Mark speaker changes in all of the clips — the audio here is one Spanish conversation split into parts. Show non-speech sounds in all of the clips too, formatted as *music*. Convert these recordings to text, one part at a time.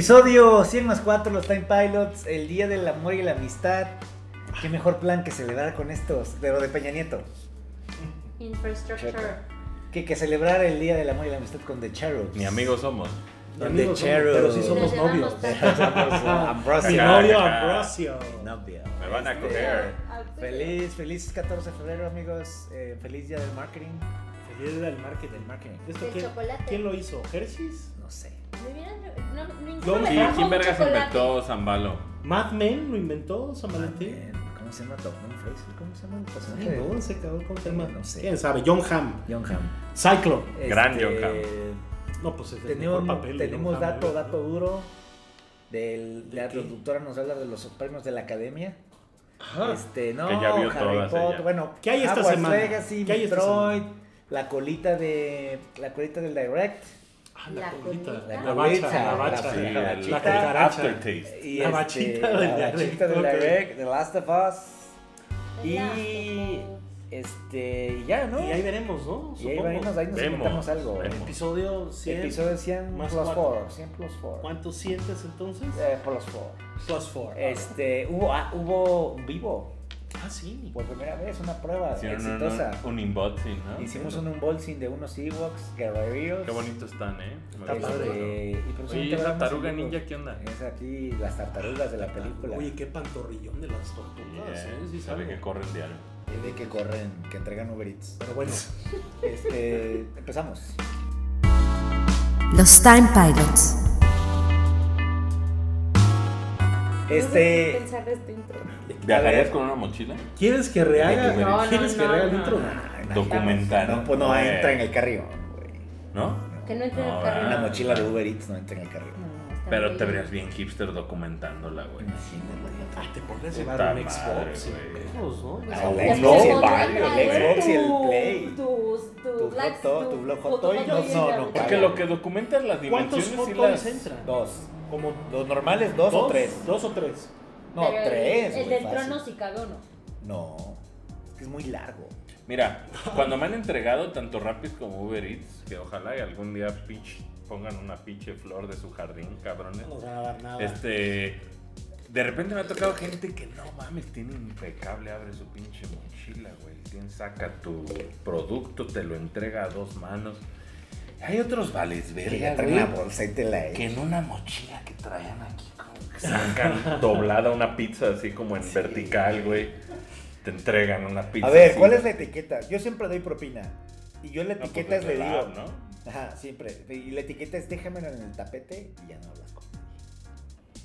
Speaker 1: Episodio 100 más 4, los Time Pilots, el Día del Amor y la Amistad. Qué mejor plan que celebrar con estos, pero de Peña Nieto.
Speaker 2: Infrastructure.
Speaker 1: Que, que celebrar el Día del Amor y la Amistad con The Cherubs. *laughs*
Speaker 3: Ni amigos somos.
Speaker 1: Con
Speaker 4: Amigos
Speaker 1: The
Speaker 4: somos, pero
Speaker 1: Cherubs.
Speaker 4: sí somos
Speaker 2: Nos
Speaker 4: novios.
Speaker 2: llamamos
Speaker 1: Ambrosio.
Speaker 4: Mi
Speaker 3: Ambrosio.
Speaker 4: novio
Speaker 3: Ajá.
Speaker 4: Ambrosio.
Speaker 1: Novio.
Speaker 3: Me van a
Speaker 1: Este,
Speaker 3: coger.
Speaker 1: Feliz, feliz 14 de febrero, amigos. Eh, feliz Día del Marketing.
Speaker 4: Feliz del marketing, del marketing. ¿Esto
Speaker 2: Del
Speaker 4: quién,
Speaker 2: chocolate.
Speaker 4: quién lo hizo? ¿Hershey's?
Speaker 1: No sé.
Speaker 2: Me hubieran- No, no, ninguno
Speaker 4: Yo
Speaker 2: me
Speaker 3: Sí,
Speaker 2: trajo
Speaker 3: ¿quién
Speaker 2: un
Speaker 3: vergas
Speaker 2: chocolate.
Speaker 3: inventó Zambalo?
Speaker 4: ¿Mad Men lo inventó San Valentín?
Speaker 1: Eh, ¿Cómo se llama Tom Fraser? ¿Cómo se llama el
Speaker 4: Ay,
Speaker 1: personaje?
Speaker 4: no sé, cabrón, ¿cómo se llama?
Speaker 1: No sé.
Speaker 4: ¿Quién sabe? John Hamm.
Speaker 1: John Hamm.
Speaker 4: Cyclo.
Speaker 3: Gran John
Speaker 1: Este,
Speaker 4: No, pues es el
Speaker 1: Tenemos,
Speaker 4: mejor papel. de
Speaker 1: tenemos
Speaker 4: John Hamm,
Speaker 1: dato,
Speaker 4: ¿verdad?
Speaker 1: dato duro. Del,
Speaker 4: ¿De
Speaker 1: la
Speaker 4: qué?
Speaker 1: productora nos habla de los premios de la academia.
Speaker 4: Ajá.
Speaker 1: Este, no,
Speaker 3: Que ya vio
Speaker 1: Harry
Speaker 3: todas
Speaker 1: Potter,
Speaker 3: ella.
Speaker 1: bueno,
Speaker 4: ¿Qué hay esta
Speaker 1: Hogwarts
Speaker 4: semana?
Speaker 1: Legacy,
Speaker 4: ¿Qué hay esta
Speaker 1: Metroid, la colita de la colita del Direct
Speaker 4: Ah, la,
Speaker 2: La
Speaker 4: colita.
Speaker 2: colita.
Speaker 4: La,
Speaker 1: La
Speaker 4: bacha.
Speaker 1: colita,
Speaker 4: La
Speaker 1: la
Speaker 4: bacha.
Speaker 1: Sí,
Speaker 4: la,
Speaker 1: el-
Speaker 4: cucaracha.
Speaker 3: Aftertaste.
Speaker 1: y
Speaker 4: La
Speaker 1: este,
Speaker 4: bachita
Speaker 1: la
Speaker 4: del Direct,
Speaker 1: bachita del
Speaker 4: ok.
Speaker 1: Direct, The Last of Us y
Speaker 2: Last of Us.
Speaker 1: este y ya, ¿no?
Speaker 4: Y ahí veremos, ¿no?
Speaker 1: Y ahí
Speaker 4: Supongo.
Speaker 1: vamos, ahí nos
Speaker 3: Vemos,
Speaker 1: inventamos algo.
Speaker 3: vemos.
Speaker 4: Episodio 100.
Speaker 1: Episodio 100
Speaker 4: Más
Speaker 1: plus
Speaker 4: cuatro.
Speaker 1: 4, 100 plus 4.
Speaker 4: ¿Cuánto sientes entonces?
Speaker 1: Eh, plus 4.
Speaker 4: Plus four.
Speaker 1: Este, Pues hubo, ah, hubo un vivo
Speaker 4: Ah, sí.
Speaker 1: por primera vez, una prueba
Speaker 3: Hicieron un,
Speaker 1: exitosa.
Speaker 3: un unboxing, ¿no?
Speaker 1: Hicimos un unboxing de unos Ewoks, guerreros.
Speaker 3: Qué bonitos están, ¿eh? Me
Speaker 4: Está
Speaker 3: gusta
Speaker 4: padre.
Speaker 3: mucho.
Speaker 1: Este, y por eso
Speaker 3: Oye,
Speaker 1: no
Speaker 3: ¿y
Speaker 1: te
Speaker 3: esa
Speaker 1: hablamos
Speaker 3: taruga
Speaker 1: en vivo.
Speaker 3: ninja qué onda?
Speaker 1: Es aquí las tartarugas de la película.
Speaker 4: Oye, qué pantorrillón de las tortugas,
Speaker 3: Yeah,
Speaker 4: ¿eh? Sí,
Speaker 3: sabe
Speaker 4: sabe.
Speaker 3: que corren diario.
Speaker 1: Es de que corren, que entregan Uber Eats.
Speaker 4: Pero bueno.
Speaker 1: *laughs* Este, empezamos.
Speaker 5: Los Time Pilots.
Speaker 2: No sé qué
Speaker 1: Este,
Speaker 2: pensar de este intro.
Speaker 3: ¿Viajarías
Speaker 1: ver.
Speaker 3: con una mochila?
Speaker 4: ¿Quieres que rehaga?
Speaker 3: No,
Speaker 2: no,
Speaker 4: ¿Quieres que
Speaker 2: no,
Speaker 4: rehaga el
Speaker 2: no.
Speaker 4: intro?
Speaker 3: Documental.
Speaker 1: no, pues no
Speaker 3: Eh,
Speaker 1: entra en el carril. güey.
Speaker 3: ¿No?
Speaker 2: Que no entre en
Speaker 3: No,
Speaker 2: el
Speaker 3: ah.
Speaker 1: Una
Speaker 2: carril.
Speaker 1: mochila de Uber Eats no entra en el carril.
Speaker 2: No, está
Speaker 3: Pero
Speaker 2: muy
Speaker 3: te
Speaker 2: bien.
Speaker 3: verías bien hipster documentándola, güey.
Speaker 1: Imagínate.
Speaker 4: Ah, te podrías
Speaker 3: Puta
Speaker 4: llevar un
Speaker 3: madre,
Speaker 4: Xbox y
Speaker 3: güey.
Speaker 4: cosas, ¿no?
Speaker 2: Pues
Speaker 1: Ah,
Speaker 2: ahí
Speaker 1: el
Speaker 2: ya
Speaker 1: Xbox,
Speaker 2: tienes
Speaker 1: el
Speaker 2: otra
Speaker 1: Mario, el
Speaker 2: idea.
Speaker 1: Xbox y el
Speaker 2: Tu-
Speaker 1: Play.
Speaker 2: Tus, tus,
Speaker 1: Tu
Speaker 2: likes,
Speaker 1: hot dog,
Speaker 2: tu-
Speaker 1: tu blog
Speaker 2: tu
Speaker 1: hot dog,
Speaker 2: hot
Speaker 1: no,
Speaker 2: dog y
Speaker 1: no,
Speaker 2: la-
Speaker 1: no,
Speaker 3: Porque lo que documenta es las
Speaker 4: ¿Cuántos
Speaker 3: dimensiones y
Speaker 4: fotones
Speaker 3: las...
Speaker 4: entran?
Speaker 1: Dos.
Speaker 4: Como
Speaker 1: Los normales, dos, o tres.
Speaker 4: Dos o tres.
Speaker 1: No,
Speaker 2: Pero el-
Speaker 1: tres.
Speaker 2: El
Speaker 1: güey,
Speaker 2: del
Speaker 1: fácil.
Speaker 2: trono sí cagó, ¿no?
Speaker 1: No. Es que es muy largo. *laughs*
Speaker 3: Mira, cuando me han entregado tanto Rapid como Uber Eats, que ojalá y algún día pinche- pongan una pinche flor de su jardín, cabrones.
Speaker 4: No nos van a dar nada.
Speaker 3: Este. De repente me ha tocado gente que no mames, tiene impecable, abre su pinche mochila, güey. Tien- saca tu producto, te lo entrega a dos manos. Hay otros vales
Speaker 1: Que ya
Speaker 3: verga,
Speaker 1: traen la
Speaker 3: güey,
Speaker 1: bolsa y te la
Speaker 3: que en una mochila que traían aquí,
Speaker 1: *laughs*
Speaker 3: como que sacan doblada una pizza así como en vertical, güey. Te entregan una pizza.
Speaker 1: A ver,
Speaker 3: así.
Speaker 1: ¿cuál es la etiqueta? Yo siempre doy propina. Y yo la
Speaker 3: No, pues,
Speaker 1: etiqueta es
Speaker 3: desde
Speaker 1: le
Speaker 3: la
Speaker 1: digo.
Speaker 3: app, ¿no?
Speaker 1: Ajá, siempre. Y la etiqueta es déjamelo en el tapete y ya no hablas con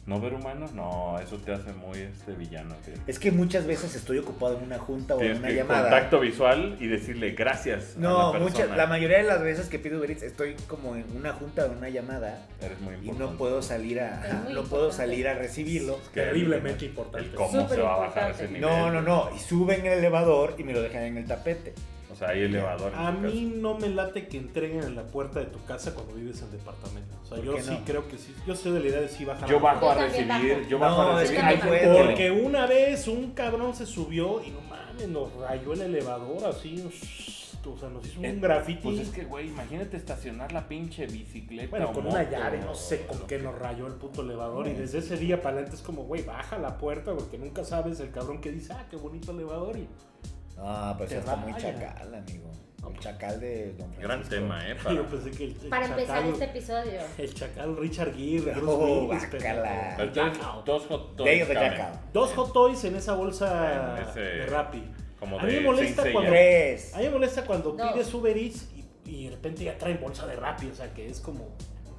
Speaker 3: ¿No ver humanos? No, eso te hace muy este villano. tío.
Speaker 1: Es que muchas veces estoy ocupado en una junta o en
Speaker 3: Tienes
Speaker 1: una
Speaker 3: que
Speaker 1: llamada.
Speaker 3: contacto visual y decirle gracias.
Speaker 1: No,
Speaker 3: a la
Speaker 1: muchas,
Speaker 3: persona.
Speaker 1: la mayoría de las veces que pido Uber Eats estoy como en una junta o en una llamada
Speaker 3: Eres muy
Speaker 1: y
Speaker 3: importante.
Speaker 1: no puedo salir a
Speaker 2: Es muy
Speaker 1: no puedo
Speaker 2: importante.
Speaker 1: salir a recibirlo.
Speaker 3: Que el-
Speaker 4: Terriblemente importante.
Speaker 3: El cómo se va a bajar ese nivel.
Speaker 1: No, no, no, y suben el elevador y me lo dejan en el tapete.
Speaker 3: O sea, hay elevador. en
Speaker 4: A
Speaker 3: tu
Speaker 4: mí no me late que entreguen en la puerta de tu casa cuando vives en departamento. O sea,
Speaker 1: ¿Por
Speaker 4: yo
Speaker 1: qué
Speaker 4: sí
Speaker 1: no?
Speaker 4: creo que sí. Yo soy de la idea de sí bajar.
Speaker 3: casa. Yo
Speaker 4: la
Speaker 3: bajo
Speaker 2: Yo
Speaker 3: a
Speaker 2: también
Speaker 3: recibir.
Speaker 2: bajo.
Speaker 3: Yo bajo
Speaker 1: No,
Speaker 3: a
Speaker 1: es
Speaker 3: recibir.
Speaker 2: que
Speaker 3: Ay,
Speaker 2: no
Speaker 3: puedo.
Speaker 1: puedo.
Speaker 4: Porque una vez un cabrón se subió y no mames, nos rayó el elevador así. O sea, nos hizo
Speaker 3: Es-
Speaker 4: un graffiti.
Speaker 3: Pues es que, güey, imagínate estacionar la pinche bicicleta.
Speaker 4: Bueno,
Speaker 3: o
Speaker 4: con una
Speaker 3: moto,
Speaker 4: llave, no
Speaker 3: o
Speaker 4: sé con
Speaker 3: lo
Speaker 4: qué
Speaker 3: que-
Speaker 4: nos rayó el puto elevador. Y desde ese día para adelante es como, güey, baja la puerta porque nunca sabes el cabrón que dice, ah, qué bonito elevador. Y *laughs*
Speaker 1: No, pero
Speaker 4: Te pues,
Speaker 1: eso está muy
Speaker 4: rayan.
Speaker 1: chacal, amigo. El chacal de Don Francisco.
Speaker 3: Gran
Speaker 4: *laughs*
Speaker 3: tema, ¿eh?
Speaker 4: yo pues,
Speaker 3: Para,
Speaker 4: pensé que el, el
Speaker 2: Para empezar
Speaker 4: chacal-
Speaker 2: este episodio.
Speaker 4: El chacal Richard Gere, Bruce
Speaker 1: Oh,
Speaker 4: Willis, pero-
Speaker 1: guácala.
Speaker 3: Pero entonces, dos hot dogs
Speaker 1: Day of the
Speaker 3: caben.
Speaker 1: Chacal.
Speaker 4: Dos hot toys en esa bolsa
Speaker 3: En ese-
Speaker 4: de Rappi.
Speaker 3: Como
Speaker 4: A mí me
Speaker 3: de
Speaker 4: molesta
Speaker 3: Saint
Speaker 4: cuando-
Speaker 3: Seiya.
Speaker 1: Tres.
Speaker 4: A mí me molesta cuando
Speaker 2: No.
Speaker 4: pides Uber Eats y, y de repente ya traen bolsa de Rappi, o sea que es como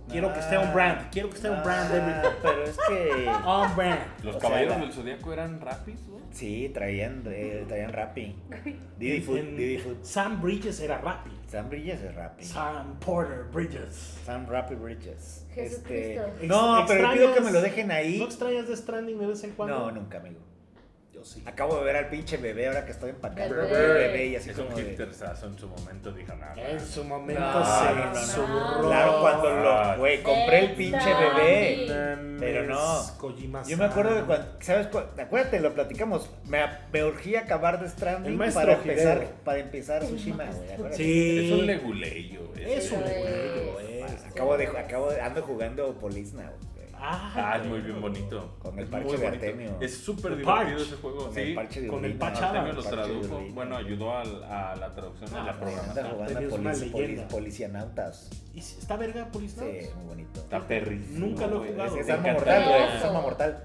Speaker 4: quiero que esté un brand, quiero que esté un brand Oh.
Speaker 1: Ah,
Speaker 4: everything.
Speaker 1: Pero es
Speaker 4: *laughs*
Speaker 1: que.
Speaker 4: On brand.
Speaker 3: Los
Speaker 1: O sea,
Speaker 3: caballeros
Speaker 1: la-
Speaker 3: del zodiaco eran rapis, güey.
Speaker 1: Sí, traían, eh, traían Rappi.
Speaker 4: *laughs*
Speaker 1: Didi Food,
Speaker 4: En-
Speaker 1: Didi Food.
Speaker 4: Sam Bridges era Rappi.
Speaker 1: Sam Bridges es Rappi.
Speaker 4: Sam Porter Bridges.
Speaker 1: Sam Rappi Bridges. Este,
Speaker 2: Jesucristo.
Speaker 4: Ex-
Speaker 1: No, pero pido que me lo
Speaker 4: extrañas-
Speaker 1: dejen ahí.
Speaker 4: ¿No extrañas de Stranding de vez en cuando?
Speaker 1: No, nunca, amigo.
Speaker 4: Yo sí.
Speaker 1: Acabo de ver al pinche bebé ahora que estoy empacando.
Speaker 2: Bebé.
Speaker 1: Bebé, bebé y así
Speaker 3: Es un
Speaker 1: como de...
Speaker 3: hipsterzazo en su momento, dijo nada.
Speaker 4: En su momento
Speaker 1: No,
Speaker 4: se
Speaker 1: no, no.
Speaker 4: zurró.
Speaker 1: Claro, cuando
Speaker 3: Ah.
Speaker 1: lo... Güey, compré el pinche bebé.
Speaker 4: Mames,
Speaker 1: Pero no.
Speaker 4: Kojima
Speaker 1: Yo me acuerdo
Speaker 4: San.
Speaker 1: que cuando... ¿Sabes? cu- Acuérdate, lo platicamos. Me, me urgía acabar de
Speaker 4: El
Speaker 1: Stranding
Speaker 4: maestro
Speaker 1: para empezar,
Speaker 4: Hideo.
Speaker 1: para empezar Tsushima, güey. acuérdate.
Speaker 4: Sí.
Speaker 3: Es un leguleyo. güey.
Speaker 4: Es un
Speaker 2: Sí.
Speaker 4: leguleyo,
Speaker 1: Ah,
Speaker 4: es.
Speaker 1: Acabo de... Acabo de... Ando jugando Polizna, güey.
Speaker 4: Ah,
Speaker 3: Ah, es muy bien bonito.
Speaker 1: Con
Speaker 3: Es
Speaker 1: el
Speaker 3: muy
Speaker 1: parche de
Speaker 3: bonito.
Speaker 1: Artemio.
Speaker 3: Es súper
Speaker 4: The
Speaker 3: divertido
Speaker 4: Parch.
Speaker 3: ese juego.
Speaker 1: Con
Speaker 3: Sí,
Speaker 1: el parche de
Speaker 4: con el
Speaker 1: Urbina.
Speaker 4: Pachá.
Speaker 3: Artemio los
Speaker 1: Parche de
Speaker 3: tradujo.
Speaker 1: Urbina.
Speaker 3: Bueno, ayudó al- a, la traducción de
Speaker 4: Ah,
Speaker 3: la
Speaker 4: sí,
Speaker 1: Anda
Speaker 3: programación.
Speaker 1: jugando
Speaker 4: Artemio es una
Speaker 1: polici- poli-
Speaker 4: leyenda.
Speaker 1: policianautas.
Speaker 4: ¿Y si- ¿Está verga
Speaker 1: Sí,
Speaker 4: Police
Speaker 1: es muy bonito.
Speaker 3: Está perrísimo.
Speaker 4: Nunca lo he
Speaker 3: güey.
Speaker 4: jugado.
Speaker 1: Es,
Speaker 3: Ese
Speaker 1: es
Speaker 3: te
Speaker 1: arma
Speaker 3: encantaría.
Speaker 1: mortal, güey.
Speaker 2: Qué
Speaker 1: Es arma
Speaker 2: oso.
Speaker 1: mortal.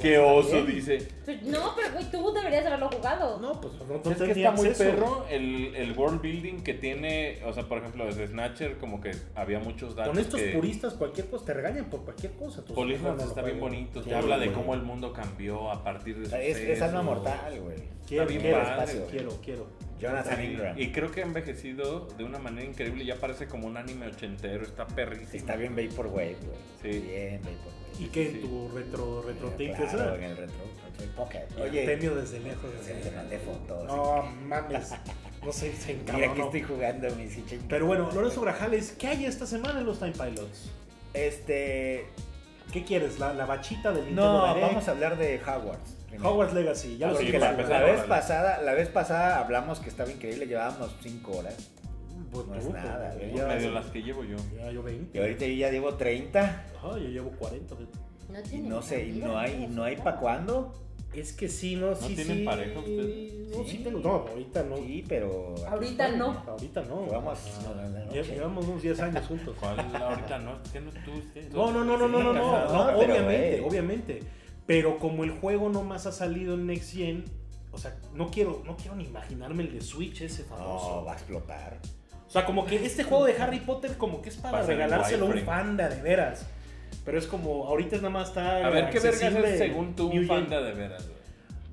Speaker 3: Qué oso, dice.
Speaker 2: Pues No, pero güey, tú deberías haberlo jugado.
Speaker 4: No, pues no, no
Speaker 3: Es que
Speaker 4: tenía
Speaker 3: está muy
Speaker 4: acceso.
Speaker 3: perro el, el world building que tiene, o sea, por ejemplo, desde Snatcher como que había muchos datos
Speaker 4: Con estos
Speaker 3: que
Speaker 4: puristas, cualquier cosa, te regañan por cualquier cosa. entonces,
Speaker 3: Polysnacks
Speaker 4: no, no,
Speaker 3: está
Speaker 4: no,
Speaker 3: bien
Speaker 4: no.
Speaker 3: bonito, te
Speaker 4: Sí,
Speaker 3: habla de
Speaker 4: güey.
Speaker 3: cómo el mundo cambió a partir de
Speaker 1: O
Speaker 3: sus
Speaker 1: sea, Es, es alma
Speaker 3: sesos.
Speaker 1: mortal, güey.
Speaker 4: Quiero,
Speaker 3: bien
Speaker 4: quiero,
Speaker 3: padre,
Speaker 4: espacio,
Speaker 1: güey.
Speaker 4: quiero, quiero.
Speaker 1: Jonathan
Speaker 3: Y-
Speaker 1: Ingram.
Speaker 3: Y creo que ha envejecido de una manera increíble, ya parece como un anime ochentero, está perrísimo.
Speaker 1: Está bien Vaporwave, güey.
Speaker 3: Sí.
Speaker 1: Bien Vaporwave.
Speaker 4: Y que
Speaker 3: Sí.
Speaker 4: en tu retro, retro
Speaker 1: Eh,
Speaker 4: tape,
Speaker 1: claro,
Speaker 4: esa.
Speaker 1: en el retro. retro pocket.
Speaker 4: Oye,
Speaker 1: Oye,
Speaker 4: desde lejos.
Speaker 1: se te mandé fotos.
Speaker 4: No mames. No
Speaker 1: *laughs*
Speaker 4: sé, se
Speaker 1: Mira que
Speaker 4: encabronó.
Speaker 1: estoy jugando, mis hinchas.
Speaker 4: Pero bueno, Lorenzo Grajales, ¿qué hay esta semana en los Time Pilots?
Speaker 1: Este.
Speaker 4: ¿Qué quieres? ¿La, la bachita del Nintendo
Speaker 1: No,
Speaker 4: Direct?
Speaker 1: vamos Ah, a hablar de Hogwarts. primero.
Speaker 4: Hogwarts Legacy, ya lo
Speaker 1: Porque
Speaker 3: Sí,
Speaker 1: la,
Speaker 3: para
Speaker 4: dijimos.
Speaker 3: empezar,
Speaker 1: la vez
Speaker 3: órale.
Speaker 1: pasada, la vez pasada hablamos que estaba increíble, llevábamos 5 horas.
Speaker 4: Pues
Speaker 1: No es
Speaker 4: tú,
Speaker 1: nada,
Speaker 4: pues,
Speaker 1: güey.
Speaker 4: yo-
Speaker 3: medio las que llevo yo.
Speaker 4: Ya yo 20.
Speaker 1: Y ahorita yo ya llevo 30.
Speaker 4: Ajá, yo llevo 40. güey.
Speaker 2: No,
Speaker 1: Y
Speaker 2: tiene
Speaker 1: no sé, y
Speaker 2: sentido,
Speaker 1: no hay, y no hay para cuándo.
Speaker 4: Es que sí, no, sí,
Speaker 3: tienen
Speaker 4: sí.
Speaker 3: pareja ustedes?
Speaker 4: No, sí,
Speaker 1: Sí.
Speaker 4: tengo. No, ahorita no.
Speaker 1: Sí, pero. aquí
Speaker 2: Ahorita
Speaker 1: estoy.
Speaker 2: no.
Speaker 4: Ahorita no.
Speaker 1: Vamos,
Speaker 4: Ah,
Speaker 1: no, no, no, no,
Speaker 4: lle-
Speaker 1: sí.
Speaker 4: Llevamos unos 10 años
Speaker 1: *laughs*
Speaker 4: juntos.
Speaker 3: ¿Cuál? Ahorita no, es que no tú. ustedes
Speaker 4: No,
Speaker 3: dos.
Speaker 4: no, no, no,
Speaker 3: Sí,
Speaker 4: no, no, no,
Speaker 3: casado.
Speaker 4: no,
Speaker 1: pero,
Speaker 4: obviamente,
Speaker 1: eh.
Speaker 4: obviamente. Pero como el juego nomás ha salido en Next Gen, o sea, no quiero, no quiero ni imaginarme el de Switch ese famoso.
Speaker 1: No, va a explotar.
Speaker 4: O sea, como que este juego de Harry Potter como que es
Speaker 3: Va
Speaker 4: para
Speaker 3: a ser
Speaker 4: regalárselo a un
Speaker 3: wireframe.
Speaker 4: fanda, de veras. Pero es como, ahorita nada más está
Speaker 3: A ver, ¿qué vergas
Speaker 4: accesible
Speaker 3: es según tú
Speaker 4: New Gen.
Speaker 3: un panda de veras, güey?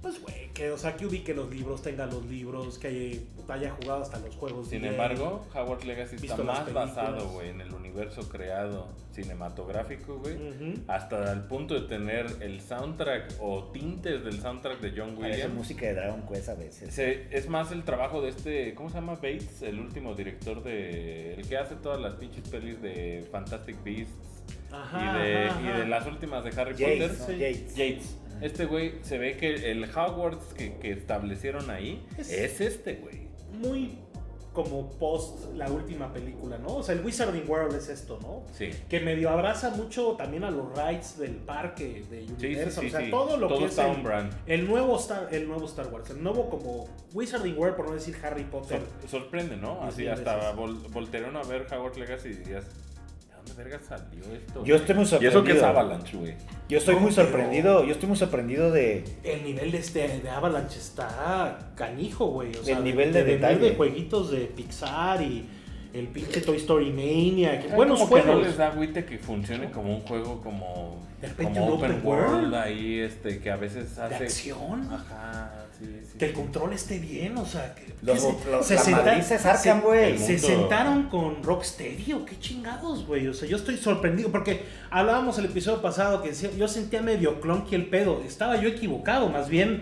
Speaker 4: Pues, güey, que, o sea, que ubique los libros, tenga los libros, que haya, haya jugado hasta los juegos.
Speaker 3: Sin
Speaker 4: Pues, bien.
Speaker 3: embargo, Howard Legacy está
Speaker 4: Visto las
Speaker 3: más
Speaker 4: películas.
Speaker 3: basado, güey, en el universo creado cinematográfico, güey.
Speaker 4: Ujú.
Speaker 3: Hasta el punto de tener el soundtrack o tintes del soundtrack de John
Speaker 1: Parece
Speaker 3: Williams.
Speaker 1: música de Dragon Quest a veces.
Speaker 3: Se- es más el trabajo de este, ¿cómo se llama? Bates, el último director de... El que hace todas las pinches pelis de Fantastic Beasts
Speaker 4: Ajá,
Speaker 3: y, de,
Speaker 4: ajá,
Speaker 3: y de
Speaker 4: ajá.
Speaker 3: las últimas de Harry
Speaker 1: Yates,
Speaker 3: Potter.
Speaker 1: ¿no?
Speaker 4: sí.
Speaker 1: Yates.
Speaker 3: Yates. Este güey, se ve que el Hogwarts que, que establecieron ahí
Speaker 4: Es-
Speaker 3: es este, güey.
Speaker 4: muy como post la última película, ¿no? O sea, el Wizarding World es esto, ¿no?
Speaker 3: Sí.
Speaker 4: Que medio abraza mucho también a los rides del parque de
Speaker 3: Sí, sí,
Speaker 4: Universal.
Speaker 3: sí,
Speaker 4: o sea,
Speaker 3: sí.
Speaker 4: todo lo que es
Speaker 3: está on
Speaker 4: el,
Speaker 3: brand.
Speaker 4: el nuevo Star, el nuevo Star Wars, el nuevo como Wizarding World, por no decir Harry Potter.
Speaker 3: Sor- sorprende, ¿no?
Speaker 4: Mil
Speaker 3: Así
Speaker 4: veces.
Speaker 3: hasta vol- voltearon a ver Howard Legacy y dirías, ¿de dónde verga salió esto?
Speaker 1: Yo estoy muy
Speaker 3: Y
Speaker 1: sorprendido.
Speaker 3: eso que es Avalanche, güey.
Speaker 1: Yo estoy muy sorprendido. Yo estoy muy sorprendido de.
Speaker 4: El nivel de este de Avalanche está canijo, güey. O sea,
Speaker 1: El nivel de
Speaker 4: venir
Speaker 1: detalle.
Speaker 4: de jueguitos de Pixar y el pinche Toy Story Mania. que
Speaker 3: Como
Speaker 4: buenos
Speaker 3: que no
Speaker 4: juegos.
Speaker 3: les da agüite que funcione como un juego como,
Speaker 4: De repente
Speaker 3: como
Speaker 4: un
Speaker 3: open
Speaker 4: open
Speaker 3: world,
Speaker 4: world.
Speaker 3: ahí, este, que a veces
Speaker 4: de
Speaker 3: hace.
Speaker 4: acción.
Speaker 3: Ajá, sí, sí.
Speaker 4: que el control esté bien, o sea, que,
Speaker 1: Los-
Speaker 4: que
Speaker 1: los- la madriza es Arkham,
Speaker 4: se-
Speaker 1: güey.
Speaker 4: Se,
Speaker 3: El mundo-
Speaker 4: sentaron con Rocksteady, o qué chingados, güey. O sea, yo estoy sorprendido porque hablábamos el episodio pasado que decía- yo sentía medio clonky el pedo. Estaba yo equivocado, más bien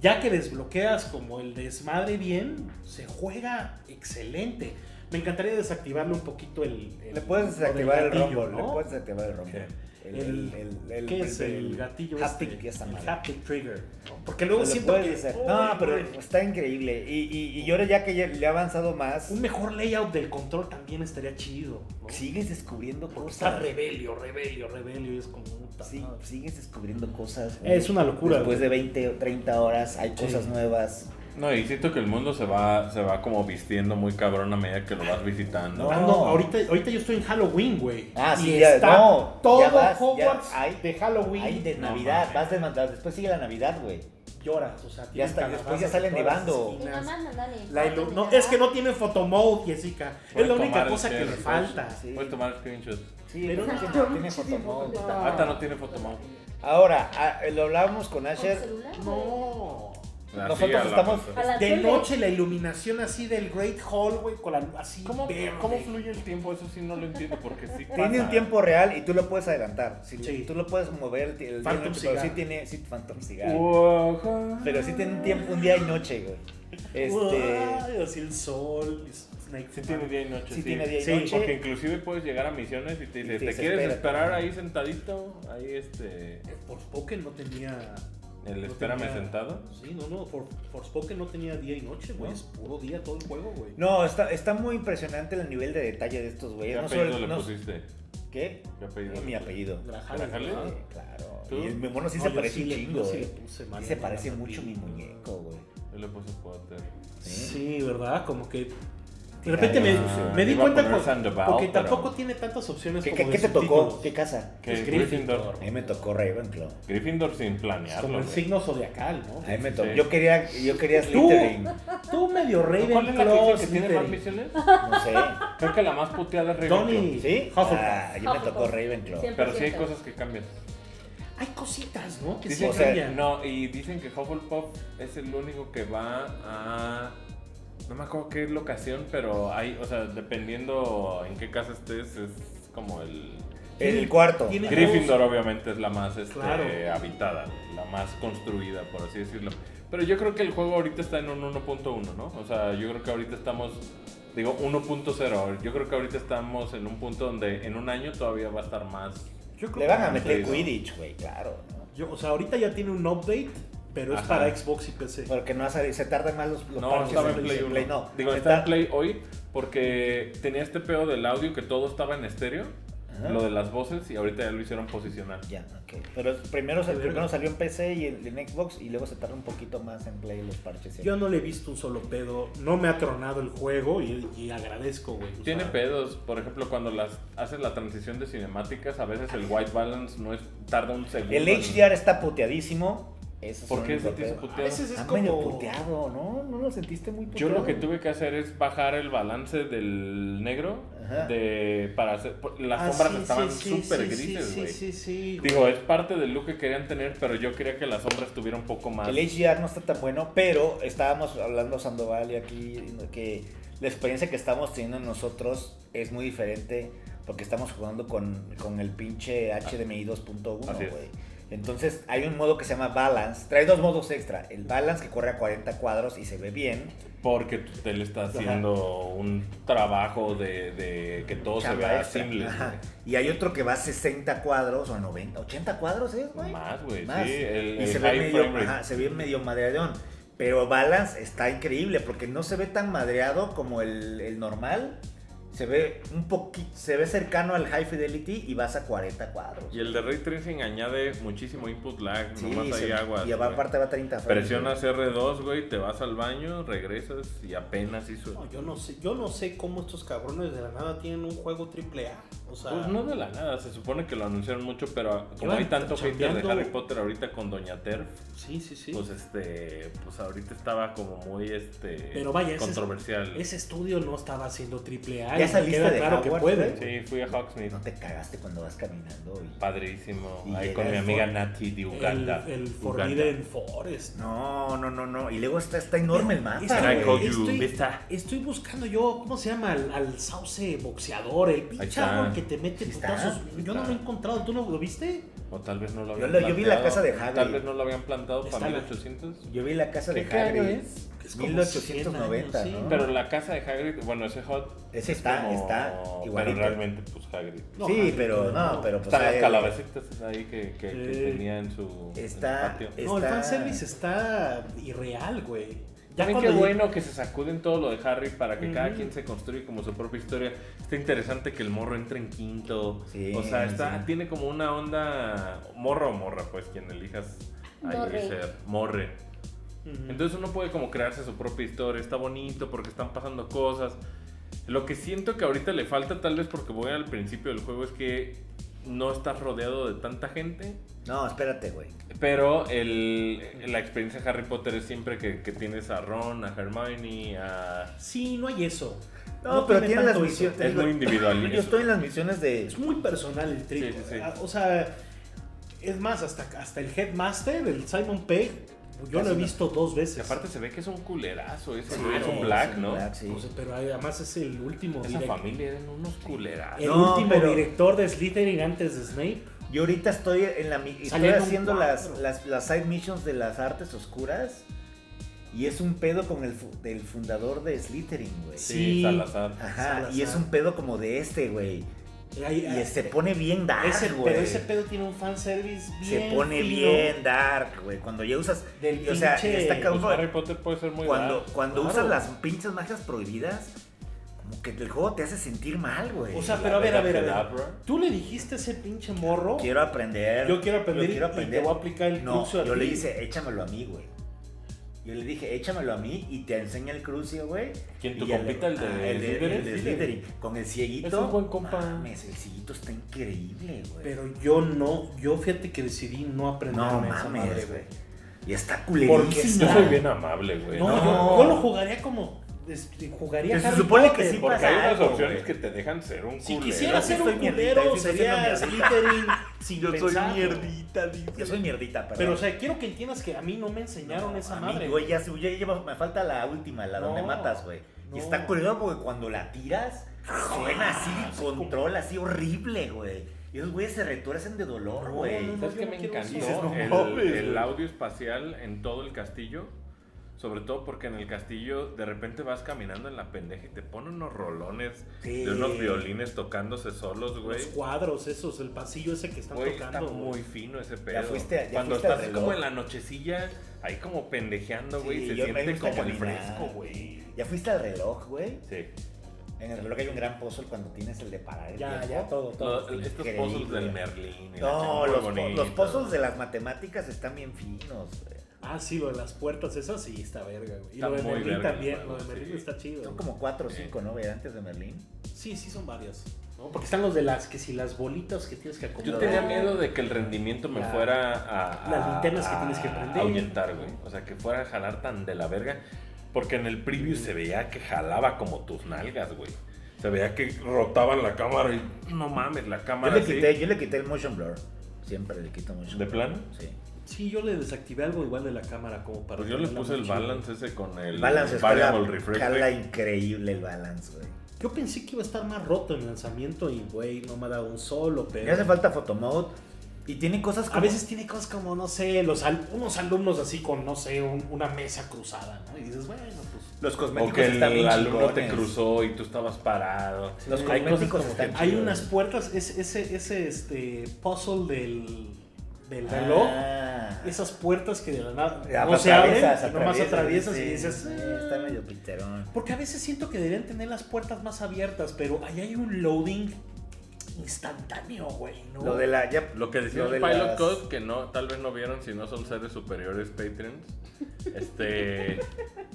Speaker 4: ya que desbloqueas como el desmadre bien, se juega excelente. Me encantaría desactivarle un poquito el, el-
Speaker 1: Le puedes
Speaker 4: lo del
Speaker 1: desactivar el
Speaker 4: gatillo,
Speaker 1: rumble.
Speaker 4: ¿no?
Speaker 1: Le puedes desactivar el rumble. El, el, el, el-
Speaker 4: ¿Qué es el,
Speaker 1: el
Speaker 4: gatillo
Speaker 1: haptic,
Speaker 4: este?
Speaker 1: esa
Speaker 4: El
Speaker 1: madre.
Speaker 4: haptic trigger. Porque luego
Speaker 1: Lo
Speaker 4: siento
Speaker 1: puedes
Speaker 4: que...
Speaker 1: hacer.
Speaker 4: ¡Ay,
Speaker 1: No, pero
Speaker 4: güey!
Speaker 1: está increíble. Y, y, y yo ahora ya que ya le he avanzado más,
Speaker 4: Un mejor layout del control también estaría chido. ¿no?
Speaker 1: sigues descubriendo
Speaker 4: Porque está
Speaker 1: cosas.
Speaker 4: rebelio, rebelio, rebelio. y Es como puta
Speaker 1: Sí,
Speaker 4: madre.
Speaker 1: sigues descubriendo cosas. güey.
Speaker 4: Es una locura.
Speaker 1: Después de
Speaker 4: güey.
Speaker 1: 20 o 30 horas hay
Speaker 4: Sí.
Speaker 1: cosas nuevas.
Speaker 3: No, y siento que el mundo se va, se va como vistiendo muy cabrón a medida que lo vas visitando.
Speaker 4: Ah,
Speaker 1: No.
Speaker 4: no, ahorita, ahorita yo estoy en Halloween, güey.
Speaker 1: Ah,
Speaker 4: y
Speaker 1: sí, ya-
Speaker 4: está
Speaker 1: no,
Speaker 4: todo
Speaker 1: ya vas, ya
Speaker 4: Hogwarts
Speaker 1: hay-
Speaker 4: de Halloween.
Speaker 1: Hay de
Speaker 3: No,
Speaker 1: Navidad,
Speaker 3: mames.
Speaker 1: vas de Navidad, después sigue la Navidad, güey.
Speaker 4: lloras, o sea,
Speaker 1: Ya
Speaker 4: tienes
Speaker 1: está,
Speaker 4: calabazas
Speaker 1: después ya
Speaker 4: en
Speaker 1: salen
Speaker 4: todas las
Speaker 1: nevando.
Speaker 2: Y nada
Speaker 4: esquinas.
Speaker 2: más mandarle
Speaker 4: La ilu-
Speaker 2: fotos ni
Speaker 4: no,
Speaker 2: nada.
Speaker 4: es que no tiene photomode, Jessica. Es
Speaker 3: Puedes
Speaker 4: la
Speaker 3: tomar
Speaker 4: única
Speaker 3: el
Speaker 4: cosa que le
Speaker 3: selfie,
Speaker 4: falta.
Speaker 1: este, sí.
Speaker 3: Puedes tomar screenshots.
Speaker 1: Sí,
Speaker 4: Pero
Speaker 1: no,
Speaker 4: no,
Speaker 1: siempre tiene
Speaker 2: mucho
Speaker 1: fotomod.
Speaker 2: tiempo.
Speaker 4: Ah.
Speaker 3: Hasta no tiene fotomount.
Speaker 1: Ahora, ah, lo hablábamos con
Speaker 2: ¿Con
Speaker 1: Asher.
Speaker 2: celular, güey?
Speaker 4: No.
Speaker 1: Nosotros estamos-
Speaker 2: A la
Speaker 4: De
Speaker 2: tele.
Speaker 4: noche la iluminación así del Great Hall, güey, con la así
Speaker 3: ¿Cómo,
Speaker 4: verde.
Speaker 3: ¿Cómo fluye el tiempo? Eso sí no lo entiendo porque sí
Speaker 1: Tiene
Speaker 3: pasa.
Speaker 1: un tiempo real y tú lo puedes adelantar. Si
Speaker 4: Sí.
Speaker 1: Tú lo puedes mover el, el día y
Speaker 4: Phantom
Speaker 1: noche, pero sí
Speaker 4: Cigar.
Speaker 1: tiene sí, Phantom Cigar.
Speaker 3: Ujú.
Speaker 1: Pero sí tiene un tiempo, un día y noche, güey. Este,
Speaker 4: Uy, así el sol, Snake
Speaker 3: Sí tiene día y noche.
Speaker 1: Ah, sí, tiene día y
Speaker 4: Sí,
Speaker 1: noche.
Speaker 3: Porque inclusive puedes llegar a misiones y te
Speaker 1: Y
Speaker 3: dice,
Speaker 1: te
Speaker 3: ¿te
Speaker 1: dice,
Speaker 3: quieres
Speaker 1: espérate".
Speaker 3: esperar ahí sentadito? Ahí este...
Speaker 4: Eh, Por Spoken no tenía.
Speaker 3: El
Speaker 4: no
Speaker 3: espérame
Speaker 4: tenía-
Speaker 3: sentado.
Speaker 4: Sí, no, no. For, Spoken no tenía día y noche, güey. Es puro día todo el juego, güey.
Speaker 1: No, está, está muy impresionante el nivel de detalle de estos
Speaker 3: ¿Qué
Speaker 1: güeyes. Eh, No solo
Speaker 3: apellido
Speaker 1: el-
Speaker 3: le
Speaker 1: no-
Speaker 3: pusiste?
Speaker 1: ¿Qué?
Speaker 3: ¿Qué apellido?
Speaker 1: Mi apellido.
Speaker 4: Grajales,
Speaker 3: Grajales.
Speaker 4: ¿no?
Speaker 1: Sí,
Speaker 3: Ah.
Speaker 1: claro.
Speaker 3: ¿Tú?
Speaker 1: Y mi mono sí
Speaker 4: No,
Speaker 1: se
Speaker 4: yo
Speaker 1: parece
Speaker 4: sí
Speaker 1: un
Speaker 4: le-
Speaker 1: chingo,
Speaker 4: yo sí
Speaker 1: güey.
Speaker 4: le puse
Speaker 1: Sí
Speaker 4: mano
Speaker 1: se
Speaker 4: en
Speaker 1: parece
Speaker 4: la
Speaker 1: mucho mi
Speaker 4: zapatilla.
Speaker 1: muñeco, ¿eh? güey.
Speaker 3: Yo le puse Potter.
Speaker 4: Sí, ¿verdad? Como que. De
Speaker 1: Ya,
Speaker 4: repente me,
Speaker 1: ya.
Speaker 4: me di
Speaker 3: Iba a
Speaker 4: cuenta
Speaker 3: poner
Speaker 4: por-
Speaker 3: Sandoval,
Speaker 4: porque
Speaker 3: pero-
Speaker 4: tampoco tiene tantas opciones
Speaker 1: ¿Qué,
Speaker 4: como
Speaker 1: qué,
Speaker 4: de
Speaker 1: qué te tocó?
Speaker 4: subtítulos.
Speaker 1: ¿Qué casa?
Speaker 3: ¿Qué?
Speaker 4: Es
Speaker 1: A
Speaker 4: Gryffindor.
Speaker 1: mí me tocó Ravenclaw.
Speaker 3: Gryffindor sin
Speaker 4: Es como
Speaker 3: planearlo.
Speaker 4: el
Speaker 3: güey.
Speaker 4: signo zodiacal, ¿no?
Speaker 1: A mí me tocó.
Speaker 3: Sí.
Speaker 1: Yo quería, yo quería
Speaker 4: Tú.
Speaker 1: Slytherin.
Speaker 4: Tú medio
Speaker 3: ¿Cuál es la
Speaker 4: Ravenclaw,
Speaker 3: que, que tiene más
Speaker 4: Slytherin.
Speaker 3: misiones?
Speaker 1: No
Speaker 3: *laughs*
Speaker 1: sé.
Speaker 3: Creo que la más puteada es Ravenclaw.
Speaker 4: Tony.
Speaker 1: ¿Sí?
Speaker 4: Hufflepuff.
Speaker 1: Ah, yo me tocó
Speaker 2: Hufflepuff.
Speaker 1: Ravenclaw.
Speaker 2: Siempre.
Speaker 3: Pero sí hay cosas que cambian.
Speaker 4: Hay cositas, ¿no? Que sí
Speaker 3: Dicen
Speaker 1: o sea,
Speaker 4: cambian.
Speaker 3: que, no, y dicen que Hufflepuff es el único que va a... No me acuerdo qué locación, pero hay, o sea, dependiendo en qué casa estés, es como el...
Speaker 1: El cuarto.
Speaker 4: Tiene-
Speaker 3: Gryffindor obviamente es la más este,
Speaker 4: Claro.
Speaker 3: habitada, la más construida, por así decirlo. Pero yo creo que el juego ahorita está en un 1.1, ¿no? O sea, yo creo que ahorita estamos, digo, 1.0. Yo creo que ahorita estamos en un punto donde en un año todavía va a estar más...
Speaker 4: Yo creo
Speaker 1: Le van
Speaker 4: que-
Speaker 1: a meter
Speaker 3: Sí, ¿no?
Speaker 1: Quidditch, güey, claro. ¿no?
Speaker 4: Yo- o sea, ahorita ya tiene un update, pero es
Speaker 3: Ajá.
Speaker 4: para Xbox y PC.
Speaker 1: Porque no ha salido- se tardan más los, los
Speaker 3: No,
Speaker 1: parches
Speaker 3: estaba
Speaker 1: de
Speaker 3: en Play 1.
Speaker 1: no.
Speaker 3: Digo,
Speaker 1: Se
Speaker 3: estaba en
Speaker 1: tar-
Speaker 3: Play hoy porque tenía este pedo del audio que todo estaba en estéreo,
Speaker 1: Ajá.
Speaker 3: lo de las voces, y ahorita ya lo hicieron posicionar.
Speaker 1: Ya, ok. Pero primero,
Speaker 4: Qué
Speaker 1: se-
Speaker 4: verga.
Speaker 1: primero salió en PC y en, en Xbox y luego se tarda un poquito más en Play los parches.
Speaker 4: Yo no le he visto un solo pedo, no me ha tronado el juego y, y agradezco, güey. O
Speaker 3: Tiene
Speaker 4: sea,
Speaker 3: pedos, por ejemplo, cuando las haces la transición de cinemáticas, a veces el white balance no es tarda un segundo.
Speaker 1: El
Speaker 3: en-
Speaker 1: HDR está puteadísimo. Eso es
Speaker 3: ¿Por
Speaker 1: un
Speaker 3: qué se te
Speaker 1: papel.
Speaker 3: hizo
Speaker 4: A veces es
Speaker 1: Está medio
Speaker 4: como...
Speaker 1: puteado, ¿no? ¿No lo sentiste muy
Speaker 3: Yo
Speaker 1: puteado?
Speaker 3: lo que tuve que hacer es bajar el balance del negro
Speaker 1: Ajá.
Speaker 3: de para hacer por- las
Speaker 4: Ah,
Speaker 3: sombras
Speaker 4: sí,
Speaker 3: estaban
Speaker 4: sí, sí,
Speaker 3: súper
Speaker 4: sí,
Speaker 3: grises,
Speaker 4: sí,
Speaker 3: güey.
Speaker 4: Sí, sí, sí, güey.
Speaker 3: Digo, es parte del look que querían tener, pero yo quería que las sombras estuvieran un poco más
Speaker 1: El HDR no está tan bueno, pero estábamos hablando Sandoval y aquí que la experiencia que estamos teniendo nosotros es muy diferente porque estamos jugando con, con el pinche HDMI 2.1,
Speaker 3: Así es.
Speaker 1: güey. Entonces hay un modo que se llama Balance. Trae dos modos extra. El Balance que corre a 40 cuadros y se ve bien.
Speaker 3: Porque tu tele está haciendo un trabajo de, de que todo se
Speaker 1: Chamba
Speaker 3: vea
Speaker 1: extra.
Speaker 3: simple.
Speaker 1: Ajá. Y hay otro que va a 60 cuadros o 90, 80 cuadros, ¿es, güey?
Speaker 3: Más, güey.
Speaker 1: Más.
Speaker 3: Sí, el,
Speaker 1: y
Speaker 3: el
Speaker 1: se ve,
Speaker 3: high frame
Speaker 1: medio,
Speaker 3: rate.
Speaker 1: ajá, se ve medio madreadón. Pero Balance está increíble porque no se ve tan madreado como el, el normal. Se ve un poquito, se ve cercano al High Fidelity y vas a 40 cuadros.
Speaker 3: Y el de Ray Tracing añade muchísimo input lag.
Speaker 1: Sí,
Speaker 3: nomás
Speaker 1: se-
Speaker 3: hay agua.
Speaker 1: y aparte va a 30 frames.
Speaker 3: Presionas R2, güey, te vas al baño, regresas y apenas hizo.
Speaker 4: No, yo no sé, yo no sé cómo estos cabrones de la nada tienen un juego triple A. O sea,
Speaker 3: Pues no de la nada, se supone que lo anunciaron mucho, pero como hay
Speaker 4: Llevan
Speaker 3: tanto hater de
Speaker 4: chambeando-
Speaker 3: Harry Potter ahorita con Doña Terf,
Speaker 4: sí, sí, sí.
Speaker 3: pues este, pues ahorita estaba como muy este
Speaker 4: Pero vaya, ese es-
Speaker 3: controversial.
Speaker 4: Ese estudio no estaba haciendo triple A.
Speaker 1: ¿Ya
Speaker 4: y me
Speaker 1: saliste
Speaker 4: queda
Speaker 1: de
Speaker 4: claro que
Speaker 1: Hogwarts, ¿eh?
Speaker 4: puede.
Speaker 1: güey?
Speaker 3: Sí, fui a Hogsmeade.
Speaker 1: No te cagaste cuando vas caminando. y-
Speaker 3: Padrísimo.
Speaker 1: Y
Speaker 3: Ahí
Speaker 1: llega
Speaker 3: con
Speaker 1: el
Speaker 3: mi amiga
Speaker 1: for-
Speaker 3: Nati de
Speaker 4: El,
Speaker 3: Uganda.
Speaker 4: el
Speaker 3: Uganda.
Speaker 4: Forbidden Forest.
Speaker 1: No, no, no, no. Y luego está, está enorme el mapa.
Speaker 4: Está
Speaker 3: Can I
Speaker 1: güey.
Speaker 3: call you
Speaker 4: Estoy-
Speaker 3: Vista?
Speaker 4: Estoy buscando yo, ¿cómo se llama? Al, al sauce boxeador, el pinche
Speaker 3: está.
Speaker 4: árbol que te mete
Speaker 1: Sí está,
Speaker 4: putazos.
Speaker 1: sí
Speaker 4: Yo no lo he encontrado, ¿tú no lo viste?
Speaker 3: O tal vez no lo
Speaker 1: Yo
Speaker 3: habían
Speaker 1: lo- yo vi la casa de Hagrid.
Speaker 3: Tal vez no lo habían plantado
Speaker 4: Está
Speaker 3: para
Speaker 4: la-
Speaker 3: 1800.
Speaker 1: Yo vi la casa de
Speaker 3: ¿Qué año
Speaker 1: Hagrid.
Speaker 3: es?
Speaker 4: ¿eh? Es como
Speaker 1: 1890,
Speaker 4: 100 años,
Speaker 1: ¿no?
Speaker 4: sí.
Speaker 3: Pero la casa de Hagrid, bueno, ese hot
Speaker 1: Ese está, está igualito.
Speaker 3: Pero realmente, pues Hagrid.
Speaker 4: No,
Speaker 1: sí,
Speaker 4: Hagrid,
Speaker 1: pero no, pero pues
Speaker 3: Están las
Speaker 1: eh,
Speaker 3: calabacitas ahí que, que, que
Speaker 4: Sí.
Speaker 3: tenía en su, en su
Speaker 1: Está-
Speaker 3: patio.
Speaker 1: es-
Speaker 4: No, el
Speaker 1: Está-
Speaker 4: fanservice está irreal, güey. Ya
Speaker 3: También
Speaker 4: cuando
Speaker 3: qué
Speaker 4: lleg-
Speaker 3: bueno que se sacuden todo lo de Harry para que cada
Speaker 4: Ujú.
Speaker 3: quien se construya como su propia historia. Está interesante que el morro entre en quinto.
Speaker 1: Sí,
Speaker 3: o sea, está,
Speaker 1: sí.
Speaker 3: tiene como una onda morro o morra, pues quien elijas ahí
Speaker 2: Morre.
Speaker 3: ser morre.
Speaker 4: Ujú.
Speaker 3: Entonces uno puede como crearse su propia historia, está bonito porque están pasando cosas. Lo que siento que ahorita le falta tal vez porque voy al principio del juego es que no estás rodeado de tanta gente,
Speaker 1: No, espérate, güey.
Speaker 3: pero el, la experiencia de Harry Potter es siempre que, que tienes a Ron, a Hermione, a...
Speaker 4: Sí, no hay eso.
Speaker 1: No, pero tiene las
Speaker 4: tanto
Speaker 1: misiones.
Speaker 4: eso.
Speaker 3: Es muy individual.
Speaker 1: Yo estoy en las misiones de
Speaker 4: Es muy personal el trip. Ah,
Speaker 3: Sí, sí, sí.
Speaker 4: O sea, es más, hasta, hasta el headmaster, el Simon Pegg, yo
Speaker 1: Casi
Speaker 4: lo he
Speaker 1: Ah, no.
Speaker 4: visto dos
Speaker 3: Y
Speaker 4: veces.
Speaker 3: aparte se ve que es un culerazo, ese
Speaker 4: Claro,
Speaker 3: güey, es un black, ¿no?
Speaker 1: Black, Pues, sí.
Speaker 4: O sea, pero además es el último
Speaker 3: Esa
Speaker 4: direct-
Speaker 3: familia eran unos
Speaker 4: El
Speaker 3: culerazos.
Speaker 1: No,
Speaker 4: último
Speaker 1: pero-
Speaker 4: director de Slytherin antes de Snape.
Speaker 1: Yo ahorita estoy en la mi- estoy
Speaker 4: Salieron
Speaker 1: haciendo
Speaker 4: cuatro.
Speaker 1: las, las, las side missions de las artes oscuras y es un pedo con el fu- del fundador de Slytherin, güey.
Speaker 3: Sí,
Speaker 4: Sí.
Speaker 3: Salazar.
Speaker 1: Ajá, y es un pedo como de este, güey.
Speaker 4: Ahí-
Speaker 1: Y se pone bien dark,
Speaker 4: ese,
Speaker 1: güey.
Speaker 4: pero ese pedo tiene un fanservice bien.
Speaker 1: Se pone
Speaker 4: fino.
Speaker 1: bien dark, güey. Cuando ya usas
Speaker 4: Del
Speaker 1: o sea,
Speaker 4: pinche-
Speaker 1: está
Speaker 3: Pues
Speaker 1: cabrón.
Speaker 3: Harry Potter puede ser muy
Speaker 1: cuando
Speaker 3: dark.
Speaker 1: cuando
Speaker 4: claro.
Speaker 1: usas las pinches magias prohibidas, Como que el juego te hace sentir mal, güey.
Speaker 4: O
Speaker 3: Ah,
Speaker 4: sea, pero a ver, a ver, a ver. Tú le dijiste a ese pinche morro.
Speaker 1: quiero aprender.
Speaker 4: Yo quiero aprender y- y te voy a aplicar el
Speaker 1: No,
Speaker 4: crucio a
Speaker 1: yo
Speaker 4: ti.
Speaker 1: le hice, échamelo a mí, güey. Yo le dije, échamelo a mí y te enseña el crucio, güey.
Speaker 3: ¿Quién,
Speaker 1: Y
Speaker 3: tu
Speaker 1: ya
Speaker 3: compita, el de
Speaker 1: ah, el de,
Speaker 3: Slytherin?
Speaker 1: el de Slytherin. Con el cieguito.
Speaker 3: Es un buen compa.
Speaker 1: Mames, el cieguito está increíble, güey.
Speaker 4: Pero yo no, yo fíjate que decidí no
Speaker 1: no
Speaker 4: aprenderme esa madre,
Speaker 1: mames,
Speaker 4: güey.
Speaker 1: güey. Y está
Speaker 6: Porque yo
Speaker 1: culerísimo.
Speaker 6: soy bien amable, güey.
Speaker 4: No,
Speaker 1: No.
Speaker 4: Yo, yo lo jugaría como. este, jugaría
Speaker 1: Que se
Speaker 4: Harry
Speaker 1: supone
Speaker 4: Potter.
Speaker 1: que sí
Speaker 6: Porque
Speaker 1: pasa
Speaker 6: hay unas
Speaker 1: algo,
Speaker 6: opciones
Speaker 1: güey.
Speaker 6: que te dejan ser un
Speaker 4: Si
Speaker 6: culero.
Speaker 4: quisiera
Speaker 1: yo
Speaker 4: ser
Speaker 1: soy
Speaker 4: un
Speaker 1: mierdita,
Speaker 4: culero,
Speaker 1: yo soy *laughs*
Speaker 4: sería Slytherin sin
Speaker 3: Yo soy
Speaker 4: pensarlo.
Speaker 3: mierdita, dice.
Speaker 1: Yo soy mierdita, perdón.
Speaker 4: Pero, o sea, quiero que entiendas que a mí no me enseñaron
Speaker 1: No,
Speaker 4: esa
Speaker 1: a mí,
Speaker 4: madre.
Speaker 1: güey, ya, se- ya lleva- me falta la última, la donde
Speaker 4: No,
Speaker 1: matas, güey.
Speaker 4: no. Ah,
Speaker 1: Y está curioso porque cuando la tiras, suena así, control así horrible, güey. Y esos güeyes se retuercen de dolor,
Speaker 4: No,
Speaker 1: güey.
Speaker 4: no, no.
Speaker 3: ¿Sabes
Speaker 4: yo
Speaker 3: qué me
Speaker 4: quiero eso.
Speaker 3: encantó?
Speaker 4: Dices,
Speaker 3: el,
Speaker 6: no mames,
Speaker 3: el
Speaker 6: güey.
Speaker 3: audio espacial en todo el castillo. Sobre todo porque en el castillo de repente vas caminando en la pendeja y te ponen unos rolones
Speaker 1: Sí.
Speaker 3: de unos violines tocándose solos, güey.
Speaker 4: Los cuadros esos, el pasillo ese que están
Speaker 3: Güey,
Speaker 4: tocando.
Speaker 3: está muy
Speaker 4: güey.
Speaker 3: fino ese pedo.
Speaker 1: fuiste- ya
Speaker 3: Cuando
Speaker 1: fuiste al
Speaker 3: estás
Speaker 1: reloj.
Speaker 3: como en la nochecilla, ahí como pendejeando, güey,
Speaker 1: Sí,
Speaker 3: se
Speaker 1: yo- a mí me
Speaker 3: siente
Speaker 1: gusta
Speaker 3: como el
Speaker 1: caminar.
Speaker 3: fresco, güey.
Speaker 1: ¿Ya fuiste al reloj, güey?
Speaker 3: Sí.
Speaker 1: En el reloj hay un gran puzzle cuando tienes el de parar el
Speaker 4: Ya,
Speaker 1: tiempo.
Speaker 4: ya, todo, todo.
Speaker 3: No, estos
Speaker 1: increíble.
Speaker 3: pozos del Merlín. y la
Speaker 1: No,
Speaker 3: chingada,
Speaker 1: los,
Speaker 3: muy
Speaker 1: po-
Speaker 3: bonito.
Speaker 1: los puzzles de las matemáticas están bien finos, güey.
Speaker 4: Ah, sí, lo de las puertas, esas sí está verga, güey. Y
Speaker 3: Está
Speaker 4: lo de
Speaker 3: muy
Speaker 4: Merlín
Speaker 3: verga el
Speaker 4: también,
Speaker 3: juego,
Speaker 4: lo de Merlín
Speaker 3: sí.
Speaker 4: está chido.
Speaker 1: Son
Speaker 4: güey.
Speaker 1: como 4 o
Speaker 3: Sí.
Speaker 1: 5, ¿no, güey? Antes de Merlín.
Speaker 4: Sí, sí son varias. ¿no? Porque están los de las que si las bolitas que tienes que acomodar.
Speaker 3: Yo tenía miedo de que el rendimiento me
Speaker 4: La-
Speaker 3: fuera a, a-
Speaker 4: las linternas que
Speaker 3: a-
Speaker 4: tienes que prender.
Speaker 3: a ahuyentar, güey. O sea, que fuera a jalar tan de la verga. Porque en el preview se veía que jalaba como tus nalgas, güey. Se veía que rotaban la cámara y no mames, la
Speaker 1: Yo
Speaker 3: cámara
Speaker 1: le,
Speaker 3: así.
Speaker 1: quité, yo le quité el motion blur. Siempre le quito motion
Speaker 3: Ah, ¿De
Speaker 1: blur.
Speaker 3: plano?
Speaker 1: Sí.
Speaker 4: Sí, yo le desactivé algo igual de la cámara como para...
Speaker 3: Pues yo le
Speaker 4: tenerla
Speaker 3: puse
Speaker 4: más
Speaker 3: el
Speaker 4: chida.
Speaker 3: balance ese con el
Speaker 1: El balance
Speaker 3: variable
Speaker 1: escala,
Speaker 3: refresh.
Speaker 1: escala
Speaker 3: güey.
Speaker 1: increíble el balance, güey.
Speaker 4: Yo pensé que iba a estar más roto en lanzamiento y, güey, no me ha dado un solo,
Speaker 1: Le hace
Speaker 4: pero...
Speaker 1: falta photomode y tiene cosas como...
Speaker 4: A veces tiene cosas como, no sé, los al- unos alumnos así con, no sé, un- una mesa cruzada, ¿no? Y dices, bueno, pues...
Speaker 1: los
Speaker 3: O
Speaker 1: cosméticos
Speaker 3: que
Speaker 1: están
Speaker 3: el
Speaker 1: bien
Speaker 3: alumno te
Speaker 1: chingones.
Speaker 3: cruzó y tú estabas parado.
Speaker 1: Los
Speaker 4: Sí.
Speaker 3: Hay cosas
Speaker 1: cosméticos
Speaker 3: como
Speaker 1: están
Speaker 3: que-
Speaker 4: Hay
Speaker 1: chidos.
Speaker 4: unas puertas, es- ese, ese este, puzzle del, del reloj,
Speaker 1: Ah.
Speaker 4: esas puertas que de la nada
Speaker 1: Ya,
Speaker 4: no
Speaker 1: pues,
Speaker 4: se abren,
Speaker 1: atraviesas,
Speaker 4: y nomás atraviesas
Speaker 1: sí,
Speaker 4: y dices...
Speaker 1: sí,
Speaker 4: "Eh".
Speaker 1: Está medio piterón.
Speaker 4: Porque a veces siento que deberían tener las puertas más abiertas, pero ahí hay un loading instantáneo, güey, ¿no?
Speaker 1: Lo de la... ya-
Speaker 3: Lo que decía
Speaker 1: lo
Speaker 3: el
Speaker 1: de
Speaker 3: Pilot
Speaker 1: las-
Speaker 3: Code, que no, tal vez no vieron si no son seres superiores Patreons. Este.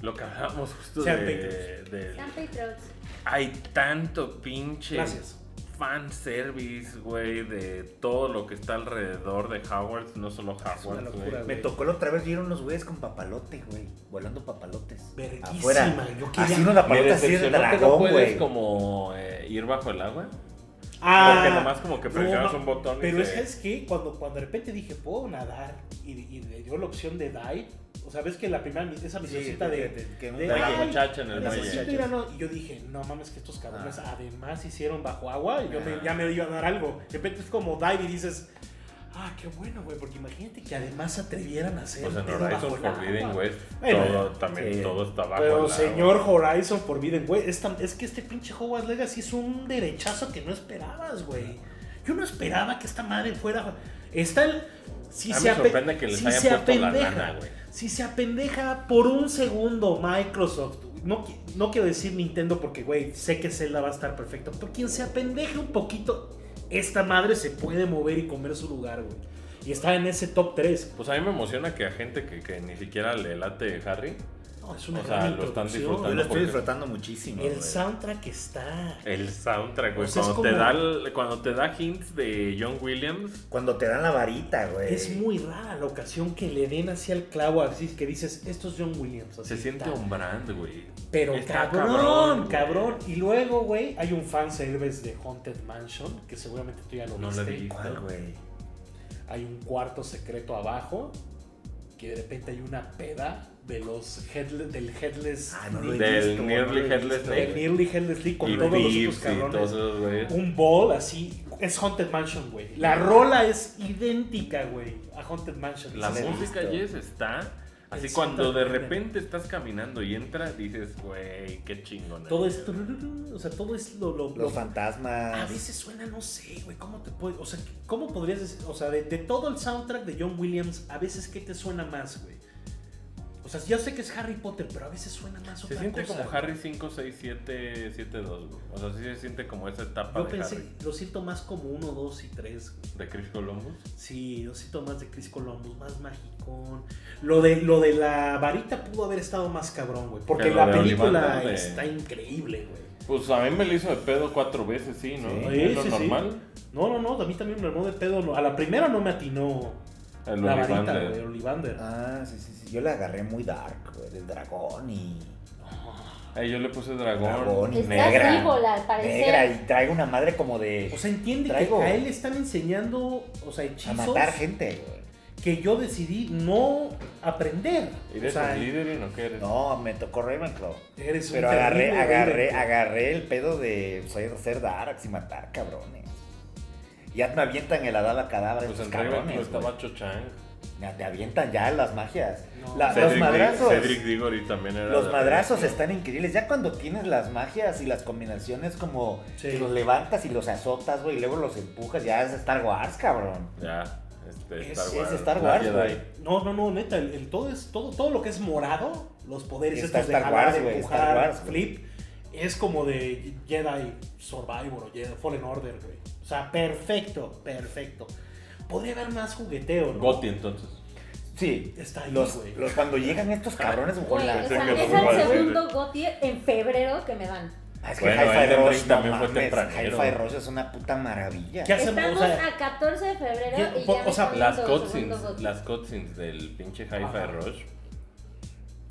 Speaker 3: lo que hablábamos justo
Speaker 4: Sean
Speaker 3: de, de-
Speaker 2: Santa y Trolls.
Speaker 3: Hay tanto pinche.
Speaker 4: Gracias.
Speaker 3: Fanservice, güey, de todo lo que está alrededor de Howard, no solo Howard,
Speaker 4: locura,
Speaker 3: güey.
Speaker 1: Me tocó la otra vez, vieron unos güeyes con papalote, güey. Volando papalotes.
Speaker 4: Verguísima,
Speaker 1: Afuera.
Speaker 4: yo quería-
Speaker 1: Así unos
Speaker 3: Me
Speaker 1: papalotes así de
Speaker 3: decepcionó que no
Speaker 1: dragón,
Speaker 3: puedes
Speaker 1: güey.
Speaker 3: como eh, ir bajo el agua.
Speaker 4: Ah,
Speaker 3: porque nomás como que
Speaker 4: no,
Speaker 3: presionabas
Speaker 4: ma-
Speaker 3: un botón y
Speaker 4: Pero es
Speaker 3: se-
Speaker 4: que es que cuando, cuando de repente dije, puedo nadar y, y le dio la opción de dive. O sea, ves que la primera, esa misioncita
Speaker 1: de-
Speaker 4: de,
Speaker 1: de- que un
Speaker 4: de,
Speaker 1: dive.
Speaker 3: Hay
Speaker 4: "Ay,
Speaker 3: muchacha en el
Speaker 1: las
Speaker 3: muelle.
Speaker 1: muchachas.
Speaker 4: necesito ir a no-". Y yo dije, no mames, que estos cabrones
Speaker 3: Ah.
Speaker 4: además hicieron bajo agua. y Yo me-
Speaker 1: Ah.
Speaker 4: ya me dio a dar algo. De repente es como dive y dices, ah, qué bueno, güey. Porque imagínate que además se atrevieran a hacer.
Speaker 3: Pues en
Speaker 4: pedo
Speaker 3: Horizon
Speaker 4: bajo el agua.
Speaker 3: Forbidden West
Speaker 4: Bueno,
Speaker 3: todo, también
Speaker 1: sí.
Speaker 3: todo está bajo el
Speaker 4: Pero
Speaker 3: agua.
Speaker 4: señor Horizon Forbidden, güey, es, tan- es que este pinche Hogwarts Legacy es un derechazo que no esperabas, güey. Yo no esperaba que esta madre fuera... Está el... Si
Speaker 3: A mí
Speaker 4: se
Speaker 3: me
Speaker 4: ape-
Speaker 3: sorprende que les
Speaker 4: si
Speaker 3: hayan
Speaker 4: se
Speaker 3: puesto la
Speaker 4: apendeja,
Speaker 3: lana, güey.
Speaker 4: Si se apendeja por un segundo Microsoft, no, qui- no quiero decir Nintendo porque, güey, sé que Zelda va a estar perfecto, pero quien se apendeje un poquito, esta madre se puede mover y comer su lugar, güey. Y está en ese top 3.
Speaker 3: Pues a mí me emociona que a gente que, que ni siquiera le late Harry,
Speaker 4: No, es una
Speaker 3: O sea,
Speaker 4: gran
Speaker 3: lo están
Speaker 4: introducción.
Speaker 3: disfrutando. Eh.
Speaker 1: Yo lo estoy
Speaker 3: porque-
Speaker 1: disfrutando muchísimo,
Speaker 4: El
Speaker 1: güey.
Speaker 4: soundtrack está...
Speaker 3: el soundtrack, güey.
Speaker 4: O sea, es
Speaker 3: cuando, te
Speaker 4: como-
Speaker 3: da el- cuando te da hints de John Williams,
Speaker 1: Cuando te dan la varita, güey.
Speaker 4: Es muy rara la ocasión que le den hacia el clavo, así que dices, esto es John Williams. así
Speaker 3: se siente
Speaker 4: tal.
Speaker 3: un brand, güey.
Speaker 4: Pero
Speaker 3: Está
Speaker 4: cabrón, cabrón,
Speaker 3: güey.
Speaker 4: Y luego, güey, hay un fanservice de Haunted Mansion, que seguramente tú ya lo
Speaker 3: No lo
Speaker 4: viste.
Speaker 3: vi.
Speaker 1: ¿Cuál, güey?
Speaker 4: Hay un cuarto secreto abajo, que de repente hay una peda de los headle- del Headless...
Speaker 1: Ah, no lo he
Speaker 4: Nick,
Speaker 3: Del
Speaker 1: visto,
Speaker 3: Nearly
Speaker 1: no lo he
Speaker 3: Headless
Speaker 1: visto.
Speaker 3: Nick.
Speaker 4: del Nearly Headless League con
Speaker 3: y
Speaker 4: todos los otros
Speaker 3: Beeps y
Speaker 4: cabrones.
Speaker 3: todos esos, güey.
Speaker 4: un ball así, es Haunted Mansion, güey. La rola es idéntica, güey, a Haunted Mansion.
Speaker 3: La
Speaker 4: Dices,
Speaker 3: música,
Speaker 1: visto.
Speaker 3: Jess, está. Así
Speaker 4: El
Speaker 3: cuando de
Speaker 4: soundtrack.
Speaker 3: repente estás caminando y entras, dices, güey, qué chingón.
Speaker 4: Todo es. tururú, O sea, todo es lo. lo- lo-
Speaker 1: Los fantasmas.
Speaker 4: a veces suena, no sé, güey. ¿Cómo te puede.? O sea, ¿cómo podrías decir.? O sea, de, de todo el soundtrack de John Williams, a veces, ¿qué te suena más, güey? O O sea, yo sé que es Harry Potter, pero a veces suena más
Speaker 3: Se
Speaker 4: otra
Speaker 3: siente
Speaker 4: cosa,
Speaker 3: como
Speaker 4: güey.
Speaker 3: Harry 5, 6, 7, 7, 2, güey. O sea, sí se siente como esa etapa
Speaker 4: Yo
Speaker 3: de
Speaker 4: pensé,
Speaker 3: Harry.
Speaker 4: lo siento más como uno, dos y tres. güey.
Speaker 3: De Chris Columbus.
Speaker 4: Sí, lo siento más de Chris Columbus, más magicón. Lo de, lo de la varita pudo haber estado más cabrón, güey. Porque
Speaker 3: Que lo
Speaker 4: la
Speaker 3: de
Speaker 4: película
Speaker 3: Ollivander, de-
Speaker 4: está increíble, güey.
Speaker 3: Pues a mí me lo hizo de pedo cuatro veces, sí, ¿no?
Speaker 4: Sí,
Speaker 3: es lo
Speaker 4: sí, sí.
Speaker 3: normal.
Speaker 4: No, no, no, a mí también me armó de pedo. no, A la primera no me atinó
Speaker 3: El
Speaker 4: la varita,
Speaker 3: Ollivander.
Speaker 4: güey, Ollivander.
Speaker 1: Ah, sí, sí, sí. Yo la agarré muy dark, güey, del dragón y.
Speaker 3: Ahí yo le puse dragón.
Speaker 1: Dragón.
Speaker 2: Estás
Speaker 1: Negra.
Speaker 2: víbola, al parecer.
Speaker 1: Negra y traigo una madre como de.
Speaker 4: O sea, entiende
Speaker 1: Traigo-
Speaker 4: que a él le están enseñando, o sea,
Speaker 1: a
Speaker 4: hechizos
Speaker 1: matar gente, güey.
Speaker 4: que yo decidí no aprender. O
Speaker 3: ¿Eres
Speaker 4: sea,
Speaker 3: un líder y no qué eres?
Speaker 1: No, me tocó Ravenclaw.
Speaker 4: eres un
Speaker 1: Pero agarré,
Speaker 4: terrible,
Speaker 1: agarré,
Speaker 4: güey.
Speaker 1: agarré el pedo de soy ser darks y matar cabrones. Ya me avientan el Adala Cadabra
Speaker 3: Pues
Speaker 1: esos
Speaker 3: en Ravenclaw
Speaker 1: cabrones. güey.
Speaker 3: estaba Cho Chang.
Speaker 1: Ya Te avientan ya las magias.
Speaker 4: No.
Speaker 1: La- los
Speaker 3: Cedric
Speaker 1: madrazos.
Speaker 3: Dig- Cedric Diggory también era.
Speaker 1: Los
Speaker 3: de
Speaker 1: madrazos
Speaker 3: Ravenclaw.
Speaker 1: están increíbles. Ya cuando tienes las magias y las combinaciones como
Speaker 4: Sí.
Speaker 1: que los levantas y los azotas, güey, y luego los empujas, ya es Star Wars, cabrón.
Speaker 3: Ya. Este,
Speaker 4: Es-
Speaker 3: Star
Speaker 1: es
Speaker 3: Wars.
Speaker 1: Star
Speaker 3: la
Speaker 1: Wars,
Speaker 3: Jedi.
Speaker 1: güey.
Speaker 4: No, no, no, neta, el, el todo es todo, todo lo que es morado, los poderes
Speaker 1: Está
Speaker 4: estos de
Speaker 1: Star
Speaker 4: jalar,
Speaker 1: Wars, güey,
Speaker 4: empujar,
Speaker 1: Star Wars, güey.
Speaker 4: flip, es como de Jedi Survivor o Jedi Fallen Order, güey. O sea, perfecto, perfecto. Podría haber más jugueteo, ¿no?
Speaker 3: Gotti, entonces.
Speaker 1: Sí.
Speaker 4: Está ahí,
Speaker 1: Los,
Speaker 4: güey.
Speaker 1: los- cuando llegan estos cabrones
Speaker 2: Güey,
Speaker 1: con
Speaker 2: o
Speaker 1: la.
Speaker 3: Pensé
Speaker 2: sea,
Speaker 3: que
Speaker 2: es
Speaker 3: lo iba a
Speaker 2: el
Speaker 3: decir.
Speaker 2: segundo Goti en febrero que me dan.
Speaker 1: Ah, Es que
Speaker 3: Bueno,
Speaker 1: Hi-Fi
Speaker 3: Elden Ring
Speaker 1: Rush,
Speaker 3: también
Speaker 1: no
Speaker 3: fue
Speaker 1: mames,
Speaker 3: tempranero.
Speaker 1: Hi-Fi Rush es una puta maravilla.
Speaker 4: ¿Qué hace- hacemos?
Speaker 2: Estamos
Speaker 4: O sea,
Speaker 2: a 14 de febrero
Speaker 4: ¿qué-
Speaker 2: y
Speaker 4: po-
Speaker 2: ya me
Speaker 4: o sea,
Speaker 2: están
Speaker 3: Las
Speaker 2: dando segundo
Speaker 3: cutscenes,
Speaker 2: Gotti.
Speaker 3: las cutscenes del pinche
Speaker 4: Ajá.
Speaker 3: Hi-Fi Rush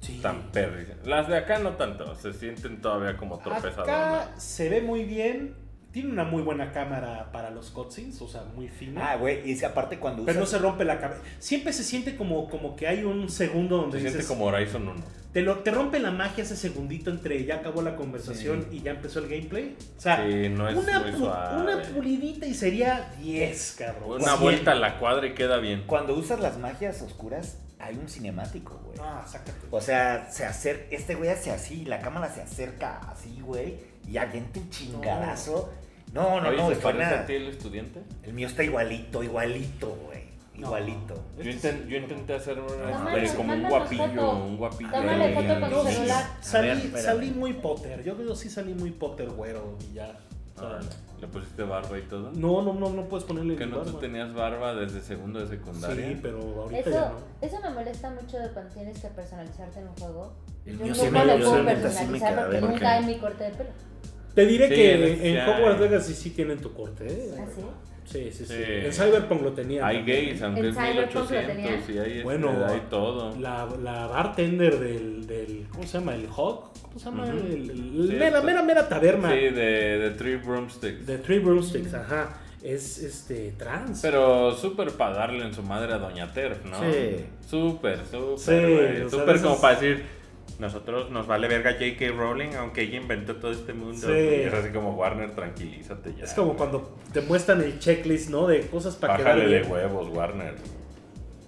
Speaker 4: Sí.
Speaker 3: tan perris. Las de acá no tanto, se sienten todavía como tropezadoras.
Speaker 4: Acá se ve muy bien. Tiene una muy buena cámara para los cutscenes, o sea, muy fina.
Speaker 1: Ah, güey, y es que aparte cuando
Speaker 4: pero no
Speaker 1: usas.
Speaker 4: se rompe la cabeza. Siempre se siente como, como que hay un segundo donde
Speaker 3: Se siente
Speaker 4: dices,
Speaker 3: como Horizon 1.
Speaker 4: Te, lo, te rompe la magia ese segundito entre ya acabó la conversación y ya empezó el gameplay. O sea,
Speaker 3: Sí, no es
Speaker 4: Ah, una,
Speaker 3: muy
Speaker 4: pu-
Speaker 3: suave.
Speaker 4: una pulidita y sería 10, cabrón.
Speaker 3: Una
Speaker 4: Cien.
Speaker 3: vuelta a la cuadra y queda bien.
Speaker 1: Cuando usas las magias oscuras, hay un cinemático, güey.
Speaker 4: Ah, sácate.
Speaker 1: O sea, se acerca, este güey hace así, la cámara se acerca así, güey, y avienta un chingadazo. No, no,
Speaker 3: Oye,
Speaker 1: no,
Speaker 3: ¿se
Speaker 1: es
Speaker 3: parece
Speaker 1: nada.
Speaker 3: a ti el estudiante?
Speaker 1: El mío está igualito, igualito, güey.
Speaker 4: No.
Speaker 1: Igualito.
Speaker 3: Yo, inten- yo intenté hacer una-
Speaker 2: Tómale,
Speaker 3: eh, como un
Speaker 2: mándanos
Speaker 3: guapillo,
Speaker 2: foto.
Speaker 3: un guapillo.
Speaker 2: Tómale foto con
Speaker 4: Yo
Speaker 2: tu
Speaker 4: sí
Speaker 2: celular.
Speaker 1: A ver,
Speaker 4: salí,
Speaker 1: espérame.
Speaker 4: salí muy Potter. Yo creo que sí salí muy Potter, güero. Y ya. O sea,
Speaker 3: Órale. ¿Le pusiste barba y todo?
Speaker 4: no, no, no, no puedes ponerle
Speaker 3: que
Speaker 4: mi
Speaker 3: no tú
Speaker 4: barba.
Speaker 3: tenías barba desde segundo de secundaria.
Speaker 4: Sí, pero ahorita ya
Speaker 2: Eso,
Speaker 4: no.
Speaker 2: eso me molesta mucho de cuando tienes que personalizarte en un juego.
Speaker 1: El
Speaker 2: Yo
Speaker 1: mío sí
Speaker 2: nunca
Speaker 1: me-
Speaker 2: lo
Speaker 1: yo
Speaker 2: puedo
Speaker 1: sí, neta, sí me
Speaker 2: personalizar
Speaker 1: quedé,
Speaker 2: porque
Speaker 1: ¿por
Speaker 2: nunca
Speaker 1: qué?
Speaker 2: hay mi corte de pelo.
Speaker 4: Te diré
Speaker 3: Sí,
Speaker 4: que
Speaker 3: en-
Speaker 4: en,
Speaker 3: ya,
Speaker 4: Hogwarts
Speaker 3: eh.
Speaker 4: Legacy sí tienen tu corte, ¿eh?
Speaker 2: ¿Ah,
Speaker 1: *laughs*
Speaker 2: sí?
Speaker 4: Sí, sí, sí.
Speaker 3: Sí.
Speaker 4: En Cyberpunk lo tenían.
Speaker 3: Hay gays, aunque
Speaker 2: El
Speaker 3: es
Speaker 2: Cyberpunk lo tenía.
Speaker 3: 1800 y hay, este,
Speaker 4: Bueno,
Speaker 3: hay todo.
Speaker 4: La, la bartender del, del. ¿Cómo se llama? ¿El Hawk? ¿Cómo se llama?
Speaker 3: Ujú.
Speaker 4: El- el-
Speaker 3: Sí,
Speaker 4: mera,
Speaker 3: está-
Speaker 4: mera, mera taberna.
Speaker 3: Sí, de, de Three Broomsticks.
Speaker 4: De Three Broomsticks, ajá. Es este trans.
Speaker 3: Pero súper para darle en su madre a Doña Terf, ¿no?
Speaker 1: Sí.
Speaker 4: Eh,
Speaker 3: Súper, súper.
Speaker 4: Sí,
Speaker 3: güey.
Speaker 4: o sea,
Speaker 3: súper
Speaker 4: de
Speaker 3: como
Speaker 4: esos-
Speaker 3: para decir, nosotros nos vale verga J.K. Rowling, aunque ella inventó todo este mundo.
Speaker 4: Sí.
Speaker 3: Y Es así como Warner, tranquilízate ya.
Speaker 4: es como cuando te muestran el checklist, ¿no? De cosas para que
Speaker 3: Bájale de huevos, Warner.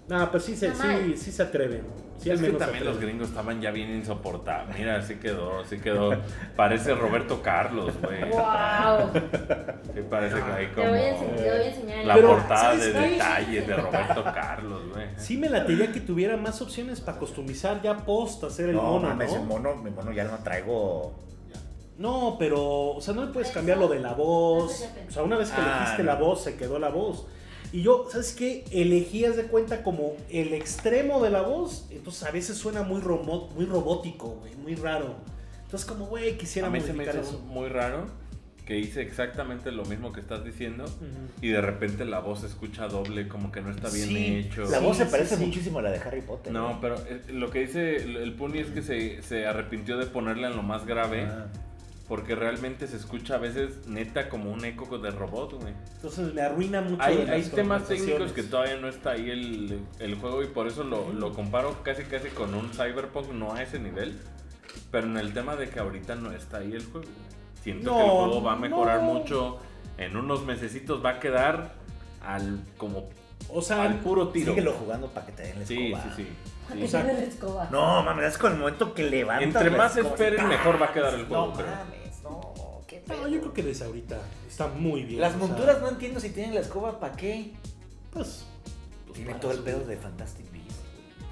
Speaker 4: No, pero sí, se,
Speaker 2: Mamá.
Speaker 4: sí, sí se atreven. Sí, al
Speaker 3: es que
Speaker 4: menos se
Speaker 3: también los
Speaker 4: atreven.
Speaker 3: gringos estaban ya bien insoportables. Mira, así quedó, así quedó. Parece Roberto Carlos, güey.
Speaker 2: ¡Wow!
Speaker 3: Sí, parece que hay
Speaker 2: Te
Speaker 3: como
Speaker 2: voy a enseñar, te voy a enseñar el
Speaker 3: la
Speaker 4: Pero,
Speaker 2: *laughs*
Speaker 3: portada de
Speaker 4: ¿sabes qué?
Speaker 3: detalles de Roberto Carlos, güey.
Speaker 4: Sí me latería que tuviera más opciones para customizar ya post hacer el
Speaker 1: No,
Speaker 4: mono,
Speaker 1: mames,
Speaker 4: ¿no?
Speaker 1: el mono, mi mono ya no traigo.
Speaker 4: No, pero, o sea, no le puedes cambiar lo de la voz. O sea, una vez que
Speaker 1: Ah,
Speaker 4: elegiste
Speaker 1: no.
Speaker 4: la voz, se quedó la voz. Y yo, ¿sabes qué? Elegías de cuenta como el extremo de la voz. Entonces a veces suena muy, romo- muy robótico, güey, muy raro. Entonces, como, güey, quisiera
Speaker 3: A mí se me
Speaker 4: modificar
Speaker 3: hizo
Speaker 4: eso.
Speaker 3: muy raro que hice exactamente lo mismo que estás diciendo
Speaker 4: Ujú.
Speaker 3: y de repente la voz se escucha doble, como que no está bien
Speaker 4: Sí,
Speaker 3: hecho.
Speaker 1: La
Speaker 4: Sí,
Speaker 1: voz se
Speaker 4: sí,
Speaker 1: parece
Speaker 4: sí.
Speaker 1: muchísimo a la de Harry Potter.
Speaker 3: No,
Speaker 1: güey.
Speaker 3: pero eh, lo que dice el el Puni es que se, se arrepintió de ponerla en lo más grave
Speaker 1: Ah.
Speaker 3: porque realmente se escucha a veces neta como un eco de robot, güey.
Speaker 4: Entonces me arruina mucho.
Speaker 3: Hay,
Speaker 4: las
Speaker 3: hay temas técnicos
Speaker 4: conversaciones.
Speaker 3: que todavía no está ahí el, el juego y por eso lo, lo comparo casi casi con un Cyberpunk, no a ese nivel, pero en el tema de que ahorita no está ahí el juego. Siento que el
Speaker 4: No,
Speaker 3: juego va a mejorar
Speaker 4: no.
Speaker 3: mucho, en unos mesecitos va a quedar al como
Speaker 4: O sea,
Speaker 3: al puro tiro.
Speaker 1: Síguelo jugando para que te den la
Speaker 3: Sí,
Speaker 1: escoba.
Speaker 3: sí,
Speaker 2: Para
Speaker 3: sí.
Speaker 2: que
Speaker 3: sí.
Speaker 4: sea,
Speaker 2: tenga la escoba.
Speaker 1: No, mames, es con el momento que levantas.
Speaker 3: Entre
Speaker 1: la
Speaker 3: más
Speaker 1: escoba,
Speaker 3: esperen,
Speaker 1: ¡pah!
Speaker 3: mejor va a quedar el juego.
Speaker 1: No
Speaker 3: creo.
Speaker 1: mames, no, qué
Speaker 4: no,
Speaker 1: pedo.
Speaker 4: yo creo que desde ahorita está muy bien.
Speaker 1: Las
Speaker 4: o sea,
Speaker 1: monturas no entiendo si tienen la escoba para qué.
Speaker 4: pues,
Speaker 1: Tiene todo el pedo de Fantastic Beasts.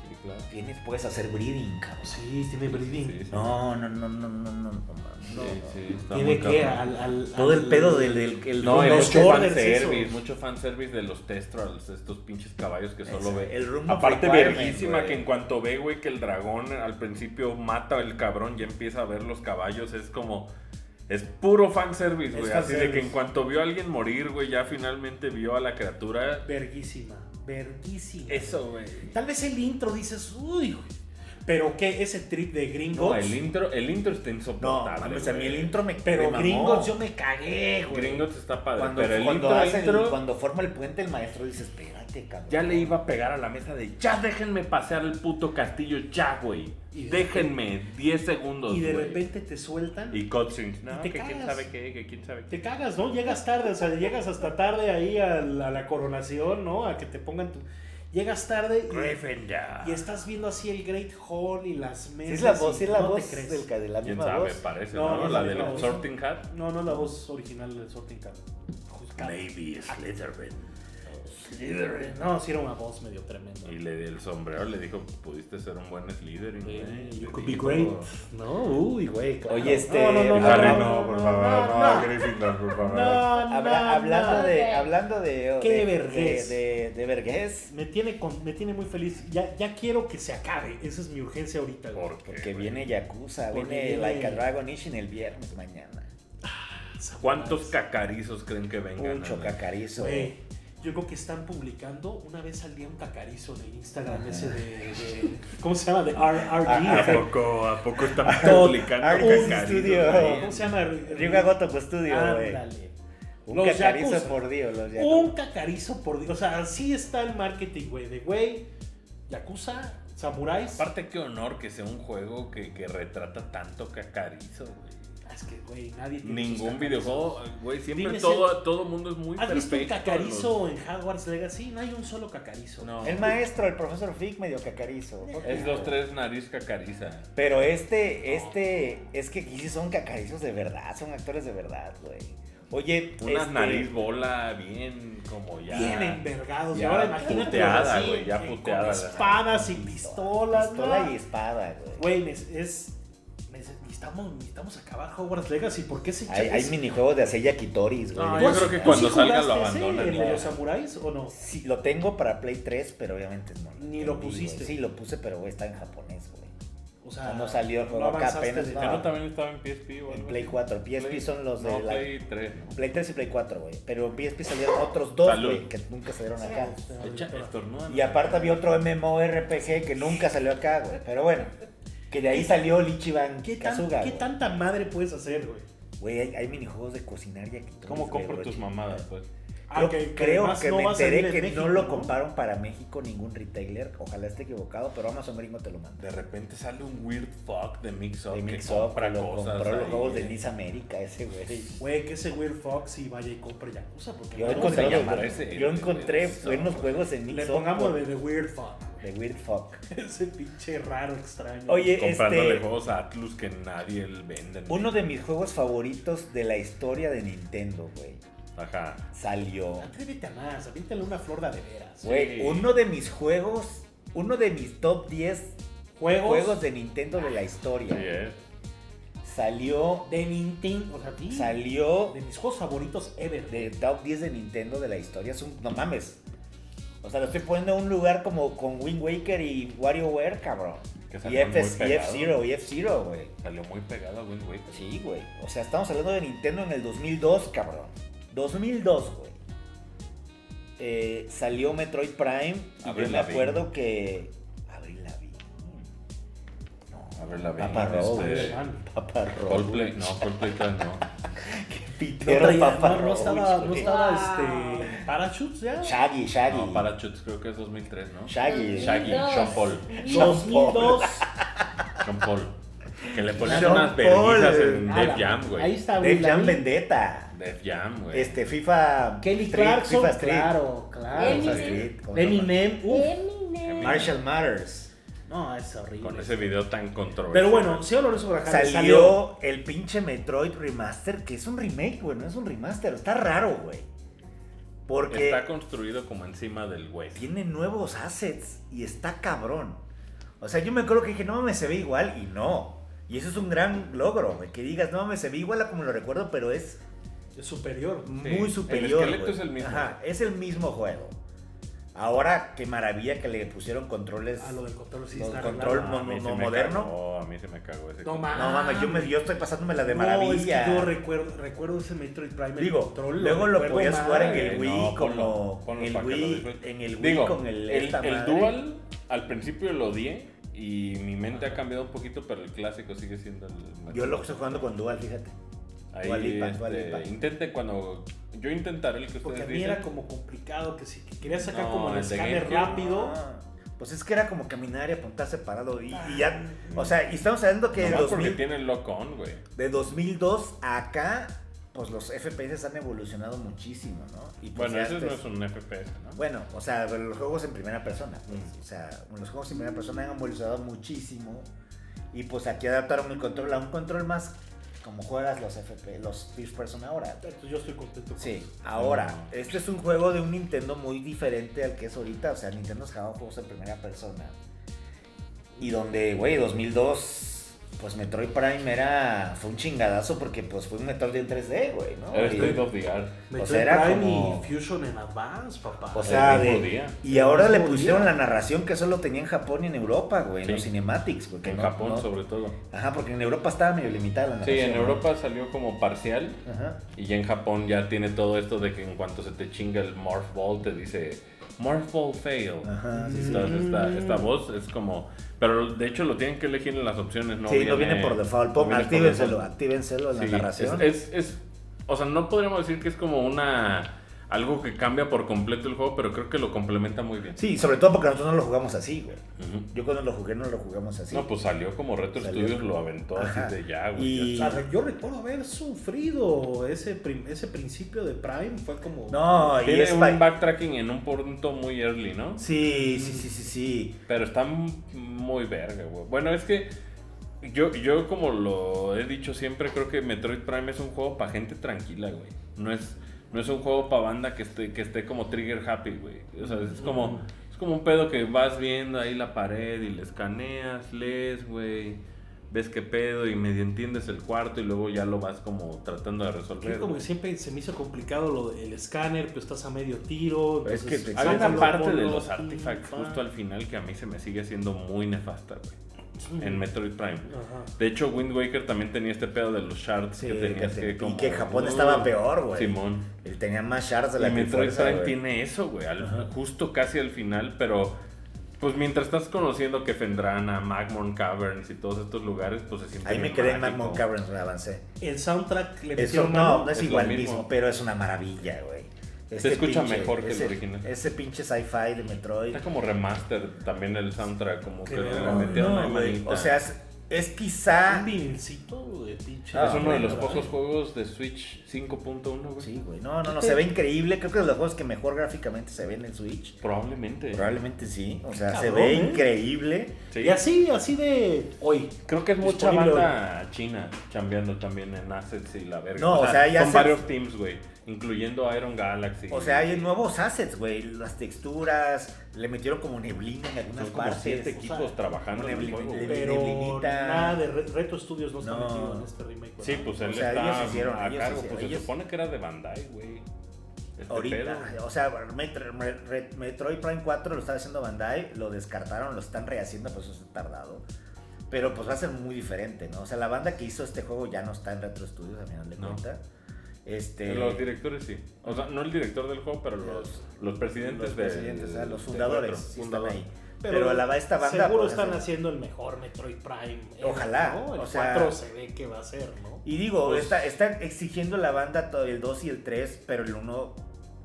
Speaker 3: Sí, claro.
Speaker 1: Tienes, puedes hacer breeding, cabrón.
Speaker 4: Sí, tiene breeding.
Speaker 3: Sí, sí.
Speaker 1: No, no, no, no, no, no, no, mames.
Speaker 3: Sí, sí, está
Speaker 4: Tiene
Speaker 3: muy
Speaker 4: que
Speaker 3: cabrón.
Speaker 4: al, al-
Speaker 1: Todo el
Speaker 4: al-
Speaker 1: pedo del, del el
Speaker 3: No,
Speaker 1: room
Speaker 3: y
Speaker 1: of
Speaker 3: mucho
Speaker 1: orders,
Speaker 3: fanservice,
Speaker 1: eso.
Speaker 3: mucho fanservice de los Testrals, estos pinches caballos que solo
Speaker 1: Ese,
Speaker 3: ve.
Speaker 1: el room of
Speaker 3: Aparte,
Speaker 1: requirement,
Speaker 3: verguísima
Speaker 1: güey.
Speaker 3: que en cuanto ve, güey, que el dragón al principio mata al cabrón, ya empieza a ver los caballos, es como. Es puro fanservice,
Speaker 4: Es
Speaker 3: güey. Así de que
Speaker 4: fanservice.
Speaker 3: en cuanto vio a alguien morir, güey, ya finalmente vio a la criatura.
Speaker 4: Verguísima, verguísima.
Speaker 3: Eso, güey.
Speaker 4: Tal vez el intro dices, uy, güey. Pero qué, ese trip de
Speaker 3: No,
Speaker 4: gringos.
Speaker 3: el intro, el intro está
Speaker 1: No,
Speaker 3: insoportable.
Speaker 1: mames, a mí el
Speaker 3: güey.
Speaker 1: intro me
Speaker 4: pero
Speaker 1: me mamó.
Speaker 4: gringos yo me cagué, güey.
Speaker 3: Gringos está padre.
Speaker 1: Cuando,
Speaker 3: pero el
Speaker 1: cuando
Speaker 3: intro,
Speaker 1: hace el-
Speaker 3: intro-
Speaker 1: cuando forma el puente, el maestro dice: Espérate, cabrón.
Speaker 3: Ya le iba a pegar a la mesa de ya déjenme pasear el puto castillo ya, güey.
Speaker 4: Y de
Speaker 3: Déjenme 10 segundos.
Speaker 4: Y de
Speaker 3: güey".
Speaker 4: repente te sueltan.
Speaker 3: Y cutscenes. No,
Speaker 4: y te
Speaker 3: que quién
Speaker 4: cagas.
Speaker 3: sabe qué, que quién sabe qué.
Speaker 4: Te cagas, ¿no? Llegas tarde, o sea, llegas hasta tarde ahí a la, a la coronación, ¿no? A que te pongan tu... Llegas tarde y-
Speaker 3: Refen ya.
Speaker 4: y, estás viendo así el Great Hall y las mesas.
Speaker 1: Sí, es la
Speaker 4: y
Speaker 1: voz, sí, es la
Speaker 4: no te
Speaker 1: voz
Speaker 4: crees.
Speaker 1: del, ca- de la
Speaker 3: ¿Quién
Speaker 1: misma
Speaker 3: sabe?
Speaker 1: voz.
Speaker 3: Parece,
Speaker 4: No,
Speaker 3: ¿no?
Speaker 4: no es
Speaker 3: la
Speaker 4: la
Speaker 3: del
Speaker 4: misma voz.
Speaker 3: Sorting Hat.
Speaker 4: No, no es la voz original de Sorting Pues, Cat.
Speaker 3: Maybe Slytherin.
Speaker 4: No, sí era una voz medio tremenda.
Speaker 3: Y le del sombrero le dijo, pudiste ser un buen Slytherin.
Speaker 4: Eh,
Speaker 3: güey". Le
Speaker 4: You could be
Speaker 3: dijo,
Speaker 4: great. No, uy, güey. claro.
Speaker 1: Oye, este,
Speaker 4: No, no, no,
Speaker 3: "Y
Speaker 4: no,
Speaker 3: Harry,
Speaker 4: no,
Speaker 3: no, por favor,
Speaker 4: no,
Speaker 3: no, Gryffindor, por favor.
Speaker 4: no, no,
Speaker 1: Habla-
Speaker 4: no,
Speaker 1: hablando,
Speaker 4: no.
Speaker 1: de,
Speaker 2: ok.
Speaker 1: hablando de.
Speaker 4: Qué
Speaker 1: de-
Speaker 4: vergüenza.
Speaker 1: De, de, de vergüenza,
Speaker 4: Me tiene, con- me tiene muy feliz. Ya, ya quiero que se acabe. Esa es mi urgencia ahorita. güey.
Speaker 3: ¿Por qué,
Speaker 1: Porque
Speaker 3: güey?
Speaker 1: viene Yakuza,
Speaker 4: Porque
Speaker 1: viene
Speaker 4: viene-
Speaker 1: Like a Dragon Ishin el viernes mañana.
Speaker 3: ¿Cuántos cacarizos creen que vengan? a
Speaker 1: Mucho
Speaker 3: la-
Speaker 1: cacarizo.
Speaker 4: Güey, yo creo que están publicando. Una vez al día un cacarizo en el Instagram ese de, de- ¿Cómo se llama? De
Speaker 1: Ah,
Speaker 3: ¿A
Speaker 4: RRG.
Speaker 3: poco, a poco están
Speaker 1: *laughs* Todo-
Speaker 3: publicando
Speaker 1: Art
Speaker 3: cacarizos
Speaker 1: Studio.
Speaker 3: ahí?
Speaker 4: ¿Cómo se llama?
Speaker 1: Ryuga Gotoku Studio, güey.
Speaker 4: Ándale.
Speaker 1: Un
Speaker 4: Los
Speaker 1: cacarizo
Speaker 4: Yakuza.
Speaker 1: por Dios, los Ah, Yakuza.
Speaker 4: Un cacarizo por Dios. O sea, así está el marketing, güey. De güey, Yakuza, Samuráis.
Speaker 3: Aparte, qué honor que sea un juego que, que retrata tanto cacarizo, güey.
Speaker 4: Es que, güey, nadie tiene sus
Speaker 3: Ningún
Speaker 4: cacarizos.
Speaker 3: videojuego, güey, siempre
Speaker 4: Dime
Speaker 3: todo, todo mundo es muy
Speaker 4: ¿Has visto un
Speaker 3: perfecto.
Speaker 4: cacarizo en Hogwarts Legacy? No hay un solo cacarizo.
Speaker 3: No.
Speaker 1: El maestro, el profesor Fick, medio cacarizo.
Speaker 3: Es dos, tres nariz cacariza.
Speaker 1: Pero este, este, es que aquí sí son cacarizos de verdad, son actores de verdad, güey. Oye,
Speaker 3: Una
Speaker 1: este,
Speaker 3: nariz bola bien como ya.
Speaker 4: Bien envergados. Y
Speaker 3: ya
Speaker 4: ahora imagínate.
Speaker 3: puteada,
Speaker 4: así,
Speaker 3: güey, ya
Speaker 4: eh,
Speaker 3: puteada
Speaker 4: Con
Speaker 3: la-
Speaker 4: espadas y pistolas.
Speaker 1: pistola
Speaker 4: ¿no?
Speaker 1: y espada, güey.
Speaker 4: Güey, es. es- necesitamos, necesitamos acabar Hogwarts Legacy porque ese
Speaker 1: Hay,
Speaker 4: chavo
Speaker 1: hay
Speaker 4: es-
Speaker 1: minijuegos de hacer yakitoris, güey.
Speaker 3: No,
Speaker 4: ¿Tú
Speaker 3: yo
Speaker 4: has-
Speaker 3: creo que
Speaker 4: tú
Speaker 3: cuando
Speaker 4: sí
Speaker 3: salga lo
Speaker 4: jugaste ese,
Speaker 3: abandonan,
Speaker 4: ¿El
Speaker 1: ya.
Speaker 4: de los samuráis o no?
Speaker 1: Sí, lo tengo para Play 3, pero obviamente no.
Speaker 4: Ni lo
Speaker 1: entendí,
Speaker 4: pusiste.
Speaker 1: güey. Sí, lo puse, pero güey, está en japonés, güey.
Speaker 4: O
Speaker 1: O sea, no salió el juego acá
Speaker 4: avanzaste
Speaker 1: apenas,
Speaker 4: de-
Speaker 1: no.
Speaker 3: Ya no también estaba en PSP o
Speaker 1: En
Speaker 3: algo
Speaker 1: Play
Speaker 3: así.
Speaker 1: 4. PSP
Speaker 3: Play-
Speaker 1: son los de
Speaker 3: No,
Speaker 1: la-
Speaker 3: Play 3. ¿no?
Speaker 1: Play 3 y Play 4, güey. Pero en PSP salieron otros dos,
Speaker 3: Salud.
Speaker 1: güey, que nunca salieron acá.
Speaker 3: Echa- estornuda,
Speaker 1: Y
Speaker 3: ¿no?
Speaker 1: aparte había otro MMORPG que nunca salió acá, güey. Pero bueno, que de ahí salió Lichiban
Speaker 4: ¿Qué, tan-
Speaker 1: Kazuga.
Speaker 4: qué
Speaker 1: güey.
Speaker 4: tanta madre puedes hacer, güey?
Speaker 1: Güey, hay, hay minijuegos de cocinar yakitoris.
Speaker 3: ¿Cómo
Speaker 1: güey,
Speaker 3: compro
Speaker 1: güey.
Speaker 3: tus mamadas, pues?
Speaker 4: Ah,
Speaker 1: Creo,
Speaker 4: que- que
Speaker 1: creo
Speaker 4: además
Speaker 1: que
Speaker 4: no
Speaker 1: me
Speaker 4: va a salir
Speaker 1: enteré
Speaker 4: en
Speaker 1: que
Speaker 4: México,
Speaker 1: no lo compraron para México ningún retailer. Ojalá esté equivocado, pero Amazon Gringo te lo manda.
Speaker 3: De repente sale un weird fuck de Mix Up
Speaker 1: De
Speaker 3: que
Speaker 1: Mix Up,
Speaker 3: compra
Speaker 1: lo
Speaker 3: cosas.
Speaker 1: compró los
Speaker 3: ahí. eh.
Speaker 1: juegos de Nice América, ese güey.
Speaker 4: Güey, que ese Weird Fox y vaya y compre Yakuza. Porque
Speaker 1: Yo
Speaker 4: no-
Speaker 3: ¿Cómo se
Speaker 1: encontré,
Speaker 3: llama
Speaker 1: güey,
Speaker 3: ese?
Speaker 1: yo encontré
Speaker 3: Mix Up.
Speaker 1: buenos juegos en
Speaker 4: le
Speaker 1: Mix Up,
Speaker 4: pongamos
Speaker 1: güey,
Speaker 4: de The Weird Fox.
Speaker 1: de Weird Fuck.
Speaker 4: *laughs* Ese pinche raro, extraño.
Speaker 1: Oye,
Speaker 3: eh, Comprándole
Speaker 1: este,
Speaker 3: juegos a Atlus que nadie le vende.
Speaker 1: uno de mis juegos favoritos de la historia de Nintendo, güey,
Speaker 3: Ajá.
Speaker 1: salió.
Speaker 4: Atrévete a más, aviéntale una flor de a de veras.
Speaker 1: Güey, uno de mis juegos, uno de mis top 10
Speaker 4: Juegos,
Speaker 1: juegos de Nintendo de la
Speaker 3: Sí,
Speaker 1: historia.
Speaker 3: es.
Speaker 1: Salió,
Speaker 4: de Nintendo. O sea, a ti,
Speaker 1: salió
Speaker 4: de mis juegos favoritos ever.
Speaker 1: de top 10 de Nintendo de la historia. Es un, no mames. O sea, lo estoy poniendo en un lugar como con Wind Waker y WarioWare, cabrón.
Speaker 3: Que
Speaker 1: Y
Speaker 3: salió muy
Speaker 1: F- y
Speaker 3: pegado.
Speaker 1: F-Zero, y F-Zero, güey.
Speaker 3: Salió muy pegado a Wind Waker.
Speaker 1: Sí, güey. O sea, estamos hablando de Nintendo en el 2002, cabrón. 2002, güey. Eh, salió Metroid Prime y
Speaker 3: Avril
Speaker 1: yo me
Speaker 3: Lavigne.
Speaker 1: acuerdo que... Abril Lavigne. No,
Speaker 3: A ver la
Speaker 1: Papa Roach.
Speaker 3: este,
Speaker 4: Man,
Speaker 1: Papa Roach.
Speaker 3: Coldplay, no, Coldplay todavía no.
Speaker 1: Pitero
Speaker 4: traía-
Speaker 1: Papa
Speaker 4: no, no estaba,
Speaker 1: Roach,
Speaker 4: no
Speaker 1: güey.
Speaker 4: estaba,
Speaker 2: Wow.
Speaker 4: este, Parachutes ya.
Speaker 1: Shaggy, Shaggy.
Speaker 3: No, Parachutes creo que es 2003, ¿no?
Speaker 1: Shaggy.
Speaker 3: Shaggy, Sean Paul.
Speaker 4: 2002.
Speaker 3: Sean Paul. Que le ponían
Speaker 1: Sean
Speaker 3: unas
Speaker 1: Paul. eh.
Speaker 3: vergüenzas en
Speaker 4: Ah,
Speaker 3: Def
Speaker 4: la-
Speaker 3: Jam,
Speaker 4: Ahí
Speaker 3: güey.
Speaker 4: está, güey.
Speaker 1: Def
Speaker 4: la-
Speaker 1: Jam Vendetta.
Speaker 3: Def Jam, güey.
Speaker 1: Este, FIFA...
Speaker 4: Kelly
Speaker 1: Street-
Speaker 4: Clarkson.
Speaker 1: FIFA Street.
Speaker 4: Claro, claro.
Speaker 1: FIFA
Speaker 2: Eminem.
Speaker 1: Street, ¿cómo se llama?
Speaker 4: Eminem. uf.
Speaker 2: Eminem.
Speaker 1: Marshall Matters.
Speaker 4: No, es horrible.
Speaker 3: Con ese video tan controversial.
Speaker 4: Pero bueno, señor Lorenzo Grajales
Speaker 1: Salió, el pinche Metroid Remaster, que es un remake, güey, no es un remaster, está raro, güey. Porque
Speaker 3: Está construido como encima del güey.
Speaker 1: tiene nuevos assets y está cabrón. O sea, yo me acuerdo que dije, no mames, se ve igual y no. Y eso es un gran logro, güey. Que digas, no mames, se ve igual a como lo recuerdo, pero es
Speaker 4: Es superior.
Speaker 1: muy
Speaker 3: el
Speaker 1: superior.
Speaker 3: esqueleto
Speaker 1: güey.
Speaker 3: es el mismo.
Speaker 1: Ajá, es el mismo juego. Ahora, qué maravilla que le pusieron controles.
Speaker 4: A lo del control sí
Speaker 1: Lo
Speaker 4: está
Speaker 1: del control
Speaker 4: arreglado.
Speaker 1: mo-
Speaker 3: A mí
Speaker 1: mo-
Speaker 3: se me
Speaker 1: moderno.
Speaker 3: cagó, a mí se me cagó ese.
Speaker 4: No
Speaker 3: control.
Speaker 4: mames.
Speaker 1: No mames, yo, me, yo estoy pasándome la de
Speaker 4: No,
Speaker 1: maravilla.
Speaker 4: es que yo recuerdo, recuerdo ese Metroid Prime. el
Speaker 1: Digo,
Speaker 4: control,
Speaker 1: luego lo
Speaker 4: recuerdo
Speaker 1: podías
Speaker 4: mal.
Speaker 1: jugar en el
Speaker 3: Eh,
Speaker 1: Wii
Speaker 3: no, ponlo,
Speaker 1: como
Speaker 3: ponlo
Speaker 1: el
Speaker 3: para que lo
Speaker 1: Wii,
Speaker 3: disfrutes.
Speaker 1: en el Wii
Speaker 3: Digo,
Speaker 1: con el,
Speaker 3: el,
Speaker 1: esta
Speaker 3: el
Speaker 1: madre.
Speaker 3: Dual al principio lo odié y mi mente ha cambiado un poquito, pero el clásico sigue siendo el mejor.
Speaker 1: Yo lo estoy jugando con Dual, fíjate.
Speaker 3: Ahí,
Speaker 1: Dua Lipa,
Speaker 3: este,
Speaker 1: Dua Lipa.
Speaker 3: intenten cuando yo intentaré el que
Speaker 4: Porque a
Speaker 3: ustedes
Speaker 4: mí era
Speaker 3: dicen.
Speaker 4: como complicado, que si que querías sacar
Speaker 3: No,
Speaker 4: como el
Speaker 3: el de
Speaker 4: escáner
Speaker 3: GameCube,
Speaker 4: rápido.
Speaker 1: Ah, Pues es que era como caminar y apuntar separado y, y ya, o sea, y estamos hablando que de,
Speaker 3: Nomás porque
Speaker 1: 2000
Speaker 3: tiene el lock on, güey.
Speaker 1: de 2002 a acá, pues los FPS han evolucionado muchísimo, ¿no? Y pues
Speaker 3: Bueno,
Speaker 1: ya
Speaker 3: ese
Speaker 1: este-
Speaker 3: no es un FPS, ¿no?
Speaker 1: Bueno, o sea, los juegos en primera persona. pues,
Speaker 3: Mm.
Speaker 1: O sea, los juegos en primera persona han evolucionado muchísimo. Y pues aquí adaptaron el control a un control más como juegas los FP, los first person ahora.
Speaker 4: Entonces yo estoy contento. con
Speaker 1: Sí,
Speaker 4: eso.
Speaker 1: ahora,
Speaker 3: Mm.
Speaker 1: este es un juego de un Nintendo muy diferente al que es ahorita. O sea, Nintendo es juegos en primera persona. Y donde, güey, 2002, pues Metroid Prime era, fue un chingadazo porque pues fue un Metroid en 3D, güey, ¿no?
Speaker 3: Era este
Speaker 1: Y-
Speaker 3: State of the Art.
Speaker 4: Metroid
Speaker 1: sea, era
Speaker 4: Prime
Speaker 1: como-
Speaker 4: y Fusion en Advance, papá.
Speaker 1: O sea,
Speaker 3: el mismo
Speaker 1: de-
Speaker 3: día.
Speaker 1: Y ahora le
Speaker 4: Muy
Speaker 1: pusieron
Speaker 4: bien.
Speaker 1: la narración que solo tenía en Japón y en Europa, güey, en
Speaker 3: Sí.
Speaker 1: los cinematics. Porque
Speaker 3: En
Speaker 1: no-
Speaker 3: Japón,
Speaker 1: no-
Speaker 3: sobre todo.
Speaker 1: Ajá, porque en Europa estaba medio limitada la narración.
Speaker 3: Sí, en
Speaker 1: ¿no?
Speaker 3: Europa salió como parcial.
Speaker 1: Ajá.
Speaker 3: Y ya en Japón ya tiene todo esto de que en cuanto se te chinga el Morph Ball te dice Morph Ball fail.
Speaker 1: Ajá, Ah, sí, sí.
Speaker 3: Entonces esta,
Speaker 4: Mm.
Speaker 3: esta voz es como... Pero de hecho lo tienen que elegir en las opciones, ¿no?
Speaker 1: sí, no viene por default. Pon,
Speaker 3: no viene por
Speaker 1: actívenselo,
Speaker 3: default.
Speaker 1: actívenselo en
Speaker 3: Sí,
Speaker 1: la narración.
Speaker 3: Es, es- es- o sea, no podríamos decir que es como una... Algo que cambia por completo el juego, pero creo que lo complementa muy bien.
Speaker 1: Sí, sobre todo porque nosotros no lo jugamos así, güey.
Speaker 3: Ujú.
Speaker 1: Yo cuando lo jugué no lo jugamos así.
Speaker 3: No, pues salió como Retro
Speaker 1: Salió.
Speaker 3: Studios, lo aventó
Speaker 1: Ajá.
Speaker 3: así de ya, güey.
Speaker 1: Y-
Speaker 3: ya
Speaker 4: O sea, yo recuerdo haber sufrido ese, prim- ese principio de Prime. Fue como.
Speaker 1: No, y
Speaker 3: Tiene
Speaker 1: es...
Speaker 3: un
Speaker 1: pa-
Speaker 3: backtracking en un punto muy early, ¿no?
Speaker 1: Sí, sí, sí, sí, sí.
Speaker 3: Pero está m- muy verga, güey. Bueno, es que yo, yo como lo he dicho siempre, creo que Metroid Prime es un juego para gente tranquila, güey. No es, no es un juego para banda que esté, que esté como trigger happy, güey. O sea, es como, es como un pedo que vas viendo ahí la pared y le escaneas, lees, güey. Ves qué pedo y medio entiendes el cuarto y luego ya lo vas como tratando de
Speaker 4: Que
Speaker 3: resolver.
Speaker 4: como
Speaker 3: güey.
Speaker 4: que siempre se me hizo complicado lo del escáner, pero estás a medio tiro.
Speaker 1: Pero es
Speaker 4: entonces,
Speaker 1: que te-
Speaker 3: Hay una
Speaker 4: sácalo,
Speaker 3: parte de
Speaker 4: ponlo,
Speaker 3: los
Speaker 4: pim,
Speaker 3: artifacts
Speaker 4: pam.
Speaker 3: justo al final que a mí se me sigue haciendo muy nefasta, güey. En Metroid Prime. güey.
Speaker 4: Ajá.
Speaker 3: De hecho, Wind Waker también tenía este pedo de los shards
Speaker 1: Sí,
Speaker 3: que tenías
Speaker 1: que
Speaker 3: que,
Speaker 1: te-
Speaker 3: como-
Speaker 1: y que Japón
Speaker 3: Uh,
Speaker 1: estaba peor, güey.
Speaker 3: Simón.
Speaker 1: Él tenía más shards de
Speaker 3: Y
Speaker 1: la que
Speaker 3: Metroid
Speaker 1: fuerza,
Speaker 3: Prime
Speaker 1: güey.
Speaker 3: tiene eso, güey, al-
Speaker 1: Ajá.
Speaker 3: justo casi al final, pero pues mientras estás conociendo que Fendrana, Magmon Caverns y todos estos lugares, pues se siente
Speaker 1: Ahí me
Speaker 3: bien
Speaker 1: quedé en
Speaker 3: mágico.
Speaker 1: Magmon Caverns, no avancé.
Speaker 4: El soundtrack le
Speaker 1: Eso
Speaker 4: metieron
Speaker 1: no,
Speaker 4: mano.
Speaker 1: no es,
Speaker 3: Es lo
Speaker 1: igual mismo.
Speaker 3: mismo.
Speaker 1: pero es una maravilla, güey. Este
Speaker 3: escucha mejor que el
Speaker 1: ese-
Speaker 3: original. Ah,
Speaker 1: Ese pinche sci-fi de Metroid.
Speaker 3: Está como remaster también el soundtrack, como que
Speaker 4: Qué
Speaker 3: le
Speaker 4: bueno.
Speaker 3: metieron
Speaker 1: No,
Speaker 3: ahí
Speaker 1: güey,
Speaker 3: manita.
Speaker 1: O sea, es, es
Speaker 4: Un
Speaker 1: quizá.
Speaker 4: vinilcito de pinche.
Speaker 1: Ah,
Speaker 3: es uno de
Speaker 1: bueno,
Speaker 3: los
Speaker 1: vale.
Speaker 3: pocos juegos de Switch 5.1, güey.
Speaker 1: Sí, güey. No, no, no. Se ve increíble. Creo que es de los juegos que mejor gráficamente se ve en el Switch.
Speaker 3: Probablemente.
Speaker 1: Probablemente sí. O sea, se
Speaker 4: Cabrón,
Speaker 1: ve
Speaker 4: ¿eh?
Speaker 1: increíble.
Speaker 3: Sí.
Speaker 4: Y así, así de hoy.
Speaker 3: Creo que es mucha
Speaker 4: Disponible
Speaker 3: banda china chambeando también en assets y la verga.
Speaker 1: No, o sea, ya
Speaker 3: son
Speaker 1: se-
Speaker 3: varios teams, güey, incluyendo Iron Galaxy.
Speaker 1: O sea, hay nuevos assets, güey. Las texturas. Le metieron como neblina en algunas
Speaker 3: Son como
Speaker 1: partes.
Speaker 3: siete equipos trabajando en el
Speaker 1: neblina-
Speaker 3: juego.
Speaker 1: neblina-
Speaker 3: güey.
Speaker 4: Pero
Speaker 1: Neblinita.
Speaker 4: nada de Re- Reto Studios no está
Speaker 1: No.
Speaker 4: metido en este remake. ¿verdad?
Speaker 3: Sí, pues él
Speaker 1: O sea,
Speaker 3: está
Speaker 1: ellos hicieron-
Speaker 3: a
Speaker 1: ellos
Speaker 3: cargo.
Speaker 1: hicieron-
Speaker 3: pues
Speaker 1: ellos-
Speaker 3: se supone que era de Bandai, güey. Este
Speaker 1: Ahorita,
Speaker 3: pedo.
Speaker 1: o sea, Metro- Re- Re- Metroid Prime 4 lo estaba haciendo Bandai, lo descartaron, lo están rehaciendo, pues eso es tardado. Pero pues va a ser muy diferente, ¿no? O sea, la banda que hizo este juego ya no está en Retro Studios, a final de
Speaker 3: No.
Speaker 1: cuentas. Este,
Speaker 3: Los directores sí. O sea, no el director del juego, pero los, los presidentes
Speaker 1: los
Speaker 3: del-
Speaker 1: presidentes, o sea, los
Speaker 3: de
Speaker 1: fundadores
Speaker 3: Retro,
Speaker 1: sí están
Speaker 3: fundador.
Speaker 1: ahí. Pero, la, esta banda...
Speaker 4: Seguro
Speaker 1: pues,
Speaker 4: están
Speaker 1: hace-
Speaker 4: haciendo el mejor Metroid Prime. era,
Speaker 1: Ojalá,
Speaker 4: ¿no? El
Speaker 1: o sea-
Speaker 4: 4 se ve que va a ser, ¿no?
Speaker 1: Y digo,
Speaker 3: Pues-
Speaker 1: está, están exigiendo la banda todo el 2 y el 3, pero el 1...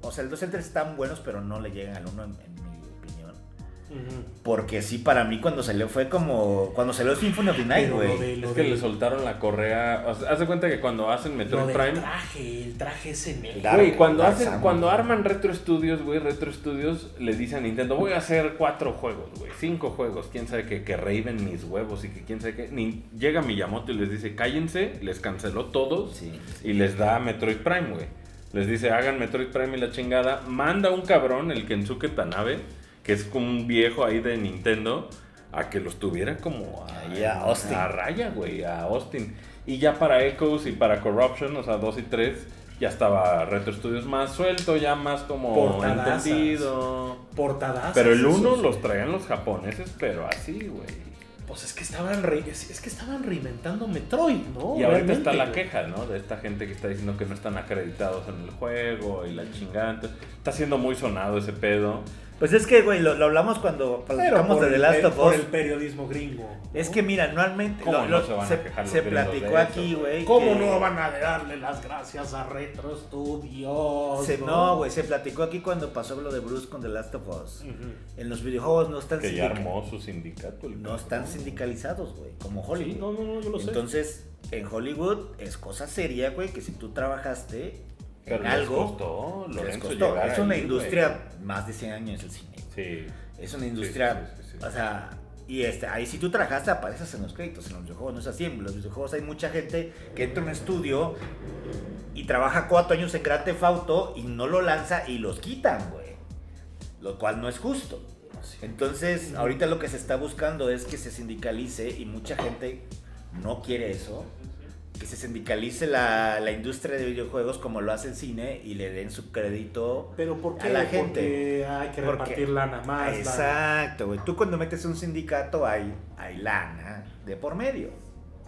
Speaker 1: O sea, el 2 y el 3 están buenos, pero no le llegan al 1 en- en mi opinión. Porque sí, para mí cuando salió fue como. Cuando salió Symphony of the Night,
Speaker 4: Pero lo
Speaker 1: güey.
Speaker 4: de- lo
Speaker 3: Es que
Speaker 4: de-
Speaker 3: le soltaron la correa. O sea, haz de cuenta que cuando hacen
Speaker 4: lo
Speaker 3: Metroid
Speaker 4: del
Speaker 3: Prime.
Speaker 4: traje, el traje ese negro.
Speaker 1: Dark,
Speaker 3: Güey, cuando,
Speaker 1: Dark
Speaker 3: hacen,
Speaker 1: Samus.
Speaker 3: cuando arman Retro Studios, güey, Retro Studios le dice a Nintendo, voy a hacer cuatro juegos, güey, cinco juegos, quién sabe qué, que reiven mis huevos y que quién sabe qué. Ni- llega Miyamoto y les dice, cállense, les canceló todos
Speaker 1: Sí.
Speaker 3: y les da Metroid Prime, güey. Les dice, hagan Metroid Prime y la chingada. Manda un cabrón, el Kensuke Tanabe, que es como un viejo ahí de Nintendo, a que los tuviera como a,
Speaker 1: Ahí a Austin.
Speaker 3: a raya, güey, a Austin. Y ya para Echoes y para Corruption, o sea, 2 y 3, ya estaba Retro Studios más suelto, ya más como
Speaker 4: Portadazas.
Speaker 3: entendido.
Speaker 4: Portadas.
Speaker 3: Pero el 1 los traían los japoneses, pero así, güey.
Speaker 4: Pues es que estaban re- es, es que estaban reinventando Metroid, ¿no?
Speaker 1: Oh,
Speaker 3: Y ahorita está
Speaker 4: Realmente,
Speaker 3: la
Speaker 4: güey.
Speaker 3: queja, ¿no? De esta gente que está diciendo que no están acreditados en el juego y la chingada. Entonces, Está siendo muy sonado ese pedo.
Speaker 1: Pues es que, güey, lo, lo hablamos cuando
Speaker 4: Pero
Speaker 1: platicamos
Speaker 4: por,
Speaker 1: de The
Speaker 4: el,
Speaker 1: Last of
Speaker 4: por
Speaker 1: Us.
Speaker 4: el periodismo gringo.
Speaker 1: Es que, mira, anualmente.
Speaker 3: ¿Cómo
Speaker 1: lo-
Speaker 3: no
Speaker 1: lo-
Speaker 3: se van a quejar los
Speaker 1: se
Speaker 3: gringos
Speaker 1: platicó
Speaker 3: de
Speaker 1: aquí,
Speaker 3: eso?
Speaker 1: güey.
Speaker 4: ¿Cómo
Speaker 1: que-
Speaker 4: no van a darle las gracias a Retro Studios?
Speaker 1: se- no, güey, se platicó aquí cuando pasó lo de Bruce con The Last of Us.
Speaker 4: Ujú.
Speaker 1: En los videojuegos no están,
Speaker 3: Que ya
Speaker 1: sindica-
Speaker 3: armó su sindicato. el
Speaker 1: no
Speaker 3: cabrón.
Speaker 1: están sindicalizados, güey, como Hollywood.
Speaker 4: Sí, no, no, no, yo lo sé.
Speaker 1: Entonces, en Hollywood es cosa seria, güey, que si tú trabajaste
Speaker 3: Pero
Speaker 1: en
Speaker 3: les
Speaker 1: algo,
Speaker 3: costó,
Speaker 1: les
Speaker 3: Lorenzo,
Speaker 1: costó.
Speaker 3: llegar
Speaker 1: Es una
Speaker 3: ahí,
Speaker 1: industria más de 100 años el cine. güey.
Speaker 3: güey. Sí.
Speaker 1: Es una industria,
Speaker 3: sí, sí, sí.
Speaker 1: o sea, y este, ahí si tú trabajaste apareces en los créditos, en los videojuegos no es así, en los videojuegos hay mucha gente que entra a un estudio y trabaja cuatro años en Grand Theft Auto y no lo lanza y los quitan, güey, lo cual no es justo. Entonces, ahorita lo que se está buscando es que se sindicalice y mucha gente no quiere eso. Que se sindicalice la, la industria de videojuegos como lo hace el cine y le den su crédito
Speaker 4: Pero ¿por qué?
Speaker 1: a la gente.
Speaker 4: Porque hay que
Speaker 1: Porque-
Speaker 4: repartir lana más. lana.
Speaker 1: Exacto, güey. Tú cuando metes un sindicato hay, hay lana de por medio.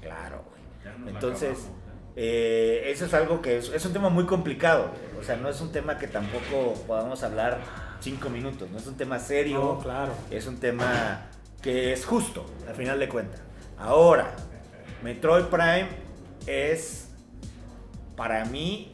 Speaker 1: Claro, güey.
Speaker 6: Ya nos la
Speaker 1: Entonces,
Speaker 6: acabamos, ¿eh?
Speaker 1: Eh, eso es algo que es, es un tema muy complicado. güey. O sea, no es un tema que tampoco podamos hablar cinco minutos. No es un tema serio.
Speaker 4: No, claro.
Speaker 1: Es un tema que es justo, al final de cuentas. Ahora, Metroid Prime es para mí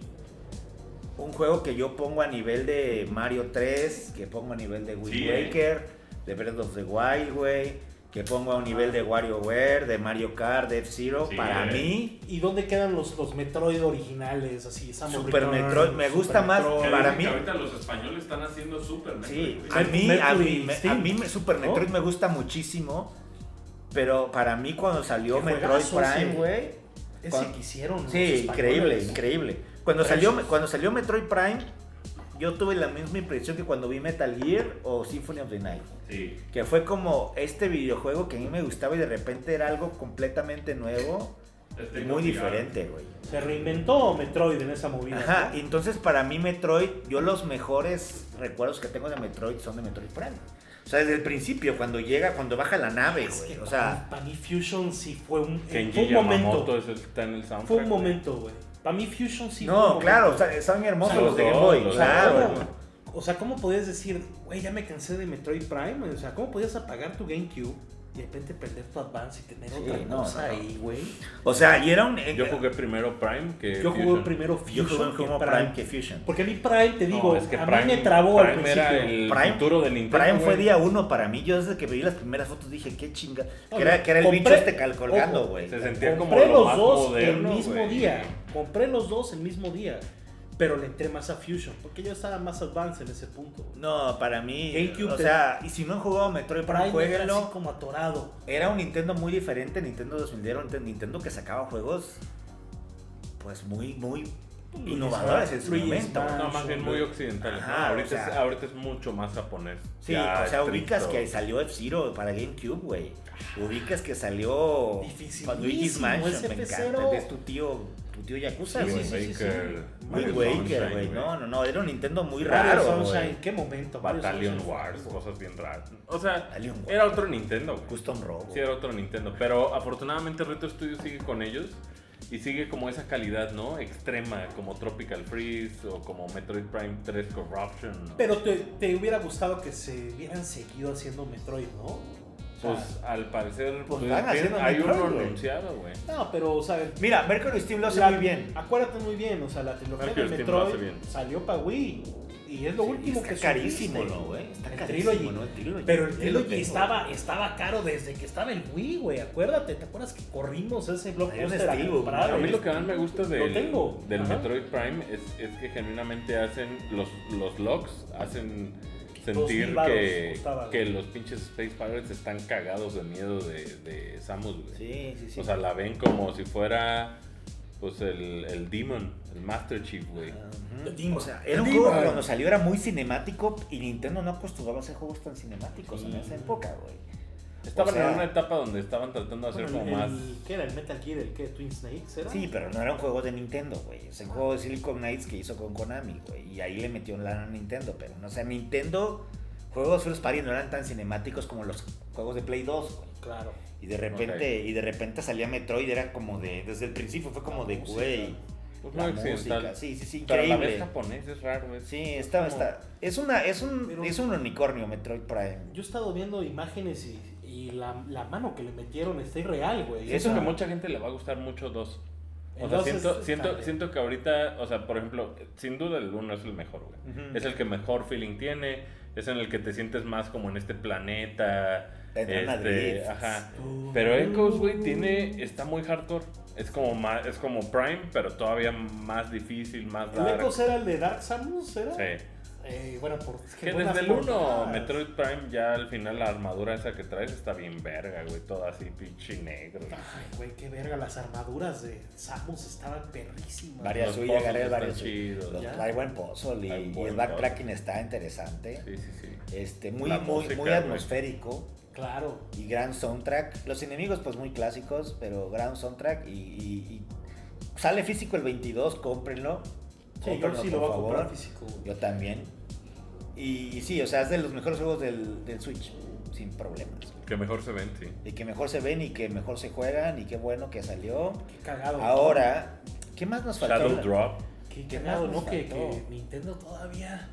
Speaker 1: un juego que yo pongo a nivel de Mario 3, que pongo a nivel de Wind
Speaker 3: Sí, eh.
Speaker 1: Waker, de Breath of the Wild, güey, que pongo a un nivel de WarioWare, de Mario Kart, de F-Zero.
Speaker 3: Sí,
Speaker 1: para
Speaker 3: eh.
Speaker 1: mí,
Speaker 4: ¿Y dónde quedan los, los Metroid originales? Así, Samus
Speaker 1: Super
Speaker 4: Returns,
Speaker 1: Metroid, me
Speaker 4: Super
Speaker 1: gusta más
Speaker 4: Metroid.
Speaker 1: para mí-
Speaker 3: Ahorita los españoles están haciendo súper
Speaker 1: Sí,
Speaker 3: Metroid,
Speaker 1: a
Speaker 3: güey.
Speaker 4: Met-
Speaker 1: mí, a
Speaker 4: Mercury
Speaker 1: mí, me- a
Speaker 4: Steam.
Speaker 1: mí me- Super Metroid
Speaker 4: ¿No?
Speaker 1: me gusta muchísimo, pero para mí cuando salió
Speaker 4: Qué
Speaker 1: Metroid
Speaker 4: juegazo ese,
Speaker 1: Prime, güey,
Speaker 4: Ese
Speaker 1: Cuando-
Speaker 4: que hicieron. los
Speaker 1: sí, increíble,
Speaker 4: españoles.
Speaker 1: increíble. Cuando
Speaker 4: Precios.
Speaker 1: salió, cuando salió Metroid Prime, yo tuve la misma impresión que cuando vi Metal Gear o Symphony of the Night,
Speaker 3: Sí.
Speaker 1: que fue como este videojuego que a mí me gustaba y de repente era algo completamente nuevo y
Speaker 3: Este
Speaker 1: muy
Speaker 3: no,
Speaker 1: diferente, güey.
Speaker 4: Se reinventó Metroid en esa movida.
Speaker 1: Ajá,
Speaker 4: ¿no?
Speaker 1: y entonces para mí Metroid, yo los mejores recuerdos que tengo de Metroid son de Metroid Prime. O sea, desde el principio, cuando llega, cuando baja la nave,
Speaker 4: Es
Speaker 1: güey.
Speaker 4: que
Speaker 1: O sea,
Speaker 4: para mí Fusion sí fue un,
Speaker 3: Kenji
Speaker 4: fue un
Speaker 3: Yamamoto
Speaker 4: momento.
Speaker 3: es el- está en el soundtrack.
Speaker 4: Fue un
Speaker 3: güey.
Speaker 4: momento, güey. Para mí Fusion sí fue
Speaker 1: no,
Speaker 4: un
Speaker 1: claro, o
Speaker 4: momento.
Speaker 1: sea, son hermosos
Speaker 3: Los
Speaker 1: los de Game
Speaker 3: dos,
Speaker 1: Boy.
Speaker 3: los
Speaker 1: Claro.
Speaker 3: dos.
Speaker 1: güey.
Speaker 4: O sea, ¿cómo podías decir, güey, ya me cansé de Metroid Prime? O sea, ¿cómo podías apagar tu GameCube y de repente perder tu Advance y tener
Speaker 1: Sí,
Speaker 4: otra
Speaker 1: no,
Speaker 4: cosa
Speaker 1: no, no.
Speaker 4: ahí, güey?
Speaker 1: O sea, y era un. eh,
Speaker 3: Yo jugué primero Prime que
Speaker 4: Yo jugué
Speaker 3: Fusion.
Speaker 4: primero
Speaker 1: yo
Speaker 4: Fusion
Speaker 1: jugué
Speaker 4: que
Speaker 1: como
Speaker 4: Prime.
Speaker 1: Prime que Fusion.
Speaker 4: Porque a mí Prime, te
Speaker 3: No,
Speaker 4: digo,
Speaker 3: es que
Speaker 4: a
Speaker 3: Prime-
Speaker 4: mí me trabó al
Speaker 3: Prime era
Speaker 4: principio.
Speaker 3: el
Speaker 1: Prime-
Speaker 3: futuro del Nintendo.
Speaker 1: Prime fue
Speaker 3: güey.
Speaker 1: día uno para mí. Yo desde que vi las primeras fotos dije, qué chinga.
Speaker 4: No,
Speaker 1: Que era, que era el
Speaker 4: compré-
Speaker 1: bicho este cal- colgando,
Speaker 4: ojo,
Speaker 1: güey.
Speaker 3: Se sentía como
Speaker 4: Compré
Speaker 3: lo
Speaker 4: los
Speaker 3: más
Speaker 4: dos
Speaker 3: moderno,
Speaker 4: el mismo
Speaker 3: güey.
Speaker 4: día. Compré los dos el mismo día. Pero le entré más a Fusion. Porque yo estaba más advanced en ese punto. güey.
Speaker 1: No, para mí.
Speaker 4: GameCube
Speaker 1: o sea, y si no han jugado Metroid Prime,
Speaker 4: Prime era
Speaker 1: jueguenlo.
Speaker 4: así como atorado.
Speaker 1: Era un Nintendo muy diferente, Nintendo 2000 era un Nintendo- Nintendo que sacaba juegos pues muy, muy
Speaker 4: Luigi's
Speaker 1: innovadores en
Speaker 4: Mansion,
Speaker 1: su
Speaker 4: Luigi's
Speaker 1: momento.
Speaker 4: Mansion.
Speaker 3: No, más bien muy occidental.
Speaker 1: Ajá,
Speaker 3: ¿no?
Speaker 1: o
Speaker 3: ahorita,
Speaker 1: sea-
Speaker 3: es, ahorita es mucho más japonés.
Speaker 1: Sí,
Speaker 3: Ya
Speaker 1: o sea,
Speaker 3: estricto.
Speaker 1: ubicas que salió F-Zero para GameCube, güey. Ubicas que salió
Speaker 4: Dificilísimo,
Speaker 1: Luigi's Mansion,
Speaker 4: ese
Speaker 1: me
Speaker 4: F-Zero.
Speaker 1: encanta. Es tu tío, tu tío Yakuza,
Speaker 4: Sí,
Speaker 1: güey.
Speaker 4: sí, sí.
Speaker 3: Waker,
Speaker 1: Wind
Speaker 3: Mario
Speaker 1: Waker,
Speaker 3: Sunshine,
Speaker 1: güey. No, no, no, era un Nintendo muy
Speaker 4: Mario
Speaker 1: raro,
Speaker 4: Sunshine,
Speaker 1: güey.
Speaker 4: qué momento. Mario
Speaker 3: Battalion
Speaker 4: Sunshine.
Speaker 3: Wars, cosas bien raras. O sea,
Speaker 1: Alien Wars.
Speaker 3: era otro Nintendo, güey.
Speaker 1: Custom Robo.
Speaker 3: Sí, era otro Nintendo. Pero afortunadamente Retro Studios sigue con ellos. Y sigue como esa calidad, ¿no? Extrema, como Tropical Freeze o como Metroid Prime 3 Corruption. ¿no?
Speaker 4: Pero te, te hubiera gustado que se hubieran seguido haciendo Metroid, ¿no? O sea,
Speaker 3: Pues al parecer
Speaker 1: Pues,
Speaker 3: pues,
Speaker 1: van haciendo
Speaker 3: hay
Speaker 1: Metroid,
Speaker 3: uno
Speaker 1: güey.
Speaker 3: anunciado, güey.
Speaker 4: no, pero, o sea,
Speaker 1: Mira, Mercury Steam lo hace
Speaker 4: la-
Speaker 1: muy bien.
Speaker 4: Acuérdate muy bien, o sea, la trilogía
Speaker 3: Mercury
Speaker 4: de
Speaker 3: Steam lo hace
Speaker 4: Metroid
Speaker 3: bien.
Speaker 4: salió para Wii. Y es lo último
Speaker 1: está
Speaker 4: que
Speaker 1: carísimo,
Speaker 4: supiste.
Speaker 1: ¿no, güey? Está
Speaker 4: El
Speaker 1: carísimo,
Speaker 4: Trilogy.
Speaker 1: ¿no? El Trilogy.
Speaker 4: Pero el
Speaker 1: Ya lo
Speaker 4: Trilogy
Speaker 1: tengo.
Speaker 4: estaba, estaba caro desde que estaba el Wii, güey. Acuérdate, ¿te acuerdas que corrimos ese blockbuster a
Speaker 1: Steelbook, ¿no?
Speaker 4: comprar?
Speaker 3: A mí
Speaker 4: güey?
Speaker 3: lo que más me gusta del,
Speaker 4: Lo tengo.
Speaker 3: del
Speaker 4: Ajá.
Speaker 3: Metroid Prime es, es que genuinamente hacen los, los logs, hacen sentir
Speaker 4: mil varos
Speaker 3: que,
Speaker 4: costaba,
Speaker 3: que
Speaker 4: güey.
Speaker 3: los pinches Space Pirates están cagados de miedo de, de Samus, güey.
Speaker 1: Sí, sí, sí.
Speaker 3: O sea, la ven como si fuera pues el, el Demon, el Master Chief, güey.
Speaker 1: O sea, era un juego que cuando salió era muy cinemático y Nintendo no acostumbraba a hacer juegos tan cinemáticos en esa época, güey.
Speaker 3: Estaban
Speaker 1: O sea-
Speaker 3: en una etapa donde estaban tratando de hacer
Speaker 4: Bueno,
Speaker 3: como
Speaker 4: el-
Speaker 3: más.
Speaker 4: el- ¿Qué era? ¿El Metal Gear? ¿El qué? ¿Twin Snakes era?
Speaker 1: Sí, pero no era un juego de Nintendo, güey. Es el juego de Silicon Knights que hizo con Konami, güey. Y ahí le metió lana a Nintendo, pero no o sea, Nintendo, juegos First Party no eran tan cinemáticos como los juegos de Play 2, güey.
Speaker 4: Claro.
Speaker 1: Y de repente, y de repente salía Metroid, era como de, desde el principio fue como
Speaker 4: La
Speaker 1: de,
Speaker 4: música.
Speaker 1: güey,
Speaker 3: Pues
Speaker 1: la
Speaker 3: muy occidental.
Speaker 1: música, sí, sí, sí,
Speaker 3: Pero a la vez
Speaker 1: increíble.
Speaker 3: japonés es raro, es-
Speaker 1: Sí, está,
Speaker 3: como-
Speaker 1: está. Es una, es un,
Speaker 4: Pero-
Speaker 1: es un unicornio Metroid Prime.
Speaker 4: Yo he estado viendo imágenes y, y la, la mano que le metieron está irreal, güey.
Speaker 3: Siento
Speaker 4: O
Speaker 3: que
Speaker 4: sea,
Speaker 3: mucha gente le va a gustar mucho dos. O sea,
Speaker 4: entonces,
Speaker 3: siento, siento,
Speaker 4: también.
Speaker 3: siento que ahorita, o sea, por ejemplo, sin duda el uno es el mejor, güey.
Speaker 1: Ujú.
Speaker 3: Es el que mejor feeling tiene, es en el que te sientes más como en este planeta.
Speaker 1: Te entran a
Speaker 3: Este,
Speaker 1: drifts.
Speaker 3: ajá.
Speaker 4: Tú-
Speaker 3: Pero Echoes, güey, tiene, está muy hardcore. Es como, más, es como Prime, pero todavía más difícil, más
Speaker 4: ¿El
Speaker 3: dark.
Speaker 4: Ecos era el de Dark Samus? ¿Era?
Speaker 3: Sí.
Speaker 4: Eh, bueno, porque es
Speaker 3: Que
Speaker 4: buenas
Speaker 3: desde el 1
Speaker 4: portadas.
Speaker 3: Metroid Prime ya al final la armadura esa que traes está bien verga, güey, toda así pinche negro. güey.
Speaker 4: Ay, güey, qué verga, las armaduras de Samus estaban perrísimas.
Speaker 1: Varias
Speaker 3: Los
Speaker 1: suyas,
Speaker 3: puzzles
Speaker 1: gané
Speaker 3: están
Speaker 1: varias suyas.
Speaker 3: chidos.
Speaker 1: Los-
Speaker 4: Ya.
Speaker 1: Hay buen puzzle y,
Speaker 3: Hay
Speaker 1: y
Speaker 3: buen
Speaker 1: el backtracking está interesante.
Speaker 3: Sí, sí, sí.
Speaker 1: Este, muy,
Speaker 3: La
Speaker 1: muy,
Speaker 3: música,
Speaker 1: muy
Speaker 3: güey.
Speaker 1: atmosférico
Speaker 4: Claro.
Speaker 1: y gran soundtrack. Los enemigos, pues muy clásicos, pero gran soundtrack. Y, y- y sale físico el 22, cómprenlo.
Speaker 4: Sí, yo
Speaker 1: Cómprenlo,
Speaker 4: sí
Speaker 1: por
Speaker 4: lo voy a
Speaker 1: favor.
Speaker 4: comprar físico, güey.
Speaker 1: Yo también. Y, y sí, o sea, es de los mejores juegos del, del Switch, sin problemas.
Speaker 3: Que mejor se ven, sí.
Speaker 1: Y que mejor se ven y que mejor se juegan y qué bueno que salió.
Speaker 4: Qué cagado.
Speaker 1: Ahora, ¿qué más nos faltó?
Speaker 3: Shadow Drop.
Speaker 4: Qué
Speaker 1: ¿Qué
Speaker 4: cagado,
Speaker 1: más nos
Speaker 4: ¿no? Que,
Speaker 1: faltó?
Speaker 4: que Nintendo todavía.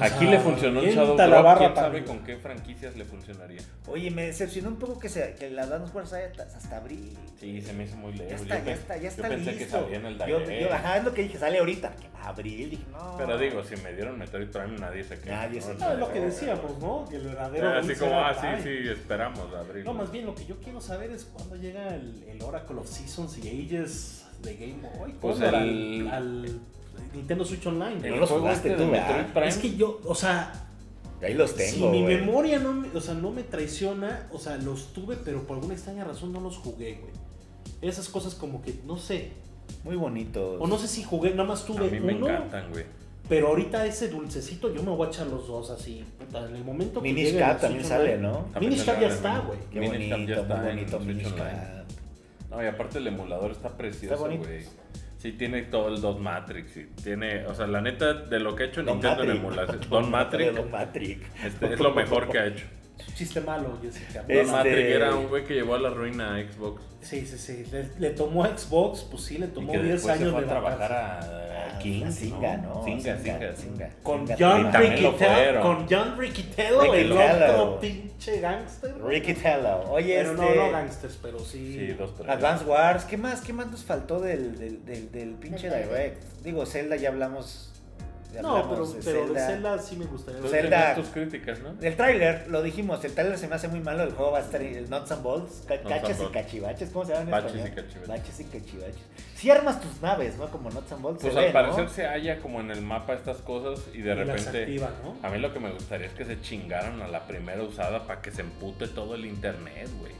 Speaker 3: Aquí le funcionó el
Speaker 4: avienta
Speaker 3: Shadow
Speaker 4: la
Speaker 3: Drop.
Speaker 4: barra
Speaker 3: ¿Quién
Speaker 4: para
Speaker 3: sabe
Speaker 4: arriba.
Speaker 3: con qué franquicias le funcionaría?
Speaker 1: Oye, me decepcionó un poco que, se, que la damos fuerza hasta, hasta abril.
Speaker 3: Sí, se me hizo muy lejos.
Speaker 1: Ya está,
Speaker 3: yo
Speaker 1: ya
Speaker 3: pe-
Speaker 1: está, ya está
Speaker 3: Yo pensé
Speaker 1: listo.
Speaker 3: que salía en el
Speaker 1: yo,
Speaker 3: direct.
Speaker 1: yo, ajá, es lo que dije, sale ahorita. Abril, dije, no.
Speaker 3: Pero digo, si me dieron Metroid Prime nadie se queja.
Speaker 1: Nadie se
Speaker 3: ¿no?
Speaker 1: queja.
Speaker 4: Ah, es lo que decíamos, ¿no? Que el verdadero.
Speaker 3: Así
Speaker 4: dulce
Speaker 3: como,
Speaker 4: era
Speaker 3: ah,
Speaker 4: Prime.
Speaker 3: sí, sí, esperamos abril.
Speaker 4: No, más bien lo que yo quiero saber es cuándo llega el, el Oracle of Seasons y Ages de Game Boy.
Speaker 3: Pues
Speaker 4: ¿Cuándo?
Speaker 3: el-
Speaker 4: al, al Nintendo Switch Online.
Speaker 1: El-
Speaker 4: güey.
Speaker 1: No los
Speaker 3: juego
Speaker 1: jugaste
Speaker 3: este de
Speaker 1: tú, ¿verdad?
Speaker 3: Metroid Prime.
Speaker 4: Es que yo, o sea,
Speaker 1: Ahí los tengo.
Speaker 4: si mi
Speaker 1: güey.
Speaker 4: memoria no me, o sea, no me traiciona, o sea, los tuve, pero por alguna extraña razón no los jugué, güey. Esas cosas como que, no sé,
Speaker 1: Muy bonitos.
Speaker 4: o no sé si jugué, nada más
Speaker 3: A
Speaker 4: tuve
Speaker 3: mí me
Speaker 4: uno,
Speaker 3: encantan, güey.
Speaker 4: pero ahorita ese dulcecito yo me voy a echar los dos así, puta, en el momento que
Speaker 1: Minish
Speaker 4: llegue
Speaker 1: Cap
Speaker 4: el
Speaker 1: también
Speaker 4: Switch
Speaker 1: sale,
Speaker 4: Online.
Speaker 1: ¿no?
Speaker 3: También
Speaker 4: Minish Cap
Speaker 3: sale
Speaker 4: ya está,
Speaker 3: Online.
Speaker 4: güey.
Speaker 1: Qué
Speaker 3: Minish Cap ya
Speaker 1: bonito, muy
Speaker 3: está en
Speaker 1: bonito
Speaker 3: Switch
Speaker 1: Minish
Speaker 3: Online.
Speaker 1: Cap.
Speaker 3: No, y aparte el emulador está
Speaker 1: Está
Speaker 3: precioso,
Speaker 1: bonito.
Speaker 3: güey. Sí, tiene todo el Don Matrix. y tiene, o sea, la neta, de lo que ha hecho
Speaker 1: Don
Speaker 3: Nintendo en
Speaker 1: Matrix. *laughs*
Speaker 3: emulación. Don Matrix
Speaker 1: Don Matrix.
Speaker 3: este, es lo mejor que ha hecho.
Speaker 4: Chiste malo, Jessica.
Speaker 3: Don
Speaker 1: Este-
Speaker 3: Matrix era un güey que llevó a la ruina a Xbox.
Speaker 4: Sí, sí, sí. Le, le tomó a Xbox, pues sí, le
Speaker 3: Y
Speaker 4: tomó
Speaker 3: que
Speaker 4: 10
Speaker 3: después se
Speaker 4: años
Speaker 3: fue
Speaker 4: de
Speaker 3: a trabajar
Speaker 4: vacaciones.
Speaker 3: a, a King,
Speaker 1: King, Ah, Singa,
Speaker 3: Ah, ¿no?
Speaker 1: ¿no?
Speaker 3: Singa, Singa,
Speaker 1: Singa.
Speaker 4: Con
Speaker 1: Singa
Speaker 4: John
Speaker 1: Tela.
Speaker 3: también lo
Speaker 4: Riquitello,
Speaker 3: fueron.
Speaker 4: con John Riquitello, el
Speaker 1: Riquitello.
Speaker 4: otro pinche gángster.
Speaker 1: Ricky Tello. Oye,
Speaker 4: Pero
Speaker 1: este.
Speaker 4: no, no gángsters, pero sí.
Speaker 3: Sí, dos, tres.
Speaker 1: Advance Wars, ¿qué más? ¿Qué más nos faltó del, del, del, del pinche
Speaker 2: Del-
Speaker 1: Direct? Digo, Zelda ya hablamos. ya
Speaker 4: no, pero,
Speaker 1: hablamos de
Speaker 4: pero de
Speaker 1: Zelda.
Speaker 4: Zelda sí me gustaría.
Speaker 3: Tú
Speaker 1: Zelda.
Speaker 3: tenías tus críticas, ¿no?
Speaker 1: El tráiler, lo dijimos, el tráiler se me hace muy malo, el juego va a estar el Nuts and Bolts, ca-
Speaker 3: Nuts and
Speaker 1: cachas y
Speaker 3: bolts.
Speaker 1: cachivaches, ¿cómo se llama en
Speaker 3: Baches
Speaker 1: español?
Speaker 3: y cachivaches.
Speaker 1: Baches y cachivaches. Si armas tus naves, ¿no? Como Nuts and Bolts,
Speaker 3: Pues
Speaker 1: se
Speaker 3: al
Speaker 1: ve,
Speaker 3: parecer
Speaker 1: ¿no?
Speaker 3: se halla como en el mapa estas cosas y de
Speaker 4: y las
Speaker 3: repente. ah,
Speaker 4: activa, ¿no?
Speaker 3: A mí lo que me gustaría es que se chingaran a la primera usada para que se empute todo el internet,
Speaker 1: *laughs*
Speaker 3: güey.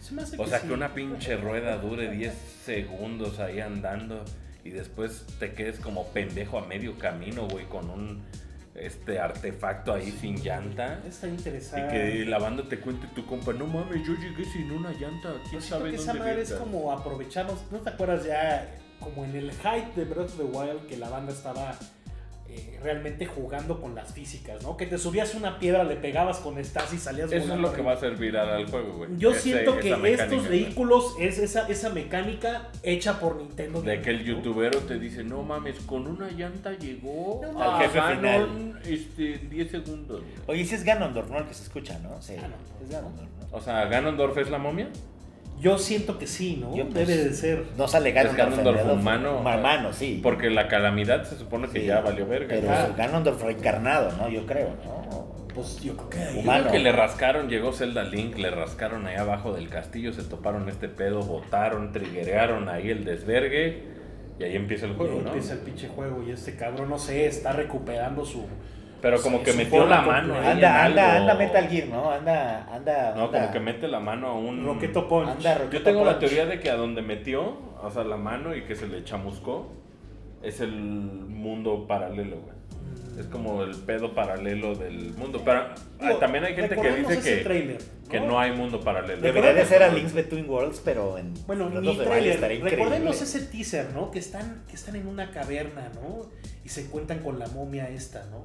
Speaker 4: Se me hace
Speaker 3: O sea,
Speaker 4: sí.
Speaker 3: que una pinche rueda dure 10 segundos ahí andando y después te quedes como pendejo a medio camino, güey, con un este artefacto ahí sin llanta.
Speaker 4: *laughs* Está
Speaker 3: Y
Speaker 4: interesante.
Speaker 3: que la banda te cuente tu compa, no mames, yo llegué sin una llanta,
Speaker 4: Yo
Speaker 3: quién
Speaker 4: siento
Speaker 3: sabe
Speaker 4: que esa
Speaker 3: dónde
Speaker 4: madre es
Speaker 3: verga?".
Speaker 4: como aprovecharnos. ¿No te acuerdas ya? Como en el hype de Breath of the Wild, que la banda estaba eh, realmente jugando con las físicas, ¿no? Que te subías una piedra, le pegabas con estas y salías
Speaker 3: Eso es
Speaker 4: volando.
Speaker 3: lo que va a servir al juego, güey.
Speaker 4: Yo
Speaker 3: Ese-
Speaker 4: siento
Speaker 3: esa
Speaker 4: que
Speaker 3: mecánica,
Speaker 4: estos
Speaker 3: güey.
Speaker 4: vehículos es esa, esa mecánica hecha por Nintendo.
Speaker 3: De que el youtubero te dice, no mames, con una llanta llegó
Speaker 4: No
Speaker 3: al
Speaker 1: mames.
Speaker 3: jefe
Speaker 1: Al jefe
Speaker 3: final. Este, 10 segundos. güey".
Speaker 1: Oye, si es Ganondorf, ¿no? El que se escucha, ¿no? Sí,
Speaker 4: Ganondorf.
Speaker 1: es Ganondorf, ¿no?
Speaker 3: O sea, ¿Ganondorf es la momia?
Speaker 4: Yo siento que sí, ¿no?
Speaker 1: Yo, pues,
Speaker 4: Debe de ser.
Speaker 1: No sale Ganondorf.
Speaker 3: Ganondorf
Speaker 1: en Breath of-
Speaker 3: humano.
Speaker 1: Humano, sí.
Speaker 3: Porque la calamidad se supone que
Speaker 1: Sí,
Speaker 3: ya valió verga.
Speaker 1: Pero
Speaker 3: Ah,
Speaker 1: es el Ganondorf reencarnado, ¿no? Yo creo, ¿no?
Speaker 4: Pues yo creo que
Speaker 3: yo
Speaker 4: ahí-
Speaker 1: Humano.
Speaker 3: creo que le rascaron, llegó Zelda Link, le rascaron ahí abajo del castillo, se toparon este pedo, botaron, triguerearon ahí el desvergue y ahí empieza el juego,
Speaker 4: ahí
Speaker 3: ¿no?
Speaker 4: empieza el pinche juego y este cabrón, no sé, está recuperando su.
Speaker 3: Pero como
Speaker 4: Sí,
Speaker 3: que
Speaker 4: sí,
Speaker 3: metió la
Speaker 4: porque
Speaker 3: mano ahí en
Speaker 1: Anda, anda,
Speaker 3: algo.
Speaker 1: anda Metal Gear, ¿no? Anda, anda.
Speaker 3: No,
Speaker 1: anda.
Speaker 3: como que mete la mano a un...
Speaker 4: Roqueto Punch.
Speaker 1: Anda, Rocket
Speaker 3: Yo tengo la
Speaker 1: Punch.
Speaker 3: teoría de que a donde metió, o sea, la mano y que se le chamuscó, es el mundo paralelo, güey.
Speaker 4: Mm.
Speaker 3: Es como el pedo paralelo del mundo. Pero ah, también hay gente que dice que, que no hay mundo paralelo.
Speaker 1: Debería de ser a Links Between Worlds, pero en
Speaker 4: Bueno,
Speaker 1: los
Speaker 4: ni
Speaker 1: dos de baile
Speaker 4: trailer.
Speaker 1: estaría increíble.
Speaker 4: Recordemos ese teaser, ¿no? Que están, que están en una caverna, ¿no? Y se encuentran con la momia esta, ¿no?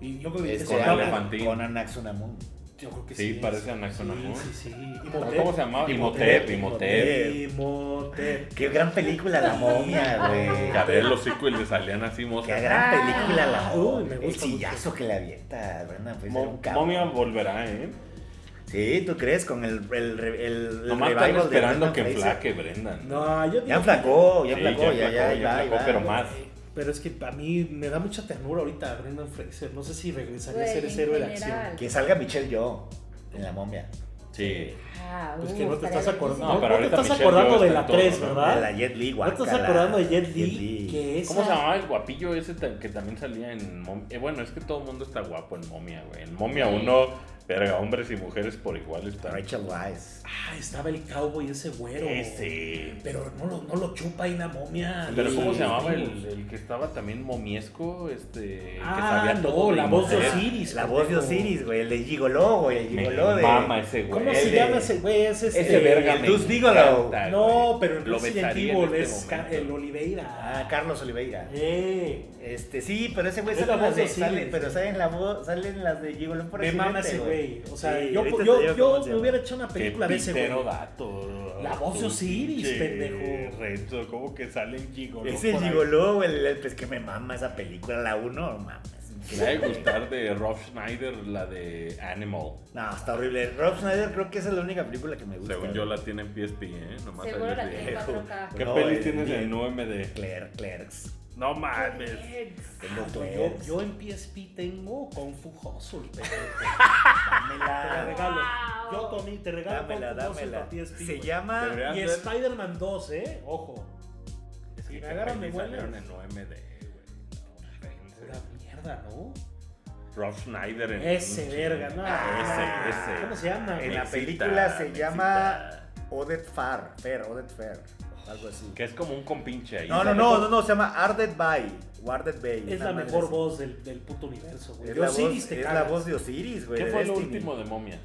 Speaker 4: Y yo creo que
Speaker 1: Es
Speaker 4: ese
Speaker 1: con,
Speaker 3: Ana-
Speaker 4: nombre-
Speaker 1: Ana,
Speaker 3: elefantín.
Speaker 1: con Anaxunamun.
Speaker 4: Yo creo que
Speaker 3: Sí,
Speaker 4: sí.
Speaker 3: parece
Speaker 4: es.
Speaker 3: Anaxonamón.
Speaker 4: Sí, sí, sí.
Speaker 3: ¿Cómo se llamaba?
Speaker 1: Imhotep,
Speaker 3: Imhotep, Eh,
Speaker 1: Imhotep.
Speaker 3: Imhotep.
Speaker 4: Imhotep.
Speaker 1: Qué gran película
Speaker 3: *laughs*
Speaker 1: La Momia, güey.
Speaker 3: Cadé el hocico y le salían así
Speaker 1: Qué
Speaker 3: moscas.
Speaker 1: gran película La
Speaker 4: Uy, me
Speaker 1: Momia. El
Speaker 4: gusta
Speaker 1: sillazo que le avienta a Brenda Fraser,
Speaker 3: Mo-
Speaker 1: un cabrón.
Speaker 3: Momia volverá, ¿eh?
Speaker 1: Sí, ¿tú crees? Con el, el, re- el, el
Speaker 3: Nomás
Speaker 1: revival
Speaker 3: están
Speaker 1: de
Speaker 3: esperando
Speaker 1: Brendan
Speaker 3: que
Speaker 1: Fraser.
Speaker 3: flaque Brendan.
Speaker 4: No, yo
Speaker 1: Ya
Speaker 4: digo-
Speaker 1: enflacó, ya
Speaker 3: Sí,
Speaker 1: enflacó,
Speaker 3: ya
Speaker 1: ya, ya,
Speaker 3: enflacó, ya
Speaker 1: ahí va, ahí
Speaker 3: enflacó,
Speaker 1: va.
Speaker 3: pero más.
Speaker 4: Pero es que a mí me da mucha ternura ahorita Brendan Fraser. No sé si regresaría
Speaker 2: Güey,
Speaker 4: a ser ese
Speaker 2: en
Speaker 4: héroe de
Speaker 2: general.
Speaker 4: acción.
Speaker 1: Que salga Michelle yo en La Momia.
Speaker 3: Sí.
Speaker 2: Ah,
Speaker 4: Pues
Speaker 2: uh,
Speaker 4: que no te
Speaker 2: estaría
Speaker 4: estás acordando.
Speaker 2: buenísimo.
Speaker 3: No, pero
Speaker 4: te
Speaker 3: ahorita
Speaker 4: estás
Speaker 3: Michelle
Speaker 4: acordando
Speaker 3: Yeoh
Speaker 4: de
Speaker 3: está
Speaker 4: la
Speaker 3: en todo,
Speaker 4: tres,
Speaker 3: ¿no?
Speaker 4: ¿verdad? Ah.
Speaker 1: De la Jet Li,
Speaker 4: ¿No te estás
Speaker 1: guácala.
Speaker 4: acordando de Jet Li?
Speaker 1: Li.
Speaker 4: Que esa-
Speaker 3: ¿Cómo se llamaba el guapillo ese tan- que también salía en Momia? bueno, es que todo el mundo está guapo en Momia, güey. En Momia uno, verga, hombres y mujeres por igual están.
Speaker 1: Rachel Weisz.
Speaker 4: Ah, estaba el cowboy ese güero.
Speaker 3: Ese.
Speaker 4: Pero no lo, no lo chupa ahí la momia.
Speaker 3: Pero
Speaker 4: Sí.
Speaker 3: ¿cómo se llamaba el, el que estaba también momiesco? Este,
Speaker 4: Ah,
Speaker 3: que sabía
Speaker 4: no,
Speaker 3: todo
Speaker 4: la
Speaker 3: de
Speaker 4: voz de
Speaker 3: mujer?
Speaker 4: Osiris.
Speaker 1: La voz de Osiris, güey. El de Gigolo, güey. El
Speaker 3: Me
Speaker 1: Gigolo de.
Speaker 3: mama ese güey.
Speaker 4: ¿Cómo
Speaker 1: El
Speaker 4: se
Speaker 1: de-
Speaker 4: llama ese güey? Es este-
Speaker 3: Ese verga
Speaker 1: el
Speaker 3: me
Speaker 1: Deuce Bigelow.
Speaker 3: encanta,
Speaker 4: No,
Speaker 3: güey.
Speaker 4: pero el
Speaker 3: Lo
Speaker 4: Resident
Speaker 3: besaría en
Speaker 4: Evil
Speaker 3: este
Speaker 4: es Ca-
Speaker 3: momento.
Speaker 4: el Oliveira.
Speaker 1: Ah, Carlos Oliveira.
Speaker 4: Eh.
Speaker 1: Este, sí, pero ese güey
Speaker 4: Es
Speaker 1: sale,
Speaker 4: la
Speaker 1: en las
Speaker 4: voz de
Speaker 1: de-
Speaker 4: Osiris,
Speaker 1: sale-
Speaker 4: güey.
Speaker 1: pero salen la voz, salen las de Gigolo por
Speaker 4: Me mama ese
Speaker 1: accidente,
Speaker 4: güey. O sea,
Speaker 1: Sí,
Speaker 4: yo,
Speaker 1: ahorita te
Speaker 4: yo-
Speaker 1: digo
Speaker 4: yo
Speaker 1: cómo se
Speaker 4: me
Speaker 1: llama.
Speaker 4: hubiera hecho una película de ese güey.
Speaker 3: dato.
Speaker 4: La voz de Osiris, pendejo.
Speaker 3: Reto, como que sale en gigolo.
Speaker 1: Ese
Speaker 3: por ahí.
Speaker 1: Gigolo, güey. el- el- Es que me mama esa película, la 1, no mames.
Speaker 3: Me debe gustar de Rob Schneider la de Animal.
Speaker 1: No, está horrible. Rob Snyder creo que esa es la única película que me gusta.
Speaker 3: Según yo la tiene en PSP, ¿eh? Nomás ahí
Speaker 2: Seguro
Speaker 3: les
Speaker 2: la
Speaker 3: digo. *laughs*
Speaker 2: tiene en 4K.
Speaker 3: ¿Qué
Speaker 1: No,
Speaker 3: pelis
Speaker 1: el
Speaker 3: tienes
Speaker 1: bien.
Speaker 3: en UMD?
Speaker 1: Claire, Clerks.
Speaker 3: No mames.
Speaker 1: Tengo
Speaker 4: Ah, güey, yo,
Speaker 1: Clerks.
Speaker 4: yo en PSP tengo Kung Fu Hustle, pendejo. Te la
Speaker 1: Dámela.
Speaker 4: regalo. Yo, Tony, te regalo
Speaker 1: Ah. Dámela,
Speaker 4: Kung Fu Hustle
Speaker 1: dámela.
Speaker 4: para PSP.
Speaker 1: Se
Speaker 4: güey.
Speaker 1: llama.
Speaker 3: Debería-
Speaker 4: Y Spider-Man 2, ¿eh? Ojo.
Speaker 3: Es
Speaker 4: me
Speaker 3: que
Speaker 4: agarran de
Speaker 3: pelis
Speaker 4: muelas.
Speaker 3: salieron en UMD, güey. No,
Speaker 4: Pura
Speaker 3: fíjense.
Speaker 4: mierda, ¿no?
Speaker 3: Rob Schneider en
Speaker 4: Ese
Speaker 3: un
Speaker 4: verga,
Speaker 3: chingo.
Speaker 4: no.
Speaker 3: Ah, ese, ese.
Speaker 4: ¿Cómo se llama?
Speaker 1: En la
Speaker 3: Me
Speaker 1: película
Speaker 3: excita,
Speaker 1: se
Speaker 3: me
Speaker 1: llama Odette Fair. Fair, Odette Fair. Algo así.
Speaker 3: Que es como un compinche ahí.
Speaker 1: No, no,
Speaker 3: ¿sabes?
Speaker 1: no, no, no, se llama Arded Bay. Guarded Bay.
Speaker 4: Es
Speaker 1: una
Speaker 4: la
Speaker 1: madre
Speaker 4: mejor
Speaker 1: así.
Speaker 4: voz del, del puto universo, güey.
Speaker 1: Es,
Speaker 4: Yo
Speaker 1: la,
Speaker 4: sí
Speaker 1: voz,
Speaker 4: te
Speaker 1: es la
Speaker 4: cagas.
Speaker 1: voz de Osiris, güey.
Speaker 3: ¿Qué
Speaker 1: de
Speaker 3: fue lo
Speaker 1: Destiny.
Speaker 3: último de Momia?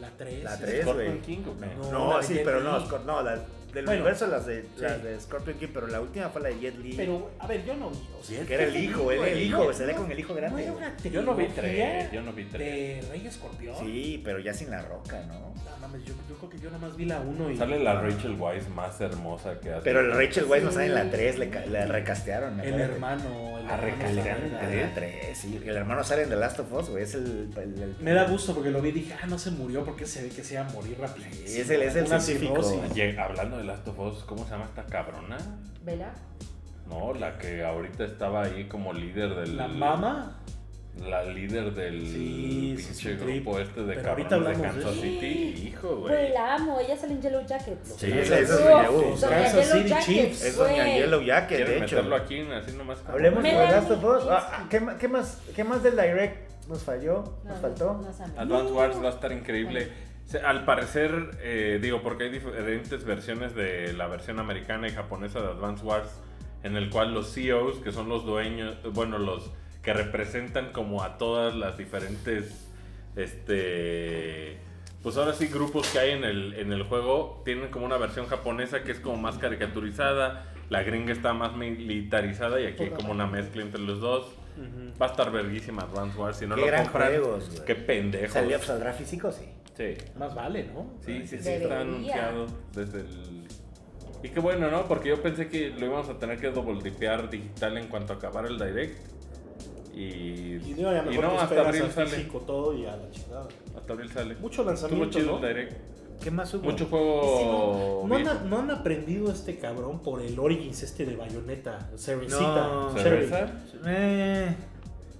Speaker 4: La 3.
Speaker 1: La tres,
Speaker 3: ¿Scorpion
Speaker 1: güey.
Speaker 3: King o qué?
Speaker 4: No.
Speaker 1: No,
Speaker 4: la de
Speaker 1: sí,
Speaker 4: Jet
Speaker 1: pero
Speaker 4: Li.
Speaker 1: no, Scor- no, la- del
Speaker 4: Bueno,
Speaker 1: universo las de, las
Speaker 4: sí.
Speaker 1: de Scorpion King, pero la última fue la de Jet Li.
Speaker 4: Pero, a ver, yo no vi. O sea,
Speaker 1: que era el hijo, era el hijo, se ve con el hijo
Speaker 4: no
Speaker 1: grande.
Speaker 4: era
Speaker 1: güey.
Speaker 4: una
Speaker 3: Yo no vi
Speaker 4: trilogía
Speaker 3: tres, yo no vi tres.
Speaker 4: De Rey Escorpión.
Speaker 1: Sí, pero ya sin la roca, ¿no?
Speaker 4: No mames, yo, yo creo que yo nada más vi la 1 y.
Speaker 3: Sale la Rachel Wise más hermosa que hace.
Speaker 1: Pero el Rachel Weisz no
Speaker 4: Sí.
Speaker 1: sale en la 3, le, ca- la recastearon. me
Speaker 4: El
Speaker 1: acuerdo.
Speaker 4: hermano. El
Speaker 1: La recastearon
Speaker 4: hermano,
Speaker 1: en la 3, sí. El hermano sale en The Last of Us, güey, es el... el- el-
Speaker 4: Me da gusto porque lo vi y dije, ah, no se murió porque se ve que se iba a morir rapidísimo.
Speaker 1: Sí, es el- es el
Speaker 4: Una
Speaker 1: científico.
Speaker 4: cirrosis.
Speaker 3: Oye, hablando de Last of Us, ¿cómo se llama esta cabrona?
Speaker 2: ¿Vela?
Speaker 3: No, la que ahorita estaba ahí como líder del.
Speaker 4: La mama.
Speaker 3: La líder del
Speaker 4: Sí, sí,
Speaker 3: pinche
Speaker 4: es un trip.
Speaker 3: grupo este de
Speaker 4: Pero ahorita
Speaker 3: cabrones de
Speaker 4: hablamos de
Speaker 3: Kansas
Speaker 4: eso.
Speaker 3: City. Hijo,
Speaker 2: Güey,
Speaker 3: güey.
Speaker 2: la amo. Ella sale en Yellow Jackets.
Speaker 1: Sí,
Speaker 4: Los
Speaker 1: esa es
Speaker 4: Kansas-
Speaker 1: Doña
Speaker 2: Uf,
Speaker 1: U.
Speaker 4: los
Speaker 2: Doña
Speaker 4: Kansas
Speaker 2: Yellow
Speaker 4: City
Speaker 2: Jackets,
Speaker 4: Chiefs.
Speaker 1: Es Doña
Speaker 2: güey.
Speaker 1: Yellow Jacket, de
Speaker 3: ¿Quieres
Speaker 1: hecho.
Speaker 3: meterlo aquí en- así nomás? como-
Speaker 1: Hablemos de
Speaker 2: Me
Speaker 1: The
Speaker 2: da
Speaker 1: Last of
Speaker 2: muy
Speaker 1: Us. Ah,
Speaker 2: triste.
Speaker 1: ah, ¿qué, ma- qué más, ¿Qué más del Direct nos falló?
Speaker 2: No,
Speaker 1: ¿Nos
Speaker 2: no,
Speaker 1: faltó?
Speaker 2: no sabe.
Speaker 3: Advance Wars va a estar increíble. Se- Al parecer, eh, digo, porque hay diferentes versiones de la versión americana y japonesa de Advance Wars, en el cual los CEOs, que son los dueños, bueno, los que representan como a todas las diferentes, este, pues ahora sí, grupos que hay en el, en el juego, tienen como una versión japonesa que es como más caricaturizada, la gringa está más militarizada y aquí hay como una mezcla entre los dos.
Speaker 4: Ujú.
Speaker 3: Va a estar verguísima Advance Wars, si no
Speaker 1: Qué
Speaker 3: lo
Speaker 1: gran
Speaker 3: compran,
Speaker 1: juegos, güey.
Speaker 3: qué pendejos.
Speaker 1: ¿Salió, ¿Saldrá físico? Sí.
Speaker 3: Sí.
Speaker 4: Más vale, ¿no?
Speaker 3: Sí, sí, sí,
Speaker 2: Debería.
Speaker 3: está anunciado desde el... Y qué bueno, ¿no? Porque yo pensé que lo íbamos a tener que doble dipear digital en cuanto acabara el direct. Y,
Speaker 4: Y no, ya
Speaker 3: y
Speaker 4: mejor
Speaker 3: no,
Speaker 4: te
Speaker 3: hasta
Speaker 4: esperas
Speaker 3: abril
Speaker 4: al
Speaker 3: sale.
Speaker 4: físico todo y a la chingada.
Speaker 3: Hasta abril sale.
Speaker 4: Mucho
Speaker 3: Estuvo
Speaker 4: lanzamiento,
Speaker 3: chido
Speaker 4: ¿no?
Speaker 3: el direct.
Speaker 1: ¿Qué más hubo?
Speaker 3: Mucho
Speaker 4: Sí,
Speaker 3: juego...
Speaker 4: no, no han,
Speaker 3: viejo.
Speaker 4: no han aprendido este cabrón por el Origins este de Bayonetta, Cervecita.
Speaker 1: No.
Speaker 4: Cherry.
Speaker 3: ¿Cerveza?
Speaker 1: Eh,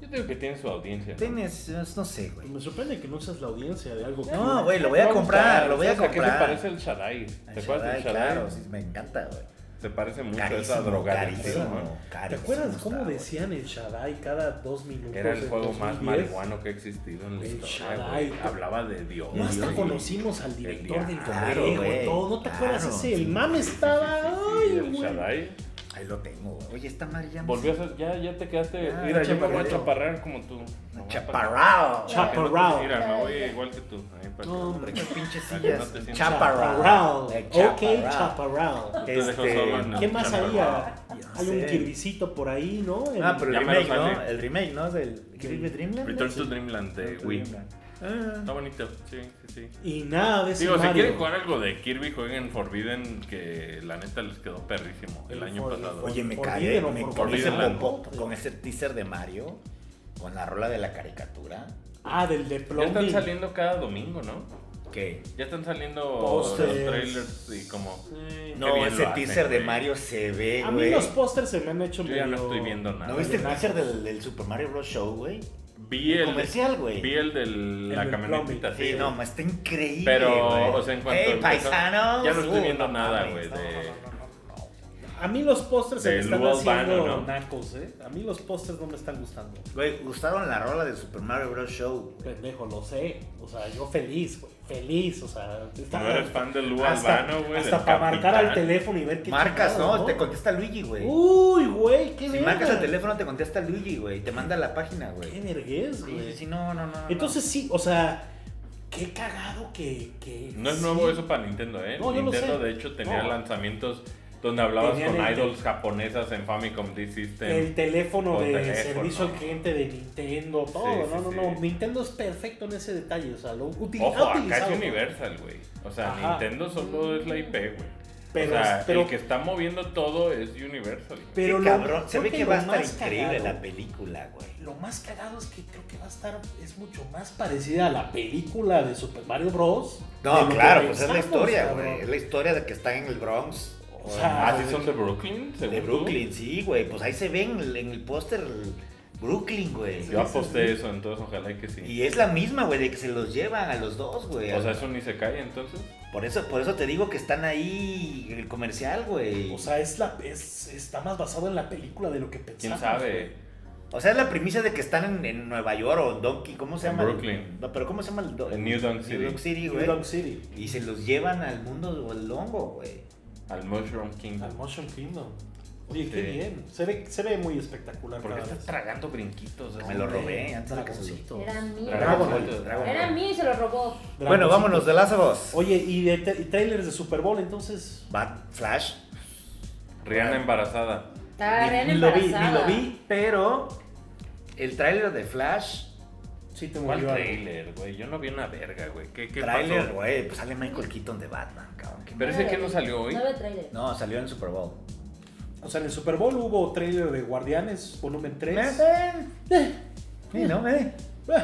Speaker 3: Yo digo que tiene su audiencia. ¿no?
Speaker 1: tienes, no sé, güey.
Speaker 4: Pues Me sorprende que no seas la audiencia de algo. que-
Speaker 1: No, güey, lo voy a comprar, lo voy a
Speaker 3: ¿Sabes ¿A qué se
Speaker 1: comprar.
Speaker 3: parece el Shaddai?
Speaker 1: Al
Speaker 3: ¿Te acuerdas del
Speaker 1: Shaddai,
Speaker 3: Shaddai?
Speaker 1: Claro, sí, me encanta, güey.
Speaker 3: Se parece mucho a esa
Speaker 1: Carísimo,
Speaker 3: drogadicción,
Speaker 1: carísimo,
Speaker 3: ¿no?
Speaker 4: ¿Te
Speaker 1: carísimo
Speaker 4: acuerdas
Speaker 1: está,
Speaker 4: cómo
Speaker 1: güey.
Speaker 4: decían el Shaddai cada dos minutos?
Speaker 3: Era el
Speaker 4: en
Speaker 3: juego más
Speaker 4: 2010?
Speaker 3: marihuano que ha existido en la
Speaker 4: El
Speaker 3: historia.
Speaker 4: Shaddai.
Speaker 3: güey. Hablaba de Dios.
Speaker 4: No, hasta
Speaker 3: güey.
Speaker 4: conocimos al director
Speaker 3: El
Speaker 4: del
Speaker 3: diablo,
Speaker 4: complejo,
Speaker 1: güey,
Speaker 4: todo. ¿No te acuerdas
Speaker 1: claro.
Speaker 4: ese? El mame
Speaker 3: Sí, sí, sí,
Speaker 4: estaba.
Speaker 3: sí, sí,
Speaker 4: ¡Ay,
Speaker 3: el
Speaker 4: güey!
Speaker 3: Shaddai.
Speaker 1: Ahí lo tengo, güey. Oye, esta madre ya me-
Speaker 3: Volvió a ser, ya, ya te quedaste.
Speaker 1: Ah,
Speaker 3: mira, yo me voy a
Speaker 1: chaparrero.
Speaker 3: chaparrar como tú. Me voy a
Speaker 1: Chaparrao.
Speaker 4: Cha- Chaparrao.
Speaker 3: Mira, me voy igual que tú. Ahí para que no-
Speaker 4: Hombre,
Speaker 1: Estas pinches
Speaker 3: Para que no
Speaker 1: sillas.
Speaker 3: te sientas-
Speaker 1: Chaparrao.
Speaker 4: Chaparral.
Speaker 1: Eh,
Speaker 4: Ok,
Speaker 1: chaparral.
Speaker 4: Chaparral.
Speaker 3: Te dejo
Speaker 1: Este,
Speaker 3: solo en el
Speaker 4: ¿Qué más
Speaker 3: chaparral.
Speaker 4: había? Hay
Speaker 1: sé.
Speaker 4: un kirbicito por ahí, ¿no? El-
Speaker 1: Ah, pero el
Speaker 3: Ya me lo
Speaker 1: remake, ¿no?
Speaker 3: sale.
Speaker 1: El remake, ¿no? Del Kirby Dreamland.
Speaker 3: Return to
Speaker 1: Sí.
Speaker 3: Dreamland de
Speaker 1: Return to
Speaker 3: Wii.
Speaker 1: Dreamland.
Speaker 4: Ah.
Speaker 3: Está bonito, sí, sí, sí.
Speaker 4: Y nada de eso.
Speaker 3: Digo, si quieren jugar algo de Kirby, jueguen Forbidden, que la neta les quedó perrísimo el año
Speaker 4: For-
Speaker 3: pasado.
Speaker 1: Oye, me
Speaker 4: Por
Speaker 1: cagué
Speaker 4: líder o
Speaker 1: me-
Speaker 4: por
Speaker 1: con ese
Speaker 3: Forbidden
Speaker 1: popo,
Speaker 4: Land.
Speaker 1: con ese teaser de Mario, con la rola de la caricatura,
Speaker 4: Ah, del de
Speaker 3: ya están
Speaker 4: Plumbing.
Speaker 3: saliendo cada domingo, ¿no?
Speaker 1: que
Speaker 3: Ya están saliendo
Speaker 4: Posters.
Speaker 3: los trailers y como...
Speaker 4: Sí.
Speaker 1: no,
Speaker 3: bien
Speaker 1: ese
Speaker 3: lo hacen,
Speaker 1: teaser de
Speaker 3: güey.
Speaker 1: Mario se ve,
Speaker 4: Eh, A mí
Speaker 1: güey.
Speaker 4: los pósters se me han hecho
Speaker 3: Yo ya no
Speaker 4: medio-
Speaker 3: estoy viendo nada.
Speaker 1: ¿No viste el
Speaker 4: Nada.
Speaker 1: teaser del, del Super Mario Bros. Show, güey?
Speaker 3: Vi
Speaker 1: El
Speaker 3: el...
Speaker 1: comercial, güey.
Speaker 3: Vi el de la
Speaker 4: del
Speaker 3: camionetita,
Speaker 1: Sí,
Speaker 3: sí.
Speaker 1: no, ma, está increíble.
Speaker 3: Pero,
Speaker 1: güey.
Speaker 3: o sea, en cuanto
Speaker 1: ¡Ey,
Speaker 3: empezó-
Speaker 1: paisanos!
Speaker 3: ya no estoy
Speaker 1: Uh,
Speaker 3: viendo
Speaker 1: no
Speaker 3: nada,
Speaker 1: mames,
Speaker 3: güey,
Speaker 1: no,
Speaker 3: de-
Speaker 1: no, no, no, no.
Speaker 4: A mí los pósters se
Speaker 3: De
Speaker 4: me están
Speaker 3: Luol
Speaker 4: haciendo
Speaker 3: Bano, ¿no?
Speaker 4: nacos, ¿eh? A mí los pósters no me están gustando.
Speaker 1: Güey, usaron la rola del Super Mario Bros. Show. güey.
Speaker 4: Pendejo, lo sé. O sea, yo feliz, güey. Feliz, o sea. está-
Speaker 3: No eres fan del Lu
Speaker 4: hasta-
Speaker 3: Albano, güey.
Speaker 4: Hasta
Speaker 3: del
Speaker 4: para marcar al
Speaker 3: capitán.
Speaker 4: teléfono y ver qué
Speaker 1: Marcas,
Speaker 4: chingados,
Speaker 1: ¿no? Te contesta Luigi, güey.
Speaker 4: Uy, güey, qué
Speaker 1: si
Speaker 4: verga.
Speaker 1: marcas el teléfono, te contesta Luigi, güey. Te manda a la página, güey.
Speaker 4: Qué vergüenza,
Speaker 1: Sí,
Speaker 4: güey.
Speaker 1: sí, sí, no, no, no. no.
Speaker 4: Entonces sí, o sea, qué cagado que... que
Speaker 3: No es
Speaker 4: sí.
Speaker 3: nuevo eso para Nintendo, ¿eh?
Speaker 4: No, yo lo
Speaker 3: Nintendo,
Speaker 4: sé.
Speaker 3: de hecho, tenía
Speaker 4: No.
Speaker 3: lanzamientos donde hablabas
Speaker 4: Tenían
Speaker 3: con
Speaker 4: el-
Speaker 3: idols japonesas en Famicom D-System.
Speaker 4: El teléfono
Speaker 3: O
Speaker 4: de
Speaker 3: teléfono.
Speaker 4: servicio al cliente de Nintendo, todo.
Speaker 3: Sí, sí,
Speaker 4: no, no, no.
Speaker 3: sí.
Speaker 4: Nintendo es perfecto en ese detalle. O sea, lo util- ha
Speaker 3: Ojo, acá es
Speaker 4: utilizado,
Speaker 3: Universal, güey. O sea,
Speaker 4: Ajá. Mm.
Speaker 3: Nintendo solo es la IP, güey.
Speaker 4: Pero,
Speaker 3: o sea,
Speaker 4: pero,
Speaker 3: el que está moviendo todo es Universal. güey.
Speaker 1: Qué
Speaker 4: pero lo-
Speaker 1: cabrón. Se
Speaker 4: creo
Speaker 1: ve que va a estar
Speaker 4: más
Speaker 1: increíble
Speaker 4: cagado-
Speaker 1: la película, güey.
Speaker 4: Lo más cagado es que creo que va a estar, es mucho más parecida a la película de Super Mario Bros. de
Speaker 1: No,
Speaker 4: lo que
Speaker 1: claro, pues es la
Speaker 4: pensamos,
Speaker 1: historia,
Speaker 4: cabrón.
Speaker 1: güey. Es la historia de que están en el Bronx.
Speaker 4: O
Speaker 1: O
Speaker 4: sea,
Speaker 3: Ah,
Speaker 1: en-
Speaker 3: ¿sí son de Brooklyn? según
Speaker 1: de
Speaker 3: tú?
Speaker 1: Brooklyn, sí, güey. Pues ahí se ve en el, en el póster el Brooklyn, güey.
Speaker 3: Yo aposté eso, entonces ojalá que sí.
Speaker 1: Y es la misma, güey, de que se los llevan a los dos, güey.
Speaker 3: O sea, eso ni se cae entonces.
Speaker 1: por eso, por eso te digo que están ahí en el comercial, güey.
Speaker 4: O sea, es la, es, está más basado en la película de lo que pensamos.
Speaker 3: ¿Quién sabe?
Speaker 1: O sea, es la premisa de que están en, en Nueva York o en Donkey, ¿cómo se
Speaker 3: En
Speaker 1: llama?
Speaker 3: Brooklyn.
Speaker 1: No, pero ¿cómo se llama el do-
Speaker 3: En New Dunk City.
Speaker 1: güey.
Speaker 4: Dog City.
Speaker 1: Y se los llevan al mundo del hongo, güey.
Speaker 3: Al Mushroom King.
Speaker 4: Al Motion Kingdom. Oye,
Speaker 3: Sí.
Speaker 4: qué bien. Se ve, se ve muy espectacular.
Speaker 3: ¿Por qué
Speaker 4: cada
Speaker 3: estás
Speaker 4: vez.
Speaker 3: tragando brinquitos? así?
Speaker 1: Pues Me lo robé antes de que se
Speaker 4: Dragoncito.
Speaker 2: Era mío.
Speaker 3: Dragon
Speaker 1: Ball,
Speaker 3: Ball.
Speaker 1: Dragon Ball.
Speaker 2: Era mío y se lo robó.
Speaker 1: Bueno,
Speaker 4: Dragoncito.
Speaker 1: vámonos de Last of Us.
Speaker 4: Oye, y de tra- y trailers de Super Bowl, entonces.
Speaker 1: Bat Flash.
Speaker 3: Rihanna embarazada.
Speaker 2: Estaba re
Speaker 4: ni lo vi, ni
Speaker 2: embarazada.
Speaker 4: lo vi, pero.
Speaker 1: El tráiler de Flash.
Speaker 4: Sí, te
Speaker 3: ¿Cuál
Speaker 4: movió algo.
Speaker 3: trailer, güey? Yo no vi una verga, güey. ¿Qué, qué
Speaker 1: Tráiler,
Speaker 3: pasó?
Speaker 1: güey. Pues sale Michael Keaton de Batman, cabrón. qué
Speaker 3: Pero ese que no salió hoy.
Speaker 2: No veo trailer.
Speaker 1: No, salió en el Super Bowl.
Speaker 4: O sea, en el Super Bowl hubo trailer de Guardianes, volumen 3.
Speaker 1: Sí, ¿no? Eh.
Speaker 4: *laughs*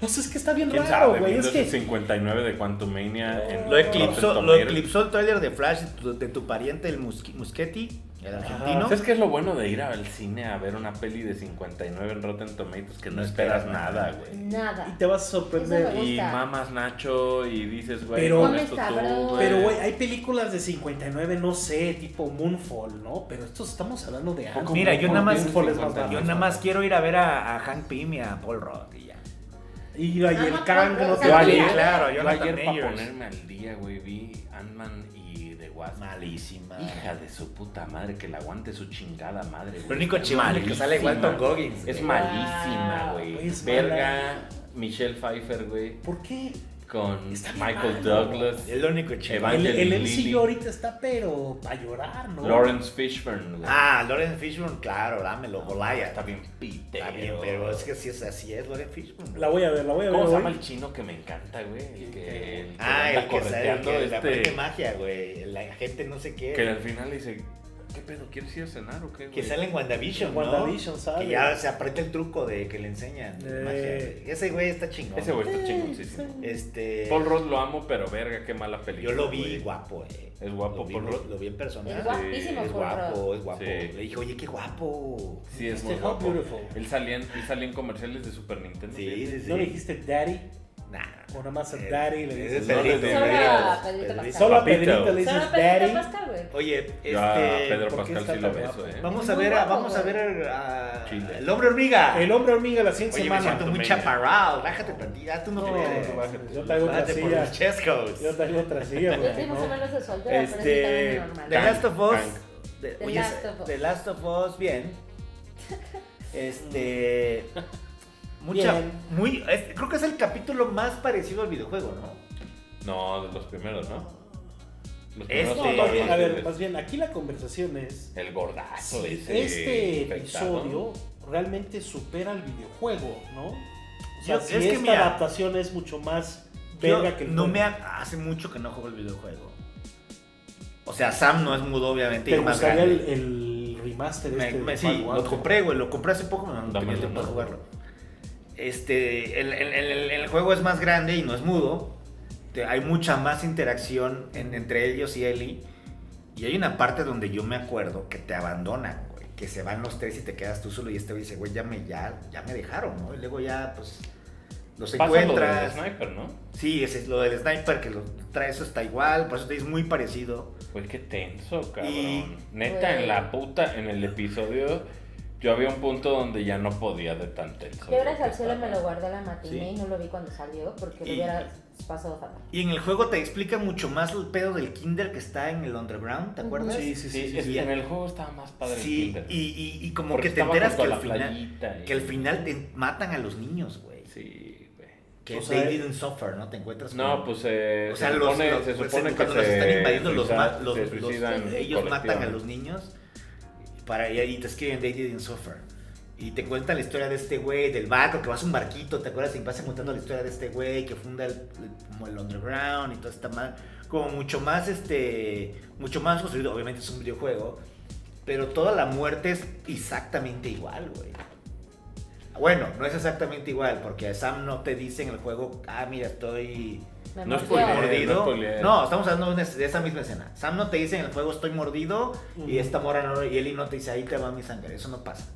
Speaker 4: O sea, es que está bien
Speaker 3: ¿Quién
Speaker 4: raro,
Speaker 3: sabe?
Speaker 4: güey. Es
Speaker 3: Viendo ese
Speaker 4: que.
Speaker 3: 59 de Quantumania en
Speaker 1: Lo eclipsó, lo
Speaker 3: Tomatometer.
Speaker 1: eclipsó el tráiler de Flash de tu, de tu pariente, el Muschi- Muschetti, el argentino.
Speaker 3: ¿Sabes qué es lo bueno de ir al cine a ver una peli de 59 en Rotten Tomatoes? Que no esperas nada, güey.
Speaker 4: Y
Speaker 2: Nada.
Speaker 4: te vas a
Speaker 2: Eso
Speaker 4: sorprender.
Speaker 2: me
Speaker 3: Y
Speaker 2: gusta.
Speaker 3: mamas Nacho y dices, güey,
Speaker 4: Pero-
Speaker 3: con esto
Speaker 2: Come
Speaker 3: tú,
Speaker 2: sabroso.
Speaker 3: güey.
Speaker 4: Pero, güey, hay películas de 59, no sé, tipo Moonfall, ¿no? Pero estos estamos hablando de algo.
Speaker 1: Mira, yo nada más-
Speaker 4: Moonfall es
Speaker 1: Yo
Speaker 4: más barato.
Speaker 1: nada más quiero ir a ver a, a Hank Pym y a Paul Rudd y ya.
Speaker 4: Y ahí el
Speaker 2: Ajá,
Speaker 4: Kang, no
Speaker 2: o
Speaker 4: te
Speaker 2: sea,
Speaker 3: ayer-
Speaker 2: mira,
Speaker 1: claro,
Speaker 3: Yo
Speaker 1: Jonathan
Speaker 3: ayer para
Speaker 1: Majors.
Speaker 3: ponerme al día, güey, vi Ant-Man y The Wasp.
Speaker 1: Malísima.
Speaker 3: Hija de su puta madre, que la aguante su chingada madre, güey.
Speaker 1: Lo único
Speaker 3: Es
Speaker 1: chimal es que sale
Speaker 3: malísima.
Speaker 1: Walton Goggins.
Speaker 3: Es
Speaker 1: güey. Ah,
Speaker 3: malísima, güey.
Speaker 1: pues,
Speaker 4: Es
Speaker 3: Verga,
Speaker 4: mala.
Speaker 3: Michelle Pfeiffer, güey.
Speaker 4: ¿Por qué?
Speaker 3: Con
Speaker 4: Está bien
Speaker 3: Michael
Speaker 4: malo.
Speaker 3: Douglas.
Speaker 1: Es lo único chimal.
Speaker 3: Evan-
Speaker 4: El, el
Speaker 3: Lily.
Speaker 4: MCU ahorita está, pero para llorar, ¿no?
Speaker 3: Lawrence Fishburne, güey.
Speaker 1: Ah, Loren Fishburne, claro, dámelo, Golaya.
Speaker 3: Está bien pite.
Speaker 1: Está bien, pero es que si es así, es Loren Fishburne.
Speaker 4: La voy a ver, la voy a ver.
Speaker 3: ¿Cómo se
Speaker 4: hoy.
Speaker 3: llama el chino que me encanta, güey? El que. el que
Speaker 1: Ah,
Speaker 3: anda
Speaker 1: el que sale, el
Speaker 3: correteando
Speaker 1: que la
Speaker 3: este-
Speaker 1: parte magia, güey. La gente no sé qué.
Speaker 3: Que al final le dice, ¿qué pedo? ¿Quieres ir a cenar o qué?
Speaker 1: Que
Speaker 3: güey?"
Speaker 1: sale en WandaVision, ¿no?
Speaker 4: WandaVision sale.
Speaker 1: Que ya se aprieta el truco de que le enseñan.
Speaker 4: Eh.
Speaker 1: magia, güey. Ese güey está chingón.
Speaker 3: Ese güey está
Speaker 4: Eh,
Speaker 3: chingoncísimo.
Speaker 4: sí.
Speaker 1: Este.
Speaker 3: Paul Rudd lo amo, pero verga, qué mala película.
Speaker 1: Yo lo vi
Speaker 3: güey.
Speaker 1: guapo, eh.
Speaker 3: Es guapo
Speaker 1: lo vi,
Speaker 3: Paul Rudd.
Speaker 1: Lo vi en persona.
Speaker 2: Es guapísimo
Speaker 1: es
Speaker 2: Paul Rudd.
Speaker 1: guapo, es guapo.
Speaker 3: Sí.
Speaker 1: Le dije, oye, qué guapo.
Speaker 3: Sí, es
Speaker 4: Este,
Speaker 3: muy
Speaker 4: How
Speaker 3: guapo.
Speaker 4: Beautiful.
Speaker 3: Él salía, en, él salía en comerciales de Super Nintendo.
Speaker 1: Sí, sí, sí.
Speaker 4: ¿No le dijiste daddy?
Speaker 1: Nah.
Speaker 4: O nada más a
Speaker 1: Eh,
Speaker 4: daddy le
Speaker 1: ese es
Speaker 4: dices.
Speaker 1: Pedrito.
Speaker 3: Solo
Speaker 1: Pedrito,
Speaker 2: a Pedrito
Speaker 1: Pedrito.
Speaker 2: Pascal.
Speaker 4: Solo a
Speaker 3: Papito.
Speaker 4: Pedrito le dices
Speaker 2: Solo Pedro
Speaker 4: daddy.
Speaker 2: Pascal, güey.
Speaker 1: Oye,
Speaker 3: Yo a
Speaker 1: este.
Speaker 3: Pedro
Speaker 4: ¿por qué
Speaker 3: Pascal
Speaker 4: está
Speaker 3: sí lo
Speaker 4: tan
Speaker 3: beso,
Speaker 4: guapo?
Speaker 3: ¿eh?
Speaker 1: Vamos
Speaker 2: Es
Speaker 1: a
Speaker 2: muy
Speaker 1: ver, a-
Speaker 2: guapo,
Speaker 1: vamos a
Speaker 2: güey.
Speaker 1: ver a-
Speaker 3: Chile.
Speaker 1: el hombre hormiga.
Speaker 4: El hombre hormiga la ciencia
Speaker 1: Oye, me
Speaker 4: semana.
Speaker 1: siento muy chaparral. Bájate, tantito. Ah, tú no,
Speaker 4: No,
Speaker 1: te eres.
Speaker 4: yo traigo otra
Speaker 1: Bájate por
Speaker 4: silla.
Speaker 1: los chescos.
Speaker 4: Yo traigo otra silla,
Speaker 2: Yo estoy
Speaker 4: güey.
Speaker 2: más o
Speaker 4: ¿no?
Speaker 2: menos de soltera, pero pues,
Speaker 1: Este.
Speaker 2: es mi tamaño
Speaker 1: The
Speaker 2: normal.
Speaker 1: Last of Us.
Speaker 3: Hank.
Speaker 1: de-
Speaker 2: The
Speaker 1: oye,
Speaker 2: Last of Us.
Speaker 1: The Last of Us,
Speaker 2: *laughs*
Speaker 1: bien.
Speaker 4: *laughs*
Speaker 1: Este. Mucha.
Speaker 2: Bien.
Speaker 1: Muy, es- creo que es el capítulo más parecido al videojuego, ¿no?
Speaker 3: No, de los primeros, ¿no? Los
Speaker 1: Este-
Speaker 3: primeros
Speaker 4: No, más bien, a ver,
Speaker 3: el,
Speaker 4: más bien, aquí la conversación es.
Speaker 3: el gordazo
Speaker 4: si
Speaker 3: ese
Speaker 4: este
Speaker 3: infectado.
Speaker 4: episodio realmente supera el videojuego, ¿no? O sea,
Speaker 1: Yo-
Speaker 4: si
Speaker 1: es que
Speaker 4: esta
Speaker 1: mira,
Speaker 4: adaptación es mucho más verga
Speaker 1: Yo
Speaker 4: que el
Speaker 1: no
Speaker 4: juego.
Speaker 1: me ha- hace mucho que no juego el videojuego. O sea, Sam no es mudo, obviamente.
Speaker 4: ¿Te
Speaker 1: y más
Speaker 4: gustaría
Speaker 1: grande.
Speaker 4: el, el remaster
Speaker 1: Me-
Speaker 4: este? de
Speaker 1: me-
Speaker 4: Wild
Speaker 1: sí,
Speaker 4: Water?
Speaker 1: lo compré, güey. Lo compré hace poco, me no
Speaker 3: Dame
Speaker 1: tenía
Speaker 3: el
Speaker 1: tiempo de
Speaker 3: remoto.
Speaker 1: jugarlo. Este, el, el- el- el juego es más grande y no es mudo. Te- hay mucha más interacción en- entre ellos y Ellie. Y hay una parte donde yo me acuerdo que te abandonan, güey. Que se van los tres y te quedas tú solo. Y este güey dice, güey, ya me, ya, ya me dejaron, ¿no? Y luego ya, pues, los
Speaker 3: Pasa lo del
Speaker 1: encuentras.
Speaker 3: sniper, ¿no?
Speaker 1: sí, ese es lo del sniper, que lo trae, eso está igual. Por eso te dice, es muy parecido.
Speaker 3: Güey, qué tenso, cabrón.
Speaker 1: Y-
Speaker 3: Neta,
Speaker 2: Güey.
Speaker 3: en la puta, en el episodio, yo había un punto donde ya no podía de tan tenso.
Speaker 2: Yo gracias
Speaker 3: que
Speaker 2: al cielo
Speaker 3: estaba.
Speaker 2: me lo guardé a la matiné
Speaker 1: Sí.
Speaker 2: y no lo vi cuando salió porque lo
Speaker 1: Y-
Speaker 2: hubiera pasado fatal.
Speaker 1: Y en el juego te explica mucho más el pedo del kinder que está en el underground, ¿te
Speaker 2: Ujú.
Speaker 1: acuerdas?
Speaker 4: Sí, sí, sí.
Speaker 3: Sí,
Speaker 4: sí,
Speaker 3: Eh, es-
Speaker 1: sí.
Speaker 3: en el juego estaba más padre. el
Speaker 1: Sí,
Speaker 3: Kinder.
Speaker 1: y, y- y como
Speaker 3: Porque
Speaker 1: que te
Speaker 3: estaba
Speaker 1: enteras que al
Speaker 3: junto a la
Speaker 1: final,
Speaker 3: playita y-
Speaker 1: que al final te matan a los niños, güey.
Speaker 3: Sí, güey.
Speaker 1: Que
Speaker 4: O sea,
Speaker 1: they didn't suffer, ¿no? Te encuentras
Speaker 3: No,
Speaker 1: con-
Speaker 3: pues eh,
Speaker 1: O sea,
Speaker 3: se
Speaker 1: los,
Speaker 3: supone,
Speaker 1: los-
Speaker 3: se
Speaker 1: pues,
Speaker 3: supone que
Speaker 1: cuando los
Speaker 3: se
Speaker 1: están invadiendo los,
Speaker 3: suicida-
Speaker 1: ma- los,
Speaker 3: se
Speaker 1: los-
Speaker 3: suicidan
Speaker 1: ellos matan a
Speaker 3: colectivamente.
Speaker 1: los niños para y ahí te escriben they didn't suffer. Y te cuentan la historia de este güey, del barco, que vas a un barquito, ¿te acuerdas? Y vas contando la historia de este güey que funda el, el- como el underground y todo está mal. Como mucho más, este, mucho más construido. Obviamente es un videojuego, pero toda la muerte es exactamente igual, güey. Bueno, no es exactamente igual, porque a Sam no te dice en el juego, ah, mira, estoy
Speaker 2: Me
Speaker 3: No es
Speaker 2: mordió.
Speaker 3: spoiler.
Speaker 1: mordido.
Speaker 3: no spoilees.
Speaker 1: No, estamos hablando de una- de esa misma escena. Sam no te dice en el juego estoy mordido y
Speaker 4: Ujú.
Speaker 1: esta mora no, y Eli no te dice ahí te va mi sangre. Eso no pasa.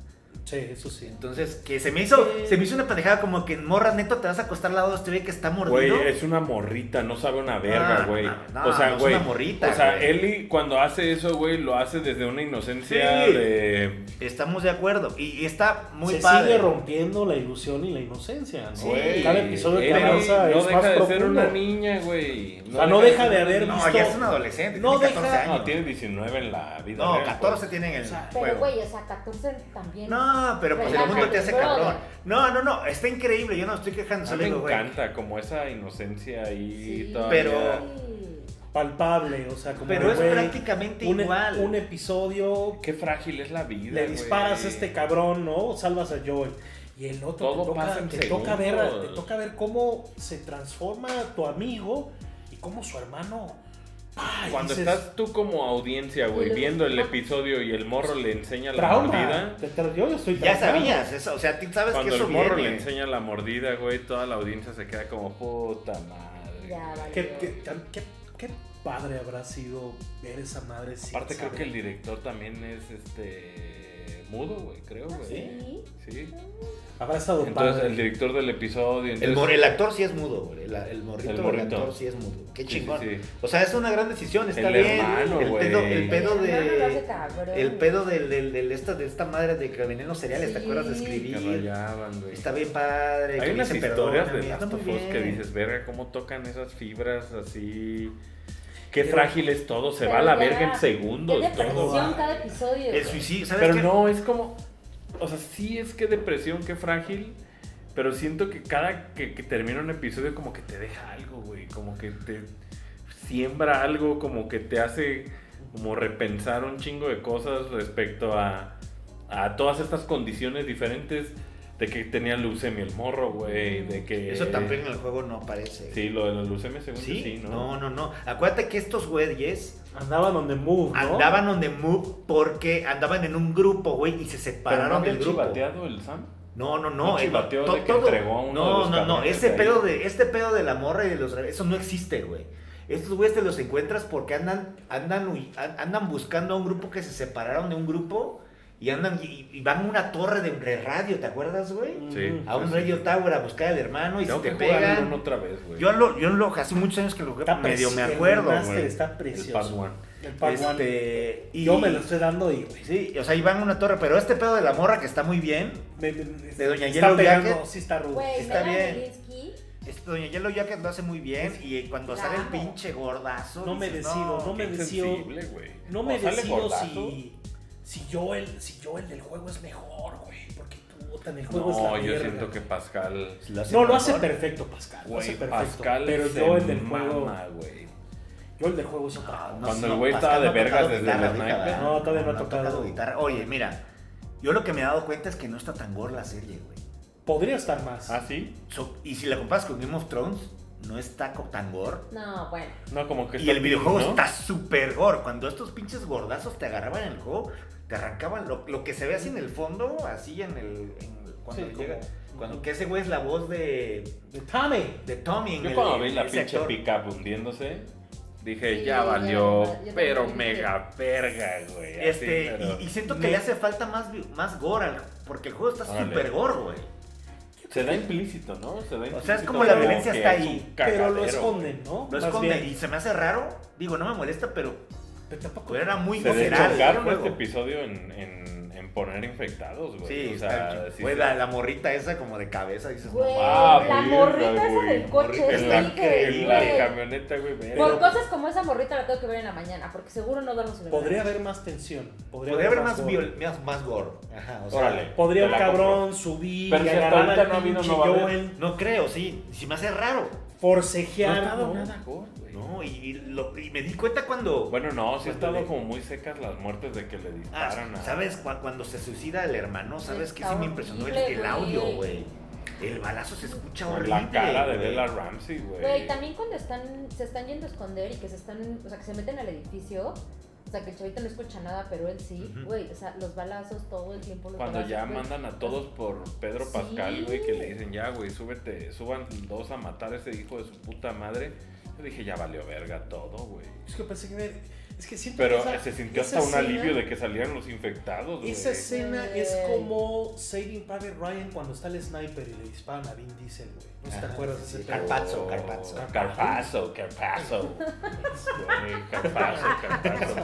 Speaker 4: Sí, eso sí.
Speaker 1: Entonces, que se me hizo, se me hizo una pendejada como que morra neto te vas a acostar al lado de este güey que está mordido.
Speaker 3: Güey, es una morrita, no sabe una verga,
Speaker 1: Ah,
Speaker 3: güey.
Speaker 1: no,
Speaker 3: o sea,
Speaker 1: no es
Speaker 3: güey.
Speaker 1: una morrita,
Speaker 3: o sea,
Speaker 1: güey.
Speaker 3: Eli cuando hace eso, güey, lo hace desde una inocencia
Speaker 1: Sí.
Speaker 3: de.
Speaker 1: Estamos de acuerdo. Y, y está muy
Speaker 4: Se
Speaker 1: padre.
Speaker 4: sigue rompiendo la ilusión y la inocencia, ¿no?
Speaker 1: Sí.
Speaker 3: güey,
Speaker 4: Cada episodio que
Speaker 3: Eli
Speaker 4: avanza
Speaker 3: no
Speaker 4: es
Speaker 3: deja
Speaker 4: más
Speaker 3: de
Speaker 4: profundo.
Speaker 3: ser una niña, güey.
Speaker 4: O sea, no deja de
Speaker 3: ser-
Speaker 4: haber
Speaker 1: no,
Speaker 4: visto-
Speaker 1: ya es un adolescente,
Speaker 4: No pues.
Speaker 1: tiene 14
Speaker 4: deja-
Speaker 1: años.
Speaker 3: No, tiene 19 en la vida.
Speaker 1: No,
Speaker 3: real,
Speaker 1: 14
Speaker 3: güey.
Speaker 1: tienen el
Speaker 4: O sea,
Speaker 2: Pero
Speaker 1: juego.
Speaker 2: güey, o sea, 14 también.
Speaker 1: no, pero pues el
Speaker 2: Relájate,
Speaker 1: mundo te hace
Speaker 2: brother.
Speaker 1: cabrón. No, no, no, está increíble. Yo no estoy quejando,
Speaker 3: A
Speaker 1: solo
Speaker 3: mí me
Speaker 1: digo, güey.
Speaker 3: encanta, como esa inocencia ahí.
Speaker 2: Sí.
Speaker 3: todavía.
Speaker 1: Pero-
Speaker 4: Palpable, o sea, como
Speaker 1: Pero
Speaker 4: de,
Speaker 1: es
Speaker 4: güey,
Speaker 1: prácticamente
Speaker 4: un, e-
Speaker 1: igual.
Speaker 4: un episodio
Speaker 3: Qué frágil es la vida.
Speaker 4: le disparas
Speaker 3: güey.
Speaker 4: a este cabrón, ¿no? Salvas a Joel. Y el otro
Speaker 3: Todo
Speaker 4: te, toca,
Speaker 3: pasa en
Speaker 4: te toca ver, a- te
Speaker 3: segundos.
Speaker 4: toca ver cómo se transforma tu amigo y cómo su hermano. ¡pah! y
Speaker 3: Cuando
Speaker 4: dices,
Speaker 3: estás tú como audiencia,
Speaker 2: Y
Speaker 3: güey,
Speaker 2: lo-
Speaker 3: viendo el episodio y el morro le enseña la
Speaker 4: trauma,
Speaker 3: mordida.
Speaker 4: te tra- yo estoy
Speaker 1: Ya
Speaker 4: traumado.
Speaker 1: sabías, eso, o sea, tú sabes
Speaker 3: Cuando
Speaker 1: que
Speaker 3: el
Speaker 1: eso
Speaker 3: morro
Speaker 1: viene.
Speaker 3: le enseña la mordida, güey, toda la audiencia se queda como puta madre.
Speaker 2: Ya, vale.
Speaker 4: ¿Qué, qué, qué- qué padre habrá sido ver esa madre sin
Speaker 3: Aparte creo
Speaker 4: saber.
Speaker 3: que el director también es este mudo, güey, creo, güey.
Speaker 2: Ah, ¿Sí?
Speaker 3: Sí.
Speaker 4: Habrá estado
Speaker 3: Entonces
Speaker 4: padre.
Speaker 3: el director del episodio,
Speaker 1: El,
Speaker 3: entonces,
Speaker 1: mor- el actor sí es mudo, güey. El, el morrito,
Speaker 3: El
Speaker 1: el
Speaker 3: morrito.
Speaker 1: actor sí es mudo. Qué
Speaker 3: Sí,
Speaker 1: chingón.
Speaker 3: sí, sí.
Speaker 1: O sea, es una gran decisión, está
Speaker 3: El
Speaker 1: bien.
Speaker 3: hermano,
Speaker 1: el,
Speaker 3: güey.
Speaker 1: pedo, el pedo
Speaker 2: El hermano lo hace cabrón.
Speaker 1: de. El pedo del, del- del- esta, de esta madre de que veneno cereales, ¿te
Speaker 2: Sí.
Speaker 1: acuerdas de
Speaker 3: que
Speaker 1: escribir?
Speaker 3: rayaban, güey.
Speaker 1: Está bien padre.
Speaker 3: Hay
Speaker 1: que
Speaker 3: unas
Speaker 1: dice,
Speaker 3: historias de
Speaker 1: "Perdóname",
Speaker 3: Last
Speaker 1: está
Speaker 3: of
Speaker 1: muy
Speaker 3: Us que
Speaker 1: bien.
Speaker 3: dices, verga, cómo tocan esas fibras así. Qué
Speaker 4: Pero-
Speaker 3: frágil es todo, se
Speaker 2: Pero
Speaker 3: va a la
Speaker 2: ya-
Speaker 3: verga en
Speaker 2: Qué
Speaker 3: segundos. todo.
Speaker 2: depresión cada episodio.
Speaker 1: El suicidio, ¿sabes
Speaker 3: Pero
Speaker 1: qué?
Speaker 3: no, es como. O sea, sí es que depresión, qué frágil. Pero siento que cada que, que termina un episodio, como que te deja algo, güey. Como que te siembra algo, como que te hace como repensar un chingo de cosas respecto a, a todas estas condiciones diferentes de que tenía leucemia el morro,
Speaker 1: Mm.
Speaker 3: güey. De que.
Speaker 1: Eso también en el juego no aparece.
Speaker 3: Sí, lo de la leucemia, según yo,
Speaker 1: ¿Sí?
Speaker 3: sí, ¿no?
Speaker 1: No, no, no. Acuérdate que estos güeyes
Speaker 4: Andaban donde move, ¿no?
Speaker 1: Andaban on the move porque andaban en un grupo, güey, y se
Speaker 3: Pero no
Speaker 1: separaron
Speaker 3: había
Speaker 1: del grupo.
Speaker 3: chivateado el Sam.
Speaker 1: No, no, no.
Speaker 3: No
Speaker 1: eh,
Speaker 3: chivateó
Speaker 1: to-
Speaker 3: de que entregó a uno
Speaker 1: no,
Speaker 3: de los
Speaker 1: no, no.
Speaker 3: camiones
Speaker 1: Ese
Speaker 3: de
Speaker 1: pedo
Speaker 3: ahí.
Speaker 1: de, este pedo de la morra y de los rebeldes, eso no existe, güey. Estos güeyes te los encuentras porque andan, andan, huy- an- andan buscando a un grupo que se separaron de un grupo y andan y, y van a una torre de de radio, ¿te acuerdas, güey?
Speaker 4: Mm.
Speaker 3: Sí.
Speaker 1: A un
Speaker 3: sí.
Speaker 1: radio tower a buscar al hermano y
Speaker 3: Tengo
Speaker 1: se
Speaker 3: que
Speaker 1: te
Speaker 3: jugar al
Speaker 1: pegan.
Speaker 3: uno otra vez, güey.
Speaker 1: Yo lo, yo lo, hace muchos años que lo jugué,
Speaker 4: Está
Speaker 1: medio me
Speaker 4: precioso,
Speaker 1: acuerdo,
Speaker 4: más-
Speaker 1: güey.
Speaker 4: Este está precioso.
Speaker 3: El Part One.
Speaker 4: El Part One.
Speaker 1: Este, y-
Speaker 4: Yo me lo estoy dando y, güey.
Speaker 1: Sí, o sea, iban a una torre, pero este pedo de la morra que está muy bien.
Speaker 4: me- me-
Speaker 1: De Doña
Speaker 4: está
Speaker 1: Yellow
Speaker 4: pegando,
Speaker 1: Jacket.
Speaker 4: sí está rudo.
Speaker 2: Güey,
Speaker 1: Está
Speaker 2: Melanie
Speaker 1: bien.
Speaker 2: Linsky
Speaker 1: Este, Doña Yellow Jacket lo hace muy bien y cuando
Speaker 2: Claro.
Speaker 1: sale el pinche gordazo.
Speaker 4: No me
Speaker 1: dices,
Speaker 4: decido, no me
Speaker 3: Qué
Speaker 4: decido.
Speaker 3: insensible, güey.
Speaker 4: No
Speaker 3: O
Speaker 4: me
Speaker 3: Pues sale
Speaker 4: decido
Speaker 3: gordazo.
Speaker 4: si, si, yo el, si yo el del juego es mejor, güey. Porque puta, en el juego es la
Speaker 3: No, yo
Speaker 4: verga.
Speaker 3: siento que Pascal.
Speaker 4: No, lo hace
Speaker 1: mejor.
Speaker 4: perfecto, Pascal. lo hace
Speaker 3: Güey,
Speaker 4: perfecto.
Speaker 3: Pascal
Speaker 4: pero
Speaker 3: se
Speaker 4: yo el del juego.
Speaker 3: mama, güey.
Speaker 4: Yo el del juego es otra
Speaker 1: Ah,
Speaker 4: cosa.
Speaker 1: no,
Speaker 3: Cuando
Speaker 1: sí,
Speaker 3: el güey
Speaker 1: Pascal
Speaker 3: estaba de
Speaker 1: no ha
Speaker 3: vergas
Speaker 1: tocado
Speaker 3: desde
Speaker 1: guitarra ¿eh?
Speaker 3: el
Speaker 1: ahorita,
Speaker 3: sniper.
Speaker 1: ¿verdad?
Speaker 4: No, todavía no ha tocado.
Speaker 1: guitarra. Oye, mira, yo lo que me he dado cuenta es que no está tan gorda la serie, güey.
Speaker 4: Podría estar más.
Speaker 3: ¿Ah, sí?
Speaker 1: So- y si la comparas con Game of Thrones, no está co- tan gore.
Speaker 2: No, bueno.
Speaker 3: No, como que.
Speaker 1: Y
Speaker 3: está-
Speaker 1: el videojuego
Speaker 3: ¿no?
Speaker 1: está súper gore. Cuando estos pinches gordazos te agarraban en el juego, te arrancaban lo, lo que se ve así en el fondo, así en el. en- cuando
Speaker 4: Sí,
Speaker 1: llega.
Speaker 4: como-
Speaker 1: Cuando que ese güey es la voz de.
Speaker 4: De Tommy.
Speaker 1: de Tommy en
Speaker 3: Yo
Speaker 1: el-
Speaker 3: cuando vi la
Speaker 1: ese
Speaker 3: pinche
Speaker 1: actor.
Speaker 3: pickup hundiéndose, dije,
Speaker 2: Sí,
Speaker 3: ya
Speaker 2: ya,
Speaker 3: valió,
Speaker 2: ya, ya
Speaker 3: pero
Speaker 2: también dije.
Speaker 3: mega verga, güey. así,
Speaker 1: Este,
Speaker 3: pero-
Speaker 1: y, y siento que le hace falta más, vi- más gore, al- porque el juego está
Speaker 3: Órale.
Speaker 1: súper gore, güey.
Speaker 3: Se da implícito, ¿no? Se
Speaker 1: sea,
Speaker 3: da
Speaker 1: es
Speaker 3: implícito.
Speaker 1: como la
Speaker 3: que
Speaker 1: violencia está
Speaker 3: es un
Speaker 1: ahí,
Speaker 4: Pero lo
Speaker 3: cagadero,
Speaker 4: esconden, ¿no?
Speaker 1: Lo
Speaker 4: Más
Speaker 1: esconde
Speaker 4: bien.
Speaker 1: y se me hace raro. Digo, no me molesta, pero,
Speaker 4: Pero tampoco.
Speaker 1: pero era muy
Speaker 3: güey. Se
Speaker 1: visceral el
Speaker 3: descargaron
Speaker 1: juego.
Speaker 3: este episodio en, en, en poner infectados, güey.
Speaker 1: Sí,
Speaker 3: o
Speaker 1: está
Speaker 3: sea,
Speaker 1: chido.
Speaker 3: sí
Speaker 1: Güey,
Speaker 3: se-
Speaker 1: la, la morrita esa como de cabeza, dices,
Speaker 2: Güey,
Speaker 1: no
Speaker 3: Ah,
Speaker 2: la
Speaker 3: güey,
Speaker 2: morrita esa
Speaker 3: güey,
Speaker 2: del coche
Speaker 3: morrita
Speaker 2: es
Speaker 3: en la-
Speaker 2: increíble.
Speaker 3: En la camioneta, güey.
Speaker 2: Por
Speaker 3: verga.
Speaker 2: cosas como esa morrita la tengo que ver en la mañana, porque seguro no duermo sin ver.
Speaker 4: Podría haber más tensión. Podría,
Speaker 1: Podría haber más,
Speaker 4: gore.
Speaker 1: viol- más, más gore. Ajá, o sea,
Speaker 3: Órale.
Speaker 4: Podría
Speaker 3: Te
Speaker 4: un
Speaker 3: la
Speaker 4: cabrón subir
Speaker 3: Pero
Speaker 4: y
Speaker 3: si hasta
Speaker 4: agarrar
Speaker 3: ahorita
Speaker 4: al
Speaker 3: no ha habido,
Speaker 4: pinche
Speaker 3: no va a haber.
Speaker 4: Joel,
Speaker 1: No creo, sí. Si me hace raro.
Speaker 3: No ha
Speaker 4: forcejear.
Speaker 3: estado
Speaker 4: ¿no?
Speaker 3: nada gore, güey.
Speaker 1: No, y, y lo- y me di cuenta cuando.
Speaker 3: Bueno, no, sí
Speaker 1: Cuando
Speaker 3: ha estado
Speaker 1: le-
Speaker 3: como muy secas las muertes de que le
Speaker 1: Ah,
Speaker 3: disparan a...
Speaker 1: ¿Sabes? Cu- Cuando se suicida el hermano, ¿sabes qué? Sí me impresionó el,
Speaker 2: horrible,
Speaker 1: el audio,
Speaker 2: güey.
Speaker 1: güey. El balazo se escucha
Speaker 3: Con
Speaker 1: horrible.
Speaker 3: la cara de
Speaker 1: güey.
Speaker 3: Bella Ramsey, güey.
Speaker 2: Güey, también cuando están, se están yendo a esconder y que se están, o sea, que se meten al edificio, o sea, que el chavito no escucha nada, pero él sí,
Speaker 1: Ujú.
Speaker 2: güey, o sea, los balazos todo el tiempo. Los
Speaker 3: Cuando ya
Speaker 2: balazos, güey.
Speaker 3: mandan a todos por Pedro
Speaker 2: Sí.
Speaker 3: Pascal, güey, que le dicen, ya, güey, súbete, suban dos a matar a ese hijo de su puta madre. Yo dije, ya valió verga todo, güey.
Speaker 4: Es que pensé que. me- Es que siento
Speaker 3: Pero
Speaker 4: que esa-
Speaker 3: se sintió
Speaker 4: esa
Speaker 3: hasta un
Speaker 4: escena-
Speaker 3: alivio de que salieran los infectados, güey.
Speaker 4: Esa escena es
Speaker 2: Güey.
Speaker 4: como Saving Private Ryan cuando está el sniper y le disparan a Vin Diesel, güey. ¿No te
Speaker 1: Ajá,
Speaker 4: acuerdas
Speaker 1: sí,
Speaker 4: de
Speaker 1: sí,
Speaker 4: ese pedo?
Speaker 1: Carpazzo, Carpazzo.
Speaker 3: Ah, Carpazzo, Carpazzo. Este, Güey, Carpazzo, Carpazzo.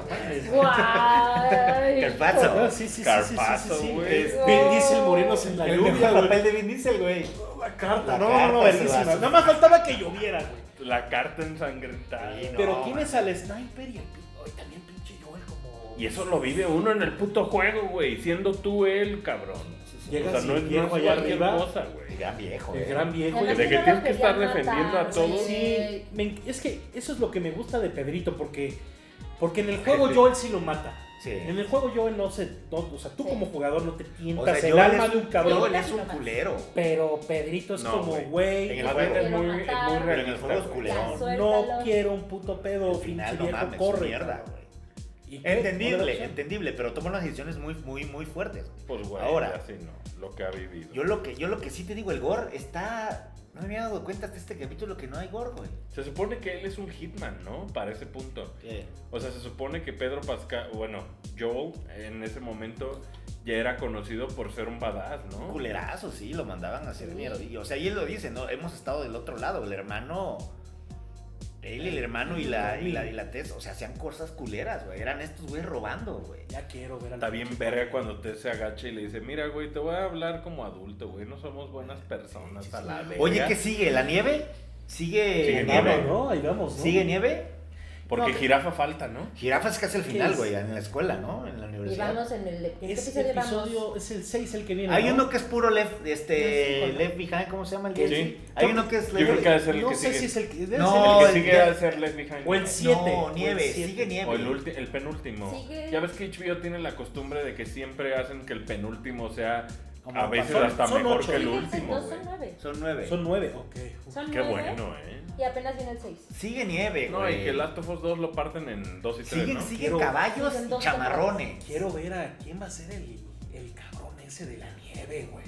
Speaker 2: Guay.
Speaker 1: ¿Qué pasa?
Speaker 4: Ah, sí, sí, sí, sí, sí, sí,
Speaker 3: Carpazzo,
Speaker 4: sí.
Speaker 3: güey. Este,
Speaker 4: Vin Diesel muriéndose en la
Speaker 1: El
Speaker 4: lluvia,
Speaker 1: mejor
Speaker 4: güey.
Speaker 1: papel de Vin Diesel, güey.
Speaker 4: La carta,
Speaker 1: La
Speaker 4: no,
Speaker 1: carta
Speaker 4: no, no,
Speaker 1: se
Speaker 4: buenísima.
Speaker 1: la hace.
Speaker 4: Nada más faltaba que lloviera, güey.
Speaker 3: La carta ensangrentada.
Speaker 1: Sí, no.
Speaker 4: Pero tienes al sniper y el pin- ay, también pinche Joel como.
Speaker 3: Y eso lo vive uno en el puto juego, güey, siendo tú él, cabrón.
Speaker 4: Llegas
Speaker 3: o sea, no
Speaker 4: y
Speaker 3: es, no
Speaker 4: viejo
Speaker 3: es
Speaker 4: allá
Speaker 3: cualquier
Speaker 4: arriba.
Speaker 3: cosa, güey.
Speaker 1: El gran viejo.
Speaker 4: El
Speaker 1: eh.
Speaker 4: gran viejo.
Speaker 2: Además,
Speaker 4: y-
Speaker 3: de que
Speaker 2: yo no
Speaker 3: tienes
Speaker 2: lo
Speaker 3: que
Speaker 2: quería
Speaker 3: estar defendiendo a
Speaker 2: matar,
Speaker 3: todos.
Speaker 2: güey.
Speaker 4: Sí, me en- es que eso es lo que me gusta de Pedrito, porque, porque en el juego Joel sí lo mata.
Speaker 1: Sí.
Speaker 4: En el juego Joel no se. no, o sea, tú
Speaker 2: Sí.
Speaker 4: como jugador no te tientas
Speaker 1: O sea,
Speaker 4: el
Speaker 1: Joel
Speaker 4: alma
Speaker 1: es-
Speaker 4: de un cabrón.
Speaker 1: Joel es un culero.
Speaker 4: Pero Pedrito es
Speaker 3: No,
Speaker 4: como,
Speaker 3: güey.
Speaker 4: güey,
Speaker 1: En el
Speaker 3: Más
Speaker 1: juego.
Speaker 3: bien es
Speaker 2: Quiero
Speaker 3: muy, es
Speaker 2: matar.
Speaker 3: muy
Speaker 1: Pero en el
Speaker 3: realista,
Speaker 1: juego es
Speaker 3: güey.
Speaker 1: culero.
Speaker 4: no
Speaker 2: Suéltalo.
Speaker 4: quiero un puto pedo,
Speaker 1: Al final,
Speaker 4: pinche
Speaker 1: no
Speaker 4: viejo,
Speaker 1: mames,
Speaker 4: corre.
Speaker 1: mierda,
Speaker 4: cabrón.
Speaker 1: güey.
Speaker 4: ¿Y qué? ¿Cuál es
Speaker 1: Entendible,
Speaker 4: la opción?
Speaker 1: entendible, pero toma unas decisiones muy, muy, muy fuertes.
Speaker 3: Pues, güey,
Speaker 1: Ahora.
Speaker 3: Ahora. no, lo que ha vivido.
Speaker 1: Yo lo que, yo lo que sí te digo, el gore está. No me había dado cuenta de este capítulo que no hay gore, güey.
Speaker 3: Se supone que él es un hitman, ¿no? Para ese punto. O sea, se supone que Pedro Pascal, bueno, Joel, en ese momento ya era conocido por ser un badass,
Speaker 1: Un
Speaker 3: ¿no?
Speaker 1: culerazo, sí, lo mandaban a hacer
Speaker 2: Sí.
Speaker 1: mierda. Y, o sea, y él lo dice, ¿no? Hemos estado del otro lado. El hermano. Él, el hermano y la, y la, y la Tess, o sea, hacían cosas culeras, güey. Eran estos güeyes robando, güey.
Speaker 4: Ya quiero ver al
Speaker 3: Está bien verga cuando te se agacha y le dice, mira, güey, te voy a hablar como adulto, güey, no somos buenas personas a la verga.
Speaker 1: Oye, ¿qué sigue? ¿La nieve? ¿Sigue,
Speaker 3: Sigue
Speaker 4: Ahí
Speaker 1: nieve?
Speaker 4: vamos, ¿no? Ahí vamos, ¿no?
Speaker 1: ¿Sigue nieve?
Speaker 3: Porque
Speaker 4: No,
Speaker 3: jirafa falta, ¿no?
Speaker 1: Jirafas es casi el
Speaker 4: ¿Qué
Speaker 1: final,
Speaker 4: es?
Speaker 1: güey, en la escuela, ¿no? En la
Speaker 2: Y
Speaker 1: universidad.
Speaker 2: vamos en el... ¿en qué
Speaker 4: Es
Speaker 2: episodio vamos?
Speaker 4: episodio, es el 6 el que viene.
Speaker 1: Hay
Speaker 4: ¿no?
Speaker 1: uno que es puro left,
Speaker 4: No
Speaker 1: este,
Speaker 4: sé cuál.
Speaker 1: left behind, ¿cómo se llama el
Speaker 3: Sí.
Speaker 1: que- Hay uno que es
Speaker 3: Yo creo que ha de ser el
Speaker 4: No
Speaker 3: que
Speaker 4: sé
Speaker 3: sigue.
Speaker 4: si es el que. debe
Speaker 1: No,
Speaker 4: ser el
Speaker 3: El
Speaker 1: Oh,
Speaker 3: que
Speaker 1: el
Speaker 3: sigue
Speaker 1: que-
Speaker 3: ha de ser Left Behind.
Speaker 4: O el
Speaker 3: ¿no?
Speaker 4: siete, o
Speaker 1: No,
Speaker 4: el
Speaker 1: nieve,
Speaker 4: siete.
Speaker 1: sigue nieve.
Speaker 3: O el, ulti- el penúltimo.
Speaker 2: Sigue.
Speaker 3: Ya ves que HBO tiene la costumbre de que siempre hacen que el penúltimo sea
Speaker 1: Como
Speaker 3: a veces
Speaker 4: pasó-
Speaker 3: hasta
Speaker 4: son
Speaker 3: mejor
Speaker 4: ocho.
Speaker 3: que el
Speaker 2: Sigue
Speaker 3: último.
Speaker 2: No, son
Speaker 3: güey.
Speaker 2: nueve.
Speaker 1: Son nueve.
Speaker 4: Son nueve, ok.
Speaker 2: Son
Speaker 3: Qué
Speaker 2: nueve
Speaker 3: bueno, ¿eh?
Speaker 2: Y apenas viene el seis.
Speaker 1: Sigue nieve,
Speaker 3: No,
Speaker 1: güey.
Speaker 3: y que Last of Us 2 lo parten en dos y tres,
Speaker 1: Siguen,
Speaker 3: ¿no?
Speaker 1: siguen
Speaker 4: Quiero-
Speaker 1: caballos
Speaker 2: Siguen
Speaker 1: y
Speaker 2: dos
Speaker 1: chamarrones.
Speaker 4: Quiero ver a quién va a ser el, el cabrón ese de la nieve, güey.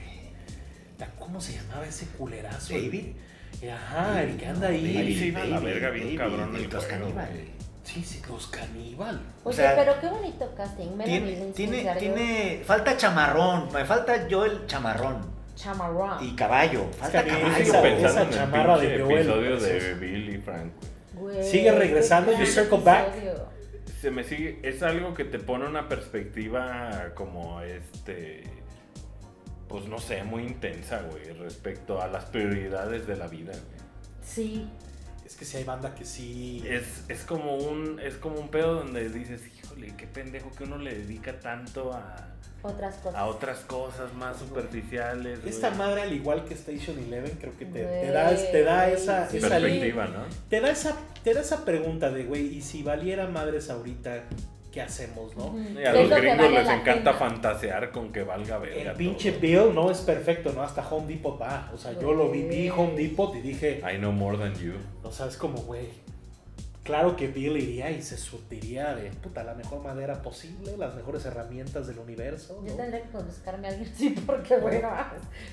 Speaker 4: La- ¿Cómo se llamaba ese culerazo?
Speaker 1: David.
Speaker 4: güey? Ajá, el que anda ahí.
Speaker 3: Ahí se iba a la verga bien
Speaker 1: David,
Speaker 3: cabrón
Speaker 1: el
Speaker 3: el
Speaker 1: los
Speaker 3: juego,
Speaker 1: caníbal.
Speaker 3: güey.
Speaker 4: Sí, sí, los caníbal.
Speaker 2: Oye,
Speaker 1: sea,
Speaker 2: pero qué bonito casting. Melanie
Speaker 1: Tiene,
Speaker 2: Linsky,
Speaker 1: tiene,
Speaker 2: Sarah
Speaker 1: tiene, falta chamarrón, me falta yo el chamarrón
Speaker 2: Chamarrón.
Speaker 1: y caballo, falta
Speaker 4: Es que a mí
Speaker 3: Yo
Speaker 1: caballo.
Speaker 3: sigo
Speaker 4: Esa-
Speaker 3: pensando
Speaker 4: esa
Speaker 3: en el
Speaker 4: chamarra de pues.
Speaker 3: pinche
Speaker 4: Joel,
Speaker 3: episodio de
Speaker 4: precioso.
Speaker 3: Bill y Frank, güey.
Speaker 2: Güey,
Speaker 4: Sigue regresando,
Speaker 2: qué
Speaker 4: you
Speaker 2: gran
Speaker 4: circle back.
Speaker 2: episodio.
Speaker 3: se me sigue es algo que te pone una perspectiva como este pues no sé, muy intensa, güey, respecto a las prioridades de la vida, güey.
Speaker 2: Sí.
Speaker 4: Es que si hay banda que sí.
Speaker 3: Es, es como un, es como un pedo donde dices, híjole, qué pendejo que uno le dedica tanto a,
Speaker 2: Otras cosas.
Speaker 3: a otras cosas más superficiales. güey.
Speaker 4: Esta madre, al igual que Station Eleven, creo que te, te
Speaker 2: Güey,
Speaker 4: da, te da esa,
Speaker 2: sí.
Speaker 4: esa línea.
Speaker 3: perspectiva, ¿no?
Speaker 4: Te da esa, te da esa pregunta de, güey, ¿y si valiera madres ahorita, qué hacemos, no?
Speaker 2: Ujú.
Speaker 3: Y a
Speaker 2: Que
Speaker 3: los
Speaker 2: es lo que
Speaker 3: gringos
Speaker 2: vale
Speaker 3: les
Speaker 2: la
Speaker 3: encanta
Speaker 2: pena.
Speaker 3: fantasear con que valga verga.
Speaker 4: El pinche
Speaker 3: todo.
Speaker 4: bill no es perfecto, ¿no? Hasta Home Depot va. O sea, yo lo vi, vi Home Depot y dije,
Speaker 3: I know more than you.
Speaker 4: o sea, es como, güey, claro que Bill iría y se surtiría de, puta, la mejor madera posible, las mejores herramientas del universo,
Speaker 2: Yo
Speaker 4: ¿no?
Speaker 2: tendría que buscarme a alguien así porque, güey,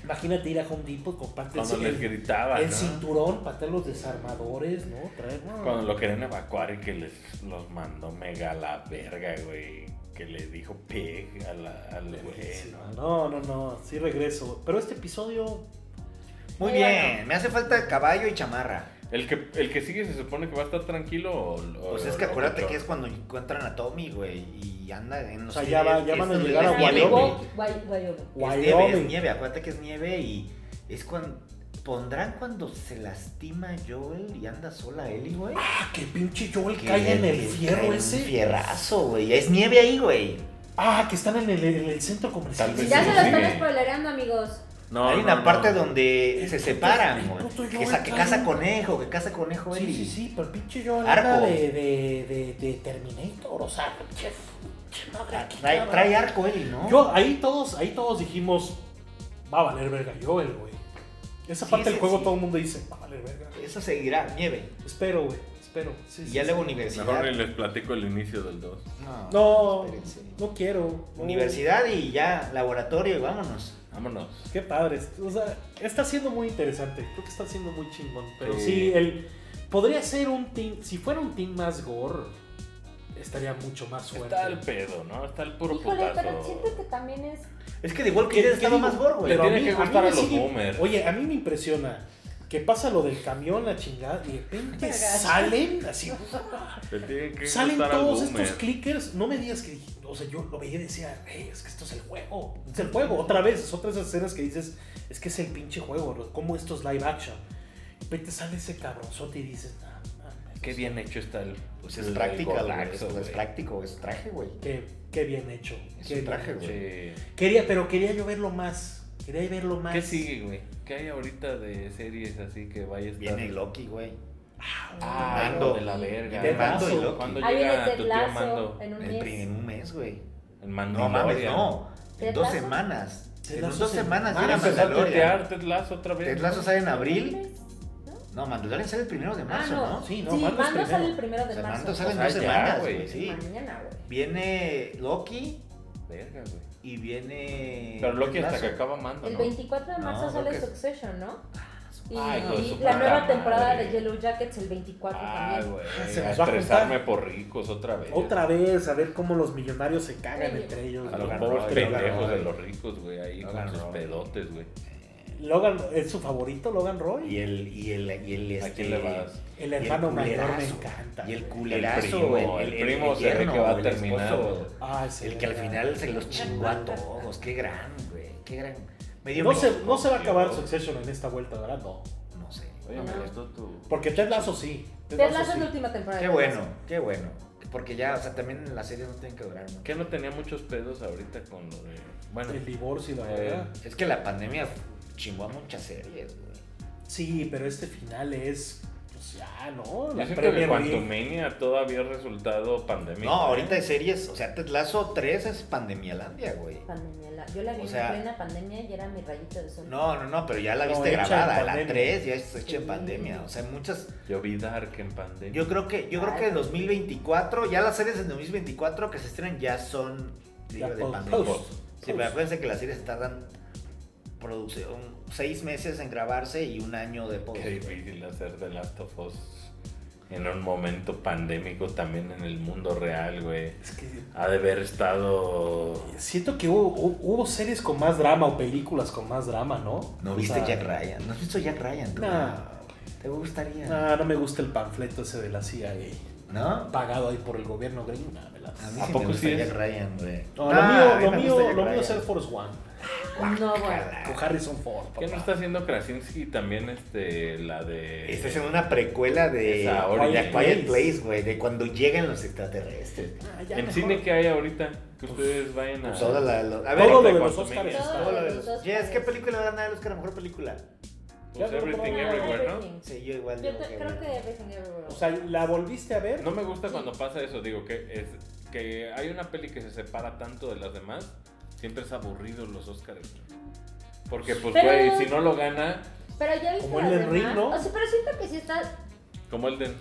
Speaker 4: Imagínate ir a Home Depot, comparte
Speaker 3: Cuando les
Speaker 4: el,
Speaker 3: gritaban,
Speaker 4: el
Speaker 3: ¿no?
Speaker 4: cinturón, patear los desarmadores, ¿no? Traer, no,
Speaker 3: Cuando lo querían evacuar y que les los mandó mega a la verga, güey. Que le dijo pig a la- al güey,
Speaker 4: Buenísimo.
Speaker 3: ¿no?
Speaker 4: No, no, no, sí regreso. Pero este episodio,
Speaker 1: Muy
Speaker 2: Bueno.
Speaker 1: bien, me hace falta caballo y chamarra.
Speaker 3: El que, el que sigue se supone que va a estar tranquilo o... o-
Speaker 1: Pues es que
Speaker 3: o-
Speaker 1: acuérdate
Speaker 3: o-
Speaker 1: que es cuando encuentran a Tommy, güey, y anda en los
Speaker 4: O sea, ya va- ya van a llegar a
Speaker 1: Wyoming.
Speaker 4: Wyoming.
Speaker 2: Wyoming.
Speaker 1: Es nieve, es
Speaker 4: Wyoming.
Speaker 1: nieve, acuérdate que es nieve y es cuando... ¿Pondrán cuando se lastima Joel y anda sola Ellie, güey?
Speaker 4: Ah, que pinche Joel
Speaker 1: Que
Speaker 4: cae en
Speaker 1: le-
Speaker 4: el
Speaker 1: que
Speaker 4: fierro
Speaker 1: cae un
Speaker 4: ese.
Speaker 1: Fierrazo, güey. Es nieve ahí, güey.
Speaker 4: Ah, que están en el, en el centro comercial.
Speaker 3: Tal vez
Speaker 2: Ya se lo
Speaker 3: Sí.
Speaker 2: están spoilereando, amigos.
Speaker 3: No,
Speaker 1: Hay
Speaker 3: no,
Speaker 1: una
Speaker 3: no.
Speaker 1: parte donde se
Speaker 4: puto-
Speaker 1: separan,
Speaker 4: el
Speaker 1: güey.
Speaker 4: puto
Speaker 1: Que,
Speaker 4: Joel
Speaker 1: sa- que
Speaker 4: cae
Speaker 1: caza
Speaker 4: un-
Speaker 1: conejo, que caza conejo
Speaker 4: Sí,
Speaker 1: Ellie.
Speaker 4: sí, sí, pero el pinche Joel
Speaker 1: Arco.
Speaker 4: anda de, de, de, de Terminator, o sea, pinche, pinche madre aquí,
Speaker 1: Trae,
Speaker 4: cabrón.
Speaker 1: trae arco Ellie, ¿no?
Speaker 4: Yo, ahí todos, ahí todos dijimos, va a valer verga Joel, güey. Esa
Speaker 1: Sí,
Speaker 4: parte
Speaker 1: sí,
Speaker 4: del juego
Speaker 1: sí.
Speaker 4: todo el mundo dice, va a valer verga.
Speaker 1: Eso seguirá, nieve.
Speaker 4: Espero, güey, espero. Sí,
Speaker 1: Y
Speaker 4: sí,
Speaker 1: ya
Speaker 4: sí.
Speaker 1: luego universidad.
Speaker 3: Mejor ni les platico el inicio del 2.
Speaker 4: No,
Speaker 1: espérense.
Speaker 4: no quiero. no.
Speaker 1: Universidad y ya, laboratorio y vámonos.
Speaker 3: Vámonos.
Speaker 4: Qué padre. O sea, está siendo muy interesante. Creo que está siendo muy chingón. Pero
Speaker 3: Sí.
Speaker 4: sí, el, podría ser un team. Si fuera un team más gore, estaría mucho más fuerte.
Speaker 3: Está el pedo, ¿no? Está el puro
Speaker 2: Híjole, pero
Speaker 3: putazo.
Speaker 2: siento que también es.
Speaker 1: Es que de igual
Speaker 4: ¿Qué-
Speaker 1: que
Speaker 4: qué
Speaker 1: estaba
Speaker 4: digo?
Speaker 1: más gordo, güey.
Speaker 3: Pero- tiene
Speaker 4: a mí-
Speaker 3: que
Speaker 4: a mí
Speaker 3: gustar
Speaker 4: me
Speaker 3: a los
Speaker 4: sigue-
Speaker 3: boomers.
Speaker 4: Oye, a mí me impresiona que pasa lo del camión, la chingada, y de repente
Speaker 2: Verga.
Speaker 4: salen
Speaker 1: *laughs*
Speaker 4: así.
Speaker 3: Te tiene que
Speaker 4: Salen
Speaker 3: gustar al
Speaker 4: todos
Speaker 3: boomer.
Speaker 4: estos clickers. No me digas que dije- o sea, yo lo veía y decía, "Ey, es que esto es el juego. Es el juego. Otra vez, es otra de esas escenas que dices, es que es el pinche juego, ¿no? como esto es live action. De repente sale ese cabronzote y dices, "No mames,
Speaker 3: Qué bien hecho está el...
Speaker 1: Pues es
Speaker 3: el
Speaker 1: práctica, güey.
Speaker 3: golazo,
Speaker 1: Es, es
Speaker 3: güey.
Speaker 1: práctico, es traje, güey.
Speaker 4: Qué, qué bien hecho.
Speaker 1: Es
Speaker 4: Qué
Speaker 1: un
Speaker 4: bien
Speaker 1: traje,
Speaker 4: hecho.
Speaker 1: güey.
Speaker 3: Sí.
Speaker 4: Quería, pero quería yo verlo más. Quería verlo más.
Speaker 3: ¿Qué sigue, güey? ¿Qué hay ahorita de series así que vaya a estar?
Speaker 1: Viene Loki, güey.
Speaker 3: Ah,
Speaker 1: Mando.
Speaker 3: Mando de la verga.
Speaker 4: De Mando y
Speaker 1: Loki.
Speaker 3: ¿Cuándo
Speaker 2: Ahí viene
Speaker 3: llega
Speaker 2: Ted
Speaker 3: tu tío Mando?
Speaker 2: Lasso en un
Speaker 1: El pri-
Speaker 2: mes.
Speaker 1: En un mes, güey.
Speaker 3: El Mando.
Speaker 1: No mames, no. En
Speaker 2: Ted
Speaker 1: dos
Speaker 2: Lasso.
Speaker 1: semanas.
Speaker 4: Ted
Speaker 1: En
Speaker 4: Lasso
Speaker 1: dos
Speaker 4: se-
Speaker 1: semanas
Speaker 4: Ah,
Speaker 1: llega
Speaker 3: empezó a
Speaker 1: Mandalorian.
Speaker 3: tuitear Ted Lasso otra vez.
Speaker 1: Ted Lasso sale en
Speaker 2: ¿Un
Speaker 1: abril.
Speaker 2: mes?
Speaker 1: No, Mandalorian sale el primero de marzo,
Speaker 2: ah, no.
Speaker 1: ¿no?
Speaker 4: Sí, no,
Speaker 2: sí,
Speaker 4: Mando es
Speaker 2: Mando sale el
Speaker 4: primero.
Speaker 2: primero
Speaker 1: O
Speaker 2: de
Speaker 1: sea,
Speaker 2: marzo.
Speaker 1: Mando sale en
Speaker 3: O sea,
Speaker 1: dos
Speaker 3: ya,
Speaker 1: semanas,
Speaker 3: güey,
Speaker 1: güey. Sí.
Speaker 2: Mañana, güey.
Speaker 1: Viene Loki
Speaker 3: Verga, güey.
Speaker 1: y viene.
Speaker 3: Pero Loki
Speaker 1: Ted
Speaker 3: hasta que
Speaker 1: Lasso.
Speaker 3: acaba Mando,
Speaker 2: El
Speaker 3: ¿no?
Speaker 2: 24 de
Speaker 1: No,
Speaker 2: marzo
Speaker 1: creo
Speaker 2: sale
Speaker 1: que es-
Speaker 2: Succession, ¿no? Y,
Speaker 3: Ah, hijo de
Speaker 2: y
Speaker 3: su
Speaker 2: la
Speaker 3: puta
Speaker 2: nueva
Speaker 3: madre.
Speaker 2: temporada de Yellow Jackets el 24
Speaker 3: Ah,
Speaker 2: también.
Speaker 3: güey.
Speaker 4: Se
Speaker 3: A
Speaker 4: nos va a
Speaker 3: estresarme
Speaker 4: juntar.
Speaker 3: por ricos otra vez.
Speaker 4: Otra vez, a ver cómo los millonarios se cagan
Speaker 2: Oye.
Speaker 4: entre ellos.
Speaker 3: A los
Speaker 1: Logan
Speaker 3: pobres
Speaker 1: Roy,
Speaker 3: pendejos
Speaker 1: Logan
Speaker 3: de
Speaker 1: Roy.
Speaker 3: los ricos, güey, ahí
Speaker 1: Logan
Speaker 3: con sus
Speaker 1: Roy.
Speaker 3: pedotes, güey.
Speaker 4: Logan, ¿es su favorito, Logan Roy?
Speaker 1: Y el. Y el. Y el.
Speaker 3: ¿A
Speaker 1: Este,
Speaker 3: quién le vas?
Speaker 4: El
Speaker 1: y el
Speaker 4: hermano mayor me
Speaker 1: culerazo.
Speaker 4: encanta.
Speaker 1: Y el
Speaker 3: El
Speaker 1: culerazo,
Speaker 3: primo,
Speaker 1: güey,
Speaker 3: el primo se ve
Speaker 1: yerno,
Speaker 3: que va
Speaker 1: el esposo,
Speaker 3: terminando.
Speaker 4: Ah, sí,
Speaker 1: El que al
Speaker 4: verdad.
Speaker 1: final se los chingó
Speaker 2: *laughs*
Speaker 1: a todos. Qué gran, güey. Qué gran. Medio
Speaker 4: No se,
Speaker 1: México.
Speaker 4: no se va a acabar
Speaker 3: Dios.
Speaker 4: Succession en esta vuelta, ¿verdad? No.
Speaker 1: No sé.
Speaker 3: Oye, me gustó tu...
Speaker 4: Porque Ted Lasso sí. Ted
Speaker 2: Ted
Speaker 4: Lasso
Speaker 2: Lasso es
Speaker 4: sí.
Speaker 2: la última temporada.
Speaker 1: Qué
Speaker 2: de Ted
Speaker 1: bueno,
Speaker 2: Lasso.
Speaker 1: qué bueno. Porque ya, o sea, también las series no tienen que durar mucho.
Speaker 3: Que no tenía muchos pedos ahorita con lo de... Bueno,
Speaker 4: El divorcio, la
Speaker 3: Eh.
Speaker 4: verdad.
Speaker 1: Es que la pandemia chingó a muchas series, güey.
Speaker 4: Sí, pero este final es. Pues ya, ¿no?
Speaker 3: yo
Speaker 4: La
Speaker 3: siento que
Speaker 4: Premier League.
Speaker 3: Quantumania todavía es resultado ¿eh? pandemia.
Speaker 1: No, ahorita hay series, o sea, Ted Lasso 3 es pandemialandia, güey.
Speaker 2: Pandemia, la- yo la vi
Speaker 1: O sea-
Speaker 2: en plena pandemia y era mi rayito de sol.
Speaker 1: No, no, no, pero ya la
Speaker 4: No,
Speaker 1: viste
Speaker 4: hecha en
Speaker 1: grabada, la
Speaker 4: pandemia.
Speaker 1: 3 ya es hecha en
Speaker 2: Sí.
Speaker 1: pandemia, o sea, hay muchas
Speaker 3: Yo vi Dark en pandemia.
Speaker 1: Yo creo que yo creo que en 2024 ya las series en 2024 que se estrenan ya son
Speaker 4: Ya
Speaker 1: digo, de
Speaker 4: post-
Speaker 1: pandemia.
Speaker 4: post-
Speaker 1: Sí, pero pues, acuérdense que las series tardan producción seis meses en grabarse y un año de post.
Speaker 3: Qué difícil hacer The Last of Us en un momento pandémico también en el mundo real, güey.
Speaker 4: Es que
Speaker 3: Ha de haber estado...
Speaker 4: siento que hubo, hu- hubo series con más drama o películas con más drama, ¿no?
Speaker 1: ¿No
Speaker 4: O
Speaker 1: viste
Speaker 4: sea,
Speaker 1: Jack Ryan? ¿No has visto Jack Ryan? tú?
Speaker 4: Nah,
Speaker 1: ¿Te gustaría?
Speaker 4: nah, Ah, no me gusta el panfleto ese de la CIA
Speaker 1: ¿No?
Speaker 4: pagado ahí por el gobierno gringo. nah, me la-
Speaker 1: A mí
Speaker 3: ¿A
Speaker 1: sí
Speaker 3: poco
Speaker 1: me gusta
Speaker 3: sí es?
Speaker 1: Jack Ryan, güey.
Speaker 4: No,
Speaker 1: Nah, a mí me
Speaker 4: lo mío, lo
Speaker 1: gusta
Speaker 4: mío,
Speaker 1: Jack
Speaker 4: lo mío es
Speaker 1: Ryan.
Speaker 4: Air Force One.
Speaker 2: No, güey.
Speaker 1: ah,
Speaker 4: Con Harrison Ford.
Speaker 3: ¿Qué no
Speaker 4: papá.
Speaker 3: está haciendo Krasinski también este, la de.
Speaker 1: Esta es una precuela de
Speaker 3: Esa,
Speaker 1: de
Speaker 3: Quiet
Speaker 1: A Quiet
Speaker 4: Place.
Speaker 1: Place, güey, de cuando llegan los extraterrestres.
Speaker 4: Ah, ya
Speaker 3: En
Speaker 4: mejor.
Speaker 3: cine que hay ahorita, que ustedes vayan a.
Speaker 1: Pues toda la- lo- a ver,
Speaker 4: Todo lo
Speaker 1: la-
Speaker 4: de los
Speaker 3: Quantumania.
Speaker 4: Oscars.
Speaker 2: Todo
Speaker 1: todo lo de
Speaker 2: los
Speaker 1: los-
Speaker 2: dos
Speaker 1: Yes, ¿qué
Speaker 2: pares.
Speaker 1: película van a dar el Oscar a mejor película?
Speaker 3: Pues everything
Speaker 2: Ah,
Speaker 3: everywhere, ¿no?
Speaker 2: Everything.
Speaker 1: Sí, yo igual.
Speaker 2: Yo
Speaker 1: digo
Speaker 2: te- creo que Everything Everywhere.
Speaker 4: O sea, la volviste a ver.
Speaker 3: No me gusta cuando pasa eso, digo que es que hay una peli que se separa tanto de las demás, siempre es aburrido los Oscars. Porque pues
Speaker 2: Pero-
Speaker 3: güey, si no lo gana,
Speaker 2: pero ya viste
Speaker 4: como
Speaker 2: las
Speaker 4: el del
Speaker 2: demás.
Speaker 4: ring, ¿no?
Speaker 2: O sea, pero siento que sí estás,
Speaker 3: como el de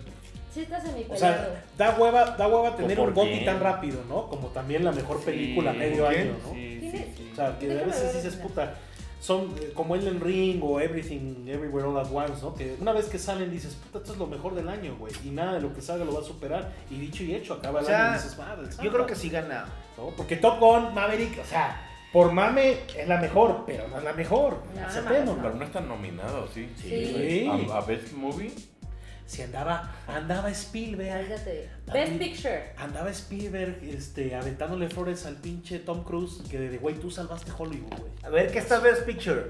Speaker 2: sí estás en mi
Speaker 4: O sea, da hueva, da hueva tener
Speaker 3: por
Speaker 4: un Gotti
Speaker 3: qué?
Speaker 4: tan rápido, ¿no? Como también la mejor película
Speaker 3: Sí,
Speaker 4: medio
Speaker 1: ¿por qué?
Speaker 4: año, ¿no?
Speaker 3: sí, sí,
Speaker 2: Tiene-
Speaker 3: sí.
Speaker 4: O sea, que a
Speaker 2: Déjame
Speaker 4: veces
Speaker 2: ver
Speaker 4: dices,
Speaker 2: una.
Speaker 4: puta, son eh, como Ellen Ring o Everything Everywhere All At Once, ¿no? Que una vez que salen dices, puta, esto es lo mejor del año, güey. Y nada de lo que salga lo va a superar. Y dicho y hecho, acaba el
Speaker 1: O sea,
Speaker 4: año y dices, madre
Speaker 1: Yo
Speaker 4: santa",
Speaker 1: creo que sí gana.
Speaker 4: ¿no? Porque Top Gun, Maverick, o sea, por mame es la mejor, pero no es la mejor.
Speaker 2: No,
Speaker 4: Aceptemos,
Speaker 2: no,
Speaker 3: Pero
Speaker 4: pero
Speaker 3: no están nominados, sí.
Speaker 2: Sí.
Speaker 3: güey. A, a Best Movie.
Speaker 4: Si andaba, andaba Spielberg.
Speaker 2: Cállate.
Speaker 4: Ay.
Speaker 2: Best Picture.
Speaker 4: Andaba Spielberg este, aventándole flores al pinche Tom Cruise que de güey tú salvaste Hollywood, güey.
Speaker 1: A ver, ¿qué está Best Picture?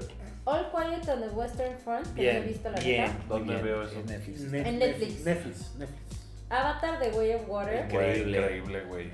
Speaker 2: All Quiet on the Western Front, que no he visto la neta.
Speaker 1: bien.
Speaker 3: ¿Dónde
Speaker 1: bien.
Speaker 3: veo eso?
Speaker 1: En Netflix.
Speaker 2: En Netflix.
Speaker 4: Netflix, Netflix.
Speaker 2: Avatar The Way of Water.
Speaker 1: Increíble.
Speaker 3: Increíble, increíble, güey.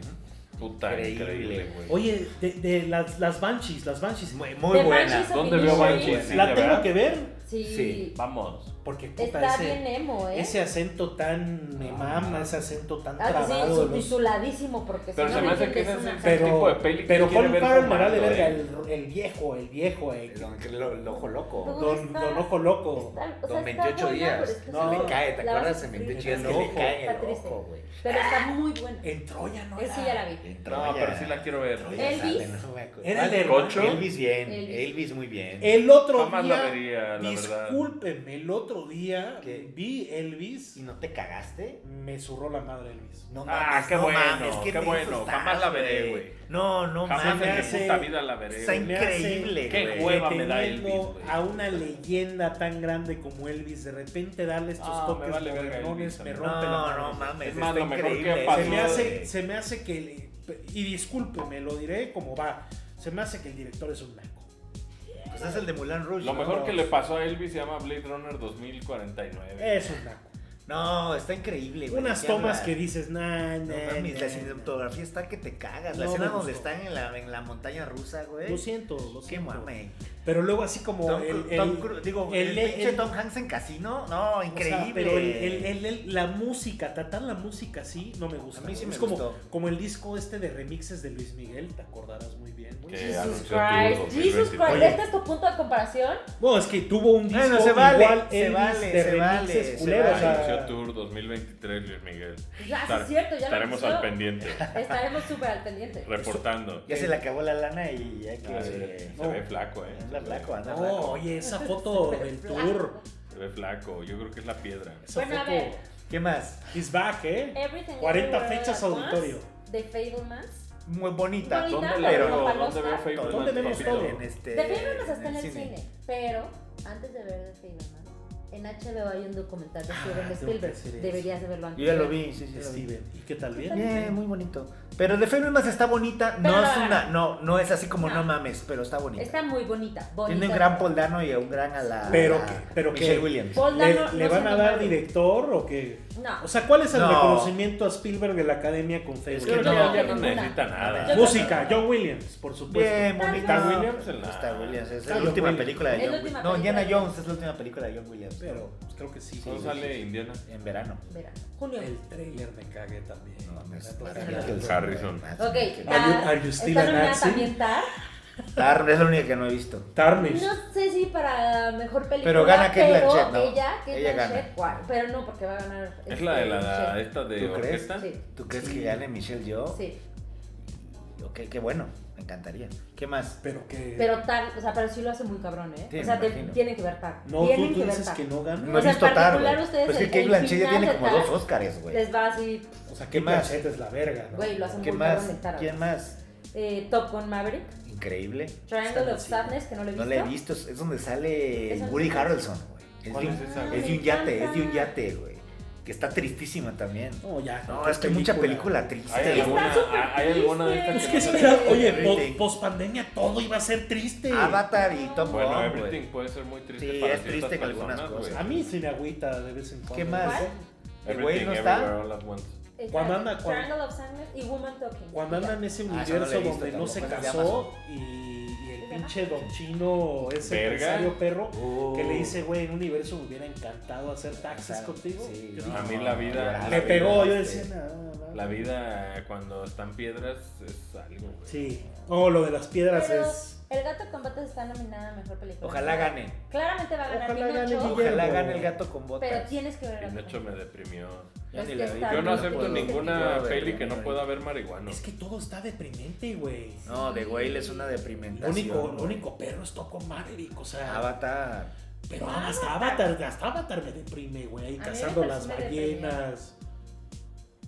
Speaker 3: Puta,
Speaker 1: Increíble.
Speaker 3: increíble, güey.
Speaker 4: Oye, de, de las, las Banshees, las Banshees.
Speaker 1: Muy, muy
Speaker 2: The
Speaker 1: buena.
Speaker 2: Banshees of
Speaker 3: ¿Dónde veo
Speaker 2: Inisherin?
Speaker 3: Banshees? Sí,
Speaker 4: la
Speaker 3: de
Speaker 4: tengo
Speaker 3: verdad.
Speaker 4: que ver
Speaker 2: Sí.
Speaker 1: Sí.
Speaker 3: Vamos.
Speaker 4: porque puta,
Speaker 2: Está bien
Speaker 4: ese,
Speaker 2: emo, ¿eh?
Speaker 4: ese acento tan me mama, ese acento tan
Speaker 2: Ah, que sí,
Speaker 4: trabado. de los-
Speaker 2: subtituladísimo, porque
Speaker 3: Pero
Speaker 2: si
Speaker 3: se
Speaker 2: no
Speaker 3: me hace que
Speaker 2: entiendes
Speaker 3: ese es
Speaker 2: una
Speaker 3: el
Speaker 4: Pero-
Speaker 3: tipo de peli que
Speaker 4: Pero
Speaker 3: quiere
Speaker 4: Colin
Speaker 3: ver
Speaker 4: Farrell me vale
Speaker 3: fumando,
Speaker 4: verga,
Speaker 3: ¿eh?
Speaker 4: el, el viejo, el viejo, eh,
Speaker 1: El, el ojo loco.
Speaker 2: ¿Cómo
Speaker 4: don,
Speaker 2: está?
Speaker 4: don Ojo Loco.
Speaker 2: Está- o sea,
Speaker 1: Con
Speaker 2: está
Speaker 1: 28
Speaker 2: buena,
Speaker 1: días.
Speaker 2: pero es que
Speaker 1: no,
Speaker 2: sí
Speaker 1: le cae, ¿te
Speaker 2: la vas a
Speaker 1: acuerdas? En
Speaker 2: sufrir.
Speaker 1: 28 días que
Speaker 4: El
Speaker 1: le Eh,
Speaker 4: ojo.
Speaker 1: cae
Speaker 2: Está
Speaker 1: el
Speaker 2: triste.
Speaker 1: ojo, güey.
Speaker 2: Pero está muy buena.
Speaker 4: En Troya, ¿no?
Speaker 2: Esa
Speaker 4: era?
Speaker 2: ya la vi.
Speaker 1: eh,
Speaker 3: No, pero sí la quiero ver.
Speaker 1: Troya
Speaker 2: Elvis.
Speaker 1: sale, no me acuerdo.
Speaker 4: Era el
Speaker 3: Cocho.
Speaker 4: hermano.
Speaker 1: Elvis bien,
Speaker 2: Elvis.
Speaker 1: Elvis muy bien.
Speaker 3: Eh.
Speaker 4: El otro
Speaker 3: Jamás
Speaker 4: día,
Speaker 3: la vería, la verdad.
Speaker 4: discúlpeme, el otro día
Speaker 1: ¿Qué?
Speaker 4: vi Elvis
Speaker 1: ¿Y
Speaker 4: y
Speaker 1: no te cagaste?
Speaker 4: me zurró la madre Elvis.
Speaker 1: No
Speaker 3: Ah, qué
Speaker 1: no
Speaker 3: bueno,
Speaker 1: ¿qué
Speaker 3: qué
Speaker 1: te
Speaker 3: bueno,
Speaker 1: asustas,
Speaker 3: jamás la veré, güey.
Speaker 1: No, no
Speaker 3: Jamás
Speaker 4: me
Speaker 3: en mi
Speaker 1: mames.
Speaker 4: hace-
Speaker 3: puta vida la veré.
Speaker 1: Está
Speaker 3: güey.
Speaker 4: me hace-
Speaker 1: increíble,
Speaker 3: Qué
Speaker 1: güey.
Speaker 3: hueva
Speaker 4: que
Speaker 3: me da
Speaker 4: teniendo
Speaker 3: Elvis, güey.
Speaker 4: a una leyenda tan grande como Elvis, de repente darle estos
Speaker 3: Ah, me
Speaker 4: toques
Speaker 3: vale verga
Speaker 4: modernones
Speaker 3: Elvis
Speaker 4: me
Speaker 3: también.
Speaker 4: rompe la
Speaker 1: No,
Speaker 4: madre.
Speaker 1: no mames.
Speaker 3: Es más,
Speaker 1: está
Speaker 3: lo mejor que
Speaker 1: increíble.
Speaker 3: pasó
Speaker 4: se me
Speaker 3: de-
Speaker 4: hace, se me hace que el- y discúlpeme, lo diré como va. Se me hace que el director es un blanco.
Speaker 1: Pues es el de Mulan Rouge.
Speaker 3: Lo
Speaker 1: ¿no?
Speaker 3: mejor que le pasó a Elvis se llama Blade Runner 2049.
Speaker 4: Es un blanco.
Speaker 1: No, está increíble, güey.
Speaker 4: Unas
Speaker 1: ¿Qué
Speaker 4: tomas
Speaker 1: hablas?
Speaker 4: que dices, nah,
Speaker 1: No
Speaker 4: nah,
Speaker 1: mames,
Speaker 4: nah,
Speaker 1: la
Speaker 4: nah".
Speaker 1: cinematografía está que te cagas. La
Speaker 4: No,
Speaker 1: escena
Speaker 4: me
Speaker 1: donde
Speaker 4: gustó.
Speaker 1: están en la, en la montaña rusa, güey.
Speaker 4: Lo siento, lo
Speaker 1: Qué
Speaker 4: siento.
Speaker 1: mame.
Speaker 4: Pero luego así como
Speaker 1: Tom,
Speaker 4: el,
Speaker 1: Tom
Speaker 4: el-
Speaker 1: Cruise, digo, el,
Speaker 4: el-
Speaker 1: pinche
Speaker 4: el-
Speaker 1: Tom Hanks en casino. No,
Speaker 4: O sea,
Speaker 1: increíble.
Speaker 4: pero el- el- el- el- la música, tratar la música así, no me gusta.
Speaker 1: A mí sí
Speaker 4: güey.
Speaker 1: me
Speaker 4: es como,
Speaker 1: gustó.
Speaker 4: como el disco este de remixes de Luis Miguel, te acordarás muy bien, güey.
Speaker 3: Que
Speaker 2: Jesus
Speaker 3: eh, anunció
Speaker 2: Christ.
Speaker 3: tu
Speaker 2: Jesus
Speaker 3: 2022.
Speaker 2: Christ. ¿Este es tu punto de comparación?
Speaker 4: No, es que tuvo un disco
Speaker 1: Bueno, se vale,
Speaker 4: igual
Speaker 1: se
Speaker 4: Elvis
Speaker 1: vale,
Speaker 4: de
Speaker 1: se
Speaker 4: remixes
Speaker 1: vale, se
Speaker 4: culeros,
Speaker 1: vale.
Speaker 4: o sea,
Speaker 3: Anunció Tour 2023, Luis Miguel.
Speaker 2: Ya, Pues, ah, sí
Speaker 3: Estar-
Speaker 2: es cierto, ya lo
Speaker 3: Estaremos al
Speaker 2: anunció.
Speaker 3: pendiente,
Speaker 2: Estaremos súper al pendiente.
Speaker 3: reportando.
Speaker 1: Ya se le acabó la lana y hay que.
Speaker 3: Ah, Se
Speaker 4: No.
Speaker 3: se ve flaco, ¿eh?
Speaker 1: Anda
Speaker 3: Se
Speaker 1: flaco,
Speaker 3: ve-
Speaker 1: anda
Speaker 4: No,
Speaker 1: flaco. *laughs*
Speaker 4: oye, esa foto del tour.
Speaker 3: Se ve flaco, yo creo que es la piedra.
Speaker 4: Esa
Speaker 2: Bueno, a
Speaker 4: foto.
Speaker 2: ver.
Speaker 1: ¿Qué más?
Speaker 4: He's back, ¿eh?
Speaker 2: Everything
Speaker 4: 40
Speaker 2: Everywhere
Speaker 4: fechas
Speaker 2: All at Once,
Speaker 4: auditorio.
Speaker 2: De Fablemans.
Speaker 1: Muy bonita.
Speaker 2: Bonita,
Speaker 3: ¿Dónde
Speaker 2: Nada,
Speaker 3: la
Speaker 1: pero
Speaker 3: veo?
Speaker 2: Lollapalooza.
Speaker 3: ¿Dónde veo Facebook?
Speaker 4: ¿Dónde vemos
Speaker 3: papito?
Speaker 4: todo?
Speaker 1: En este,
Speaker 2: The Fablemans está en
Speaker 1: el
Speaker 2: el cine. pero antes de ver The Fablemans, en HBO hay un documental
Speaker 1: Ah,
Speaker 2: de Steven
Speaker 4: tengo
Speaker 2: Spielberg.
Speaker 4: que hacer eso.
Speaker 2: Deberías de verlo antes.
Speaker 1: Yo ya lo vi, sí, sí. lo vi.
Speaker 4: Steven. ¿Y qué tal bien?
Speaker 1: Bien, muy bonito. Pero de Fablemans está bonita. No
Speaker 2: Pero-
Speaker 1: es una, no, no es así como no,
Speaker 2: No.
Speaker 1: mames, pero está bonita.
Speaker 2: Está muy bonita. bonita.
Speaker 1: Tiene un gran Poldano y un gran a la.
Speaker 4: Pero
Speaker 1: a la
Speaker 4: que- pero que-
Speaker 1: Michelle Williams.
Speaker 2: Paul
Speaker 4: ¿Le,
Speaker 2: Dano
Speaker 4: le
Speaker 2: Pues
Speaker 4: van
Speaker 2: no se
Speaker 4: a dar
Speaker 2: animaron.
Speaker 4: director o qué?
Speaker 2: No.
Speaker 4: O sea, ¿cuál es el
Speaker 1: No.
Speaker 4: reconocimiento a Spielberg de la academia con
Speaker 3: Yo
Speaker 4: Facebook?
Speaker 3: creo que
Speaker 1: No,
Speaker 3: ya no
Speaker 2: ninguna.
Speaker 3: necesita nada.
Speaker 2: Yo-
Speaker 4: Música, John Williams, por supuesto.
Speaker 1: Bien,
Speaker 2: Está
Speaker 1: bonita.
Speaker 3: John Williams en la-
Speaker 1: Está Williams, es
Speaker 4: Está
Speaker 1: la
Speaker 4: John
Speaker 1: última
Speaker 4: Williams.
Speaker 1: película de
Speaker 2: Es la
Speaker 1: John
Speaker 2: última
Speaker 1: Williams. No,
Speaker 2: película
Speaker 1: Indiana
Speaker 2: de-
Speaker 1: Jones es la última película de John Williams.
Speaker 4: Pero pues, creo que sí.
Speaker 3: ¿Cómo
Speaker 4: Sí,
Speaker 3: sale Indiana?
Speaker 1: En verano.
Speaker 2: Verano. Junio.
Speaker 4: El trailer me cagué también.
Speaker 1: No mames,
Speaker 4: Me
Speaker 1: maravilloso.
Speaker 3: Harrison.
Speaker 2: Ok.
Speaker 4: Are
Speaker 2: Tar.
Speaker 4: you- are you still
Speaker 2: ¿Está
Speaker 4: an
Speaker 2: nominada
Speaker 4: Nazi?
Speaker 2: también Tar?
Speaker 1: Tar es la única que no he visto.
Speaker 4: Tarnish.
Speaker 2: No sé si para mejor película.
Speaker 1: Pues, Pero gana Kate
Speaker 2: pero
Speaker 1: Blanchett, ¿no?
Speaker 2: Ella, Kate
Speaker 1: Ella gana.
Speaker 2: Blanchett, guau, Pero no, porque va a ganar.
Speaker 3: ¿Es la de la,
Speaker 2: este, Blanchett.
Speaker 3: esta de
Speaker 1: ¿Tú crees?
Speaker 3: orquesta?
Speaker 2: Sí.
Speaker 1: ¿Tú crees
Speaker 4: Sí.
Speaker 1: que gane Michelle yo?
Speaker 2: Sí.
Speaker 1: Ok, qué bueno. Me encantaría. ¿Qué más?
Speaker 4: Pero que.
Speaker 2: Pero Tar, o sea, pero sí lo hace muy cabrón, ¿eh?
Speaker 1: Sí,
Speaker 2: o sea,
Speaker 1: me
Speaker 2: te-
Speaker 1: imagino.
Speaker 2: tienen que ver Tar.
Speaker 4: no,
Speaker 2: tienen
Speaker 4: tú, tú
Speaker 2: que ver
Speaker 4: dices
Speaker 2: Tar.
Speaker 4: que no gana.
Speaker 1: No he
Speaker 2: O sea,
Speaker 1: visto
Speaker 2: en
Speaker 1: Tar,
Speaker 2: particular
Speaker 1: güey.
Speaker 2: ustedes,
Speaker 1: Pero es que
Speaker 2: el
Speaker 1: Kate Blanchett ya
Speaker 2: final
Speaker 1: tiene
Speaker 2: de
Speaker 1: como
Speaker 2: Tar
Speaker 1: dos Óscares, güey.
Speaker 2: Les va así,
Speaker 4: O sea,
Speaker 1: ¿Qué
Speaker 4: ¿qué
Speaker 1: más?
Speaker 4: más? es la verga, ¿no?
Speaker 2: güey, lo hacen
Speaker 1: ¿Qué
Speaker 2: muy
Speaker 1: más?
Speaker 2: cabrón en Tar.
Speaker 1: ¿Quién más?
Speaker 2: Eh, Top Gun Maverick,
Speaker 1: Increíble.
Speaker 2: Triangle of
Speaker 4: sí.
Speaker 2: Sadness, que no lo he
Speaker 1: No
Speaker 2: visto.
Speaker 1: la he visto. Es donde sale
Speaker 2: Esa no
Speaker 1: Woody
Speaker 2: la he visto.
Speaker 1: Harrelson, güey. Es de
Speaker 3: ¿Cuál
Speaker 1: un-
Speaker 3: es esa?
Speaker 2: Ah,
Speaker 3: güey?
Speaker 1: Es de
Speaker 2: me
Speaker 1: un yate, es de un
Speaker 2: encanta.
Speaker 1: yate, güey. que está tristísima también.
Speaker 4: No, ya.
Speaker 1: No, es que hay mucha película
Speaker 3: Hay
Speaker 1: triste.
Speaker 3: alguna,
Speaker 2: Está súper
Speaker 3: hay- hay alguna de
Speaker 2: triste.
Speaker 3: estas
Speaker 4: Es
Speaker 3: que
Speaker 4: que
Speaker 3: no se-
Speaker 4: espera, oye,
Speaker 1: Everything.
Speaker 4: post pandemia todo iba a ser triste.
Speaker 1: Ah, Avatar y Top
Speaker 3: Bueno,
Speaker 1: Gun, güey.
Speaker 3: Everything puede ser muy triste
Speaker 1: Sí,
Speaker 3: para
Speaker 1: es
Speaker 3: ciertas
Speaker 1: triste en algunas
Speaker 3: personas,
Speaker 1: cosas.
Speaker 4: A mí sí me agüita de vez en cuando.
Speaker 1: ¿Qué más?
Speaker 2: ¿Cuál?
Speaker 3: güey.
Speaker 1: El güey no
Speaker 3: Everything,
Speaker 1: está.
Speaker 3: Everywhere, All at Once.
Speaker 2: Está
Speaker 4: Cuando anda- cuando-
Speaker 2: Triangle of Sadness y Woman Talking.
Speaker 4: Cuando anda en
Speaker 1: Ah, esa
Speaker 4: ese
Speaker 1: no la he
Speaker 4: universo
Speaker 1: visto
Speaker 4: donde no
Speaker 1: tampoco,
Speaker 4: se
Speaker 1: es de
Speaker 4: casó
Speaker 1: Amazon.
Speaker 4: y, y el pinche don chino, ese
Speaker 3: Verga.
Speaker 4: empresario perro,
Speaker 1: Oh.
Speaker 3: Uh.
Speaker 4: que le dice, güey, en un universo me hubiera encantado hacer taxis
Speaker 1: Claro,
Speaker 4: contigo.
Speaker 1: sí,
Speaker 4: Yo
Speaker 1: no,
Speaker 3: A
Speaker 4: dije,
Speaker 3: mí la vida.
Speaker 1: no,
Speaker 4: me
Speaker 3: la
Speaker 1: no,
Speaker 4: pegó,
Speaker 3: vida-
Speaker 4: yo
Speaker 1: no,
Speaker 4: decía,
Speaker 1: sí.
Speaker 4: "No, no, no".
Speaker 3: La vida cuando están piedras es algo, güey.
Speaker 4: Sí. Oh, lo de las piedras
Speaker 2: Pero
Speaker 4: es.
Speaker 2: El gato con botas está nominada a mejor película.
Speaker 1: Ojalá gane.
Speaker 2: Claramente va a ganar
Speaker 4: Ojalá gane
Speaker 2: Pinocho,
Speaker 4: Guillermo.
Speaker 1: Ojalá gane el gato con botas.
Speaker 2: pero tienes que ver
Speaker 3: Pinocho me deprimió.
Speaker 1: Ya
Speaker 2: Es
Speaker 1: ni
Speaker 2: que
Speaker 1: la vi.
Speaker 2: está
Speaker 3: Yo no
Speaker 2: no
Speaker 3: acepto
Speaker 2: puedo.
Speaker 3: ninguna
Speaker 1: Yo, a ver,
Speaker 3: peli que
Speaker 1: yo
Speaker 3: no
Speaker 1: vi.
Speaker 3: pueda ver marihuano.
Speaker 4: Es que todo está deprimente, güey.
Speaker 1: No, The Whale es una
Speaker 4: Lo
Speaker 1: deprimentación.
Speaker 4: único, lo
Speaker 1: güey.
Speaker 4: único perro es Toco Maverick, o sea.
Speaker 3: Ah,
Speaker 1: Avatar.
Speaker 4: Pero hasta Avatar, hasta Avatar me deprime, güey. ahí
Speaker 2: mí
Speaker 4: Cazando
Speaker 2: Avatar
Speaker 4: las
Speaker 2: sí me deprimió.
Speaker 4: ballenas.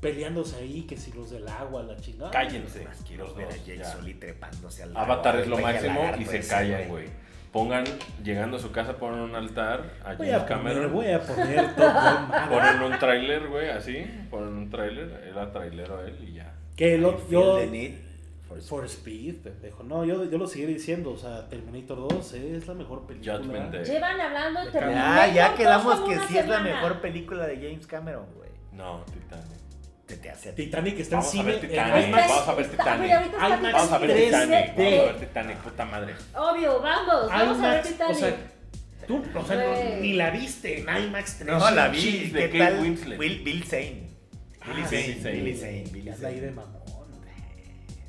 Speaker 4: Peleándose ahí, que si los del agua, la chingada.
Speaker 3: Cállense.
Speaker 1: Más quiero ver a Jake
Speaker 3: Ya.
Speaker 1: Sully trepándose al
Speaker 3: Avatar
Speaker 1: lago,
Speaker 3: es lo
Speaker 1: güey, al
Speaker 3: máximo y
Speaker 1: lagarto
Speaker 3: se
Speaker 1: ese,
Speaker 3: callan, güey. Pongan, llegando a su casa, ponen un altar a
Speaker 4: Voy
Speaker 3: James
Speaker 4: a poner,
Speaker 3: Cameron.
Speaker 4: voy a poner
Speaker 3: *laughs*
Speaker 4: Top Gun Maverick.
Speaker 3: Ponen un tráiler, güey, así. Ponen un tráiler, él a trailero a él y ya.
Speaker 4: Que
Speaker 1: I
Speaker 4: lo-
Speaker 1: feel
Speaker 4: yo.
Speaker 1: the need for
Speaker 4: For Speed, pendejo. No, yo, yo lo seguiré diciendo. O sea, Terminator 2 es la mejor película.
Speaker 3: Judgment Day.
Speaker 2: Llevan
Speaker 4: Ya,
Speaker 2: hablando
Speaker 1: Ya,
Speaker 2: Terminator
Speaker 1: Ah, ya
Speaker 2: dos
Speaker 1: quedamos
Speaker 2: como
Speaker 1: que
Speaker 2: una
Speaker 1: sí es la
Speaker 2: semana.
Speaker 1: mejor película de James Cameron, güey.
Speaker 3: No, Titanic.
Speaker 1: Te te hace a ti.
Speaker 4: Titanic está en
Speaker 3: Vamos a
Speaker 4: cine.
Speaker 3: ver Titanic.
Speaker 4: en IMAX.
Speaker 3: Vamos a ver Titanic.
Speaker 2: Oye, ahorita está
Speaker 4: IMAX
Speaker 3: Vamos a ver
Speaker 4: 3D.
Speaker 3: Titanic, vamos a ver Titanic, puta madre.
Speaker 2: Obvio, vamos, vamos a ver
Speaker 4: IMAX,
Speaker 2: Titanic.
Speaker 4: O sea, tú, o sea, no-
Speaker 2: Güey.
Speaker 4: ni la viste en IMAX 3.
Speaker 1: No, la vi.
Speaker 3: Chis de
Speaker 1: ¿Qué
Speaker 3: Kate
Speaker 1: tal?
Speaker 3: Winslet.
Speaker 1: Will, Bill Zane. Billy
Speaker 4: Ah,
Speaker 1: Zane.
Speaker 3: Billy Zane.
Speaker 1: Billy Zane. Billy
Speaker 4: Ya está ahí
Speaker 1: Zane.
Speaker 4: de mamón.